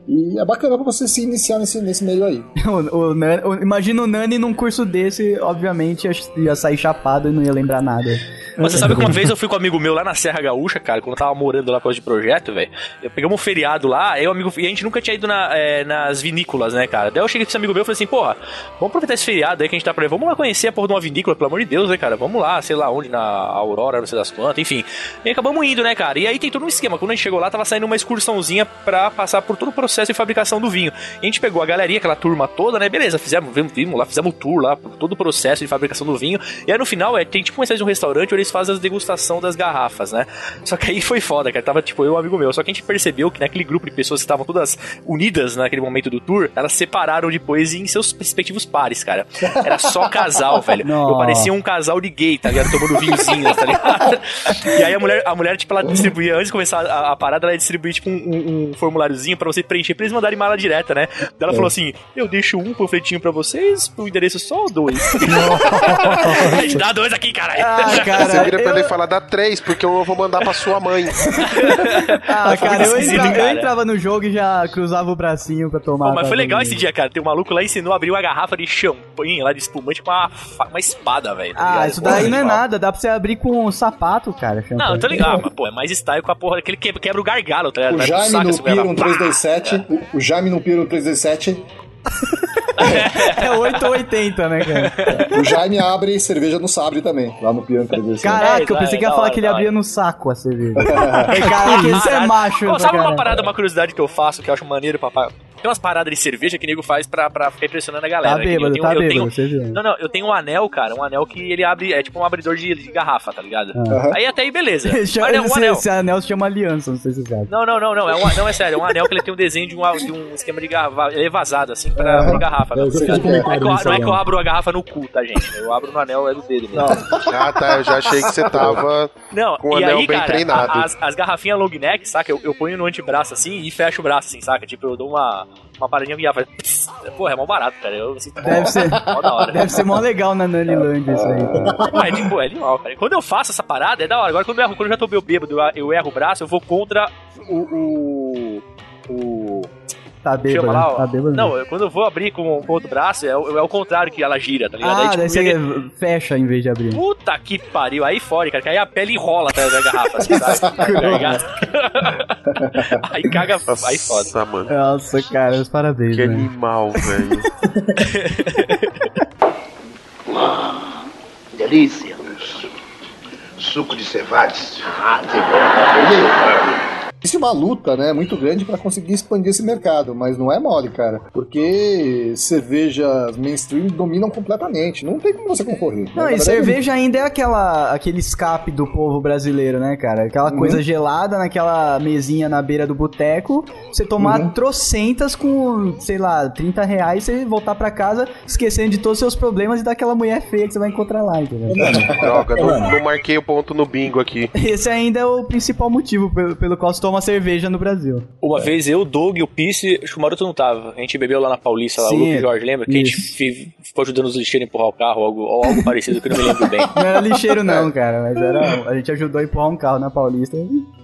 E é bacana pra você se iniciar nesse, nesse meio aí. O, o Nani- o- imagina o Nani num curso desse, obviamente, ia, ia sair chapado e não ia lembrar nada. Mas Você sabe que uma vez eu fui com um amigo meu lá na Serra Gaúcha, cara, quando eu tava morando lá por causa de projeto, velho. Eu pegamos um feriado lá, aí o amigo. E a gente nunca tinha ido na, eh, nas vinícolas, né, cara? Daí eu cheguei pra esse amigo meu e falei assim, porra, vamos aproveitar esse feriado aí que a gente tá pra. Vamos lá conhecer a porra de uma vinícola, pelo amor de Deus, né, cara? Vamos lá, sei lá onde, na Aurora, não sei das quantas, enfim. E acabamos indo, né, cara? E aí tem todo um esquema. Quando a gente chegou lá, tava saindo uma excursãozinha pra passar por todo o processo de fabricação do vinho. E a gente pegou a galeria, aquela turma toda, né? Beleza, fizemos, vimos, vimos lá, fizemos o tour lá, por todo o processo de fabricação do vinho. E aí no final, é, tem tipo uma espécie de um restaurante onde eles fazem a degustação das garrafas, né? Só que aí foi foda, cara. Tava tipo eu e um amigo meu. Só que a gente percebeu que naquele grupo de pessoas que estavam todas unidas naquele momento do tour, elas separaram depois em seus respectivos pares, cara. Era só casal, velho. Eu Nossa. parecia um casal de gay, tá ligado? Tomando vinhozinho, tá ligado? E aí a mulher, a mulher tipo, ela distribuía, antes de começar a, a parada, ela distribuía, tipo, um, um- um formuláriozinho pra você preencher, pra eles mandarem mala direta, né? Daí ela falou assim, eu deixo um panfletinho pra vocês, pro endereço só ou dois? A gente dá dois aqui, caralho. Ah, Você cara, vira pra ele falar, dá três, porque eu vou mandar pra sua mãe. ah, cara, eu, tá esquisito, entra- eu cara. entrava no jogo e já cruzava o bracinho pra tomar. Pô, mas pra foi legal dormir. esse dia, cara. Tem um maluco lá ensinou a abrir uma garrafa de champanhe lá de espumante com uma, fa- uma espada, velho. tá Ah, ligado? isso daí Porra, não é animal. nada, dá pra você abrir com um sapato, cara. Não, eu champanhe. tô ligado, mas pô, é mais style com a porra daquele que quebra o gargalo, É, tá ligado? O Vai pro Jaime saco no essa mulher, Pier vai- 1327. O, o Jaime no Pier 1327. É 880, né, cara? O Jaime abre cerveja no Sabre também, lá no Pier 1327. Caraca, eu É, pensei que é, ia da falar hora, que ele da hora. abria no saco a cerveja. Caraca, isso é Caralho. macho, Pô, pra sabe uma caramba. parada, uma curiosidade que eu faço, que eu acho maneiro, papai? Tem umas paradas de cerveja que o nego faz pra, pra ficar impressionando a galera. Tá né? Que bêbado, eu tenho- tá eu bêbado, tenho- você viu. Não, não, eu tenho um anel, cara, um anel que ele abre, é tipo um abridor de, de garrafa, tá ligado? Aí até aí beleza. Mas Chama- é um esse, anel. esse anel se chama aliança, não sei se você sabe. Não, não, não, não. É um, não, é sério, é um anel que ele tem um desenho de um, de um esquema de garrafa. Ele é vazado, assim, pra, pra garrafa. Eu já fiz um Não é, comentário que eu, nisso não é aí, que eu ó. abro a garrafa no cu, tá, gente? Eu abro no anel, é do dedo mesmo. Ah, tá, eu já achei que você tava... Não, Com o e anel aí, bem cara, treinado. a- As, as garrafinhas long neck, saca? Eu, eu ponho no antebraço assim e fecho o braço, assim, saca? Tipo, eu dou uma, uma paradinha e faz. pss. Porra, é mó barato, cara. Eu me sinto Deve ser, mó da hora. deve ser mó legal na Naniland isso aí. cara. É, tipo, é animal, cara. Quando eu faço essa parada, é da hora. Agora, quando eu, erro, quando eu já tô meio bêbado, eu, eu erro o braço, eu vou contra o. o. o Tá chama bêbado, lá, ó. tá bêbado. não, eu- quando eu vou abrir com, com o outro braço, é, o- é o contrário que ela gira, tá ligado? Ah, Aí, tipo, daí você minha- fecha em vez de abrir. Puta que pariu, aí fora, cara, que aí a pele enrola atrás da garrafa, assim, sabe? Tá ligado? aí caga, aí É foda. Nossa, mano. Nossa, cara, os parabéns, Que né? animal, velho. delícia. Suco de cevados. Ah, que Existe uma luta, né, muito grande para conseguir expandir esse mercado, mas não é mole, cara, porque cervejas mainstream dominam completamente, não tem como você concorrer. né? Não, Na e verdade, cerveja ainda é aquela, aquele escape do povo brasileiro, né, cara? Aquela coisa gelada naquela mesinha na beira do boteco. Você tomar trocentas com, sei lá, 30 reais, você voltar pra casa esquecendo de todos os seus problemas e daquela mulher feia que você vai encontrar lá, entendeu? Droga, não, não marquei o ponto no bingo aqui. Esse ainda é o principal motivo pelo, pelo qual se toma uma cerveja no Brasil. Uma vez eu, o Doug, o Pisse, acho que o Maroto não tava. A gente bebeu lá na Paulista, lá, Sim, o Luke e o Jorge, lembra? Que a gente fi- ficou ajudando os lixeiros a empurrar o carro, algo, ou algo parecido, que eu não me lembro bem. Não era lixeiro, não, cara, mas era. A gente ajudou a empurrar um carro na Paulista.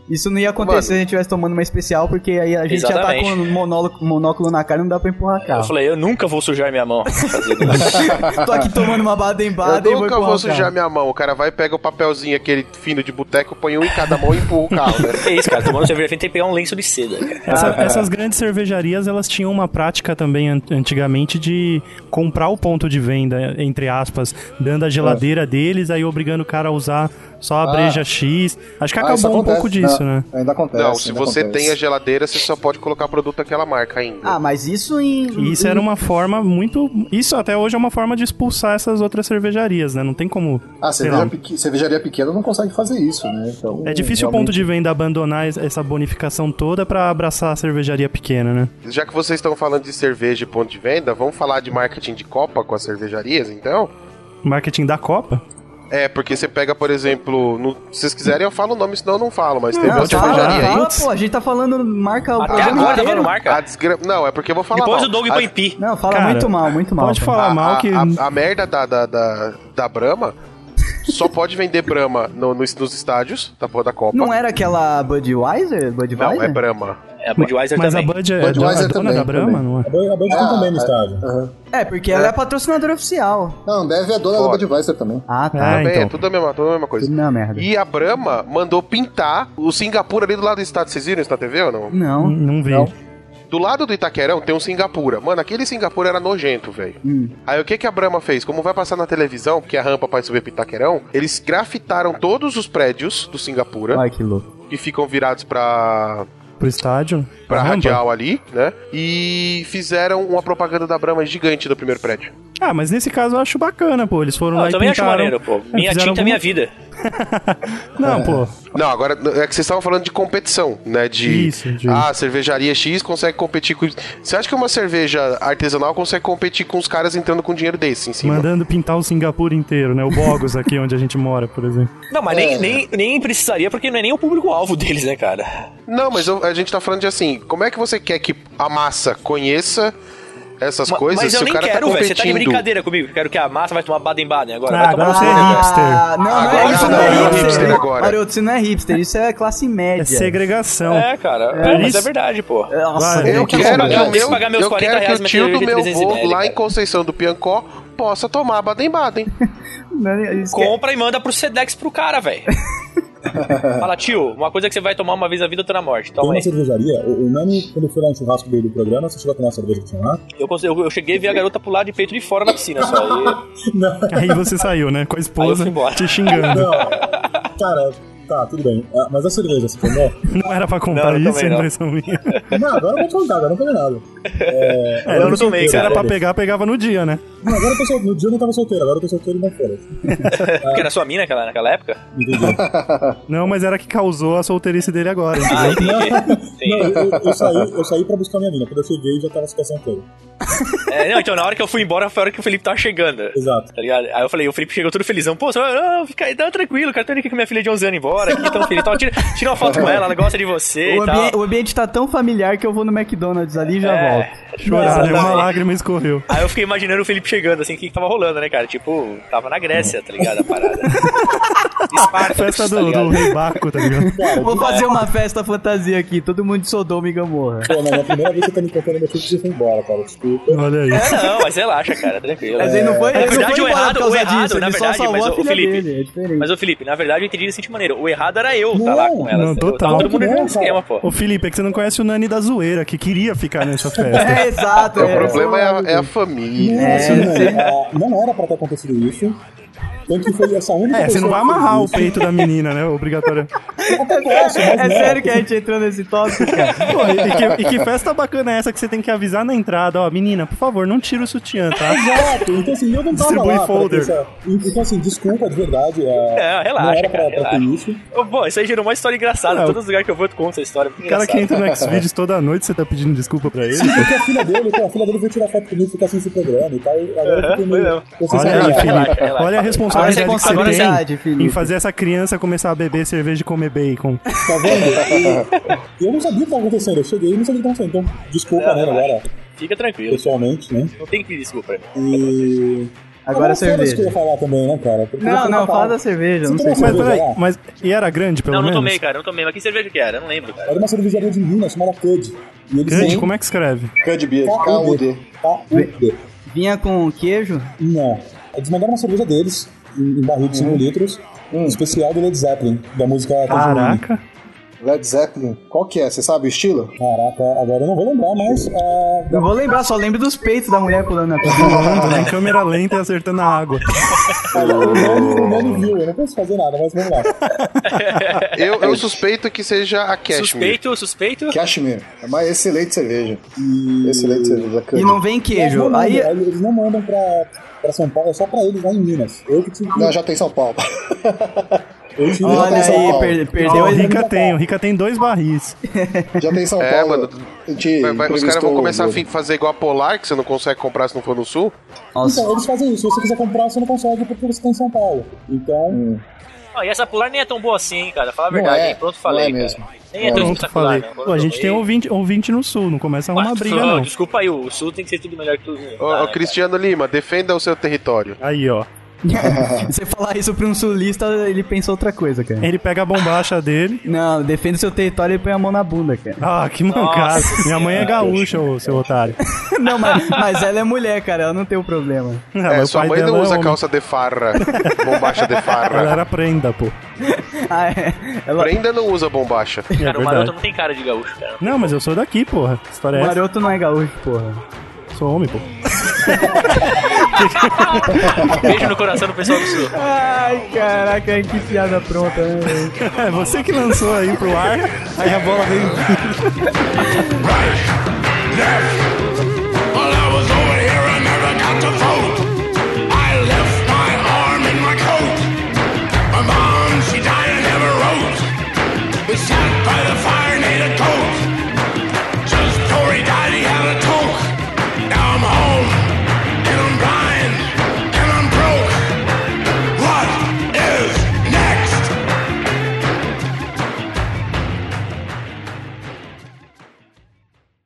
Isso não ia acontecer Mano. se a gente estivesse tomando uma especial, porque aí a gente já tá Exatamente. com um monóculo, monóculo na cara e não dá pra empurrar Eu carro. falei, eu nunca vou sujar minha mão. fazendo isso. Tô aqui tomando uma baden-baden Eu e vou nunca empurrar vou o sujar carro. minha mão. O cara vai, pega o papelzinho, aquele fino de boteco, põe um em cada mão e empurra o carro, né? É isso, cara. Tomando cerveja tem que pegar um lenço de seda, cara. Essa- essas grandes cervejarias, elas tinham uma prática também an- antigamente de comprar o ponto de venda, entre aspas, dando a geladeira deles, aí obrigando o cara a usar só a Ah. breja X. Acho que Ah, isso acabou um acontece, pouco disso, não, né? Ainda É, acontece. assim Não, se ainda você acontece. tem a geladeira, você só pode colocar produto daquela marca ainda. Ah, mas isso em. E isso em- era uma forma muito. Isso até hoje é uma forma de expulsar essas outras cervejarias, né? Não tem como. Ah, sei cerveja lá. pequ- cervejaria pequena não consegue fazer isso, né? Então, É difícil o ponto de venda abandonar es- essa bonificação toda pra abraçar a cervejaria pequena, né? Já que vocês estão falando de cerveja e ponto de venda, vamos falar de marketing de copa com as cervejarias, então? Marketing da Copa? É, porque você pega, por exemplo, no- se vocês quiserem eu falo o nome, senão eu não falo, mas teve Não, uma fala, é cervejaria aí. fala, pô, a gente tá falando marca o Até programa agora tá inteiro. dando marca. A desgra- Não, é porque eu vou falar Depois mal. o Doug a... põe pi. Não, fala Cara, muito mal, muito mal. Pode né? cara. falar a- mal a- que. a, a merda da, da, da, da Brahma só pode vender Brahma no- nos, nos estádios da porra da Copa. Não é né? era aquela Budweiser? Budweiser? Não, é Brahma. É, a Budweiser Mas a também. Bud é do- a Budweiser dona também, da Brahma, também. não é? A Bud- a Bud tem Ah, também no é. estádio. Então Aham. É, porque ela é a patrocinadora oficial. Não, Ambev é dona Ó. da Budweiser também. Ah, tá. Ah, Também, então. é tudo a mesma, tudo a mesma coisa. Tudo na merda. E a Brahma mandou pintar o Singapura ali do lado do estádio. Vocês viram isso na TV ou não? Não. Não vi. Do lado do Itaquerão tem um Singapura. Mano, aquele Singapura era nojento, velho. Hum. Aí o que, que a Brahma fez? Como vai passar na televisão, porque a rampa para subir pro Itaquerão, eles grafitaram todos os prédios do Singapura, Ai, que louco. que ficam virados pra, Pro estádio. pra Caramba. radial ali, né? E fizeram uma propaganda da Brahma gigante no primeiro prédio. Ah, mas nesse caso eu acho bacana, pô. Eles foram Ah, lá eu e também acho pintaram. maneiro, pô. É, Minha tinta fizeram é minha vida. algum- Não, pô. Não, agora é que vocês estavam falando de competição, né? De Isso, de- ah, a cervejaria X consegue competir com. Você acha que uma cerveja artesanal consegue competir com os caras entrando com dinheiro desse em cima? Mandando pintar o Singapura inteiro, né? O Bogus aqui onde a gente mora, por exemplo. Não, mas É. nem, nem, nem precisaria, porque não é nem o público-alvo deles, né, cara? Não, mas eu- a gente tá falando de assim, como é que você quer que a massa conheça essas Ma- coisas mas eu se o nem cara quero, tá velho. Você tá de competindo? brincadeira comigo. Eu Quero que a massa vai tomar Baden-Baden agora. Ah, vai tomar agora no você seu é cu. né, hipster. não, não Agora é isso, não não, não é é hipster. hipster agora. Maroto, isso não é hipster, isso é classe média. É segregação. É, cara. É, mas é isso. verdade, pô. Nossa, Vai, velho, Eu que quero que complicado. o Deixa eu meu, pagar meus eu 40 quero que reais, o mas tio do cerveja meu 300 vô ml, lá em cara. Conceição do Piancó possa tomar Baden-Baden. Não, isso que- Compra e manda pro Sedex pro cara, velho. Fala, tio, uma coisa que você vai tomar uma vez a vida, outra na morte. Tem Toma uma aí. cervejaria, o, o Nani, quando foi lá no churrasco do, do programa, você chegou a tomar uma cerveja que tinha lá? Eu, cons- eu, eu cheguei e vi a garota pular de peito de fora na piscina só. E... Não. Aí você saiu, né? Com Aí a eu esposa fui embora. te xingando. Não. Cara, tá, tudo bem. Ah, Mas a cerveja, você tomou? Não era pra contar Não, eu isso, é também não. impressão minha. Não, agora eu vou contar, agora eu não tomei nada. É, eu não tomei, Se cara. era pra pegar, pegava no dia, né? Não, agora eu tô solteiro. No dia eu não tava solteiro, agora eu tô solteiro e não fora. Porque era sua mina naquela, naquela época? Não, mas era que causou a solteirice dele agora. Ah, entendi. Não, Entendi. eu, eu- eu saí, eu saí pra buscar minha mina. Quando eu cheguei, já tava a situação toda. É, não, então na hora que eu fui embora foi a hora que o Felipe tava chegando. Exato. Tá ligado? Aí eu falei, o Felipe chegou todo felizão. Pô, você vai- não, fica aí, tá tranquilo, cara. Tô indo aqui com minha filha de 11 anos embora, aqui, tão feliz. Tal. Tira, tira uma foto com ela, ela gosta de você o, e tal. ambi- o ambiente tá tão familiar que eu vou no McDonald's ali e já É. volto. Choraram, Exatamente. né? uma lágrima escorreu. Aí eu fiquei imaginando o Felipe chegando, assim, o que que tava rolando, né, cara? Tipo, tava na Grécia, tá ligado? A parada. Esparta, Festa tá do, ligado? do Rei Baco, tá ligado? Vou fazer uma festa fantasia aqui, todo mundo de Sodoma e Gomorra. Pô, mas na primeira vez que você tá me contando meu filho, você foi embora, cara. Desculpa. Olha aí. É, não, mas relaxa, cara, tranquilo. Mas ele não foi, Na ele não verdade, foi o embora errado, por o causa errado, disso, na ele só verdade, salvou mas a o, o filha Felipe. dele, é diferente. Mas o Felipe, na verdade, eu entendi da seguinte maneira: o errado era eu tá lá com ela. Não, entendeu? total. Tava todo mundo Não, no cara. esquema, pô. Ô, Felipe, é que você não conhece o Nani da zoeira, que queria ficar nessa festa. É, exato. o problema é a, é a família. Nossa, mano, Assim, né, é, não, não era pra ter acontecido isso. Tanto que foi essa única É, você não vai pessoa que amarrar o fez peito da menina, né? Obrigatório. isso. Acontece, né? mas É não. sério que a gente entrou nesse tópico, cara? Pô, e, que, e que festa bacana é essa que você tem que avisar na entrada, ó, menina, por favor, não tira o sutiã, tá? Exato, então assim, eu não tava Distribui lá pra folder. pensar. Então assim, desculpa, de verdade. É, É, não relaxa, era pra, cara, pra ter relaxa. isso. Ô, Pô, isso aí gerou uma história engraçada. Não. Todos os lugares que eu vou, eu conto essa história. O É, cara que entra no Xvideos toda noite, você tá pedindo desculpa pra ele? Porque a filha dele, pô, a filha dele veio tirar foto comigo e ficar sem esse programa e tal. e Agora eu fiquei meio. foi mesmo. vocês Olha aí, sabem, Felipe. relaxa. Olha Agora a responsabilidade é que você tem responsabilidade, Felipe. em fazer essa criança começar a beber cerveja e comer bacon. Tá vendo? eu não sabia o que tava acontecendo. Eu cheguei e não sabia o que tava acontecendo. Então, desculpa, né, agora, Fica tranquilo. pessoalmente, né? Não tem que pedir desculpa pra mim. E. Agora é Ah, foda-se que eu cerveja. ia falar também, né, cara? Porque eu Não, fui não, pra fala da falar. cerveja, não Você sei. tomou Mas se- é peraí, mas e era grande pelo Não, não menos? tomei, cara, não tomei. Mas que cerveja que era? Eu não lembro, cara. Era uma cervejaria de Minas chamada Cud. E eles Grande, têm como é que escreve? Cud Beer, KUD. KUD. é? KUD. Vinha com queijo? Não. Eles mandaram uma cerveja deles, em em barril de Hum. 5 litros, um especial do Led Zeppelin, da música Casual. Caraca. Led Zeppelin. Qual que é? Você sabe o estilo? Caraca, agora eu não vou lembrar, mas. ah, Não vou lembrar, só lembro dos peitos da mulher pulando na piscina. Pulando, em câmera lenta e acertando a água. o Nani- o Nani viu, eu não posso fazer nada, mas vamos lá. Eu, eu suspeito que seja a Cashmere. Suspeito, suspeito. Cashmere. É uma excelente cerveja. Excelente cerveja, Cud. E não vem Eles não queijo. mandam, Aí, Eles não mandam pra, pra São Paulo, é só pra eles lá em Minas. Eu que tive. Não, já tem São Paulo. eu tive Não, olha tá em São aí, Paulo. per- Ó, perdeu o ele. Rica tem, o Rica tem dois barris. Já tem São É, Paulo. mano. A Vai- gente vai- os caras entrevistou vão começar a o- fi- fazer igual a Polar, que você não consegue comprar se não for no sul. Nossa, Então, eles fazem isso. Se você quiser comprar, você não consegue porque você tá em São Paulo. Então, Ah, e essa pular nem é tão boa assim, hein, cara. Fala a Não verdade, é, hein. Pronto, não falei, é cara. mesmo. Nem é tão Pronto, espetacular, falei. não. Pô, a gente tem um ouvinte, ouvinte no sul, não começa a arrumar Mas, briga, só, não. Desculpa aí, o né, sul tem que ser tudo melhor que tudo. Ô, ô, É. Cristiano Lima, defenda o seu território. Aí, ó. você falar isso pra um sulista, ele pensa outra coisa, cara. Ele pega a bombacha dele. Não, defende seu território e põe a mão na bunda, cara. Ah, que mancada. Minha mãe é gaúcha, ô, seu otário. Não, mas, mas ela é mulher, cara, ela não tem o problema. Ah, é, mas o sua pai mãe não dela é usa homem. calça de farra, bombacha de Ela farra. era prenda, pô. Ah, é. Ela, Prenda não usa bombacha. É Cara, o verdade. maroto não tem cara de gaúcho, cara. Não, mas eu sou daqui, porra. Que história é essa? Maroto não é gaúcho, porra. Sou homem, pô. Beijo no coração do pessoal do sul. Ai, caraca, que piada pronta, né? velho? É você que lançou aí pro ar, aí a bola veio. Well, I was over here, I never got to vote. I left my arm in my coat. My mom, she died, I never wrote. We sat by the fire.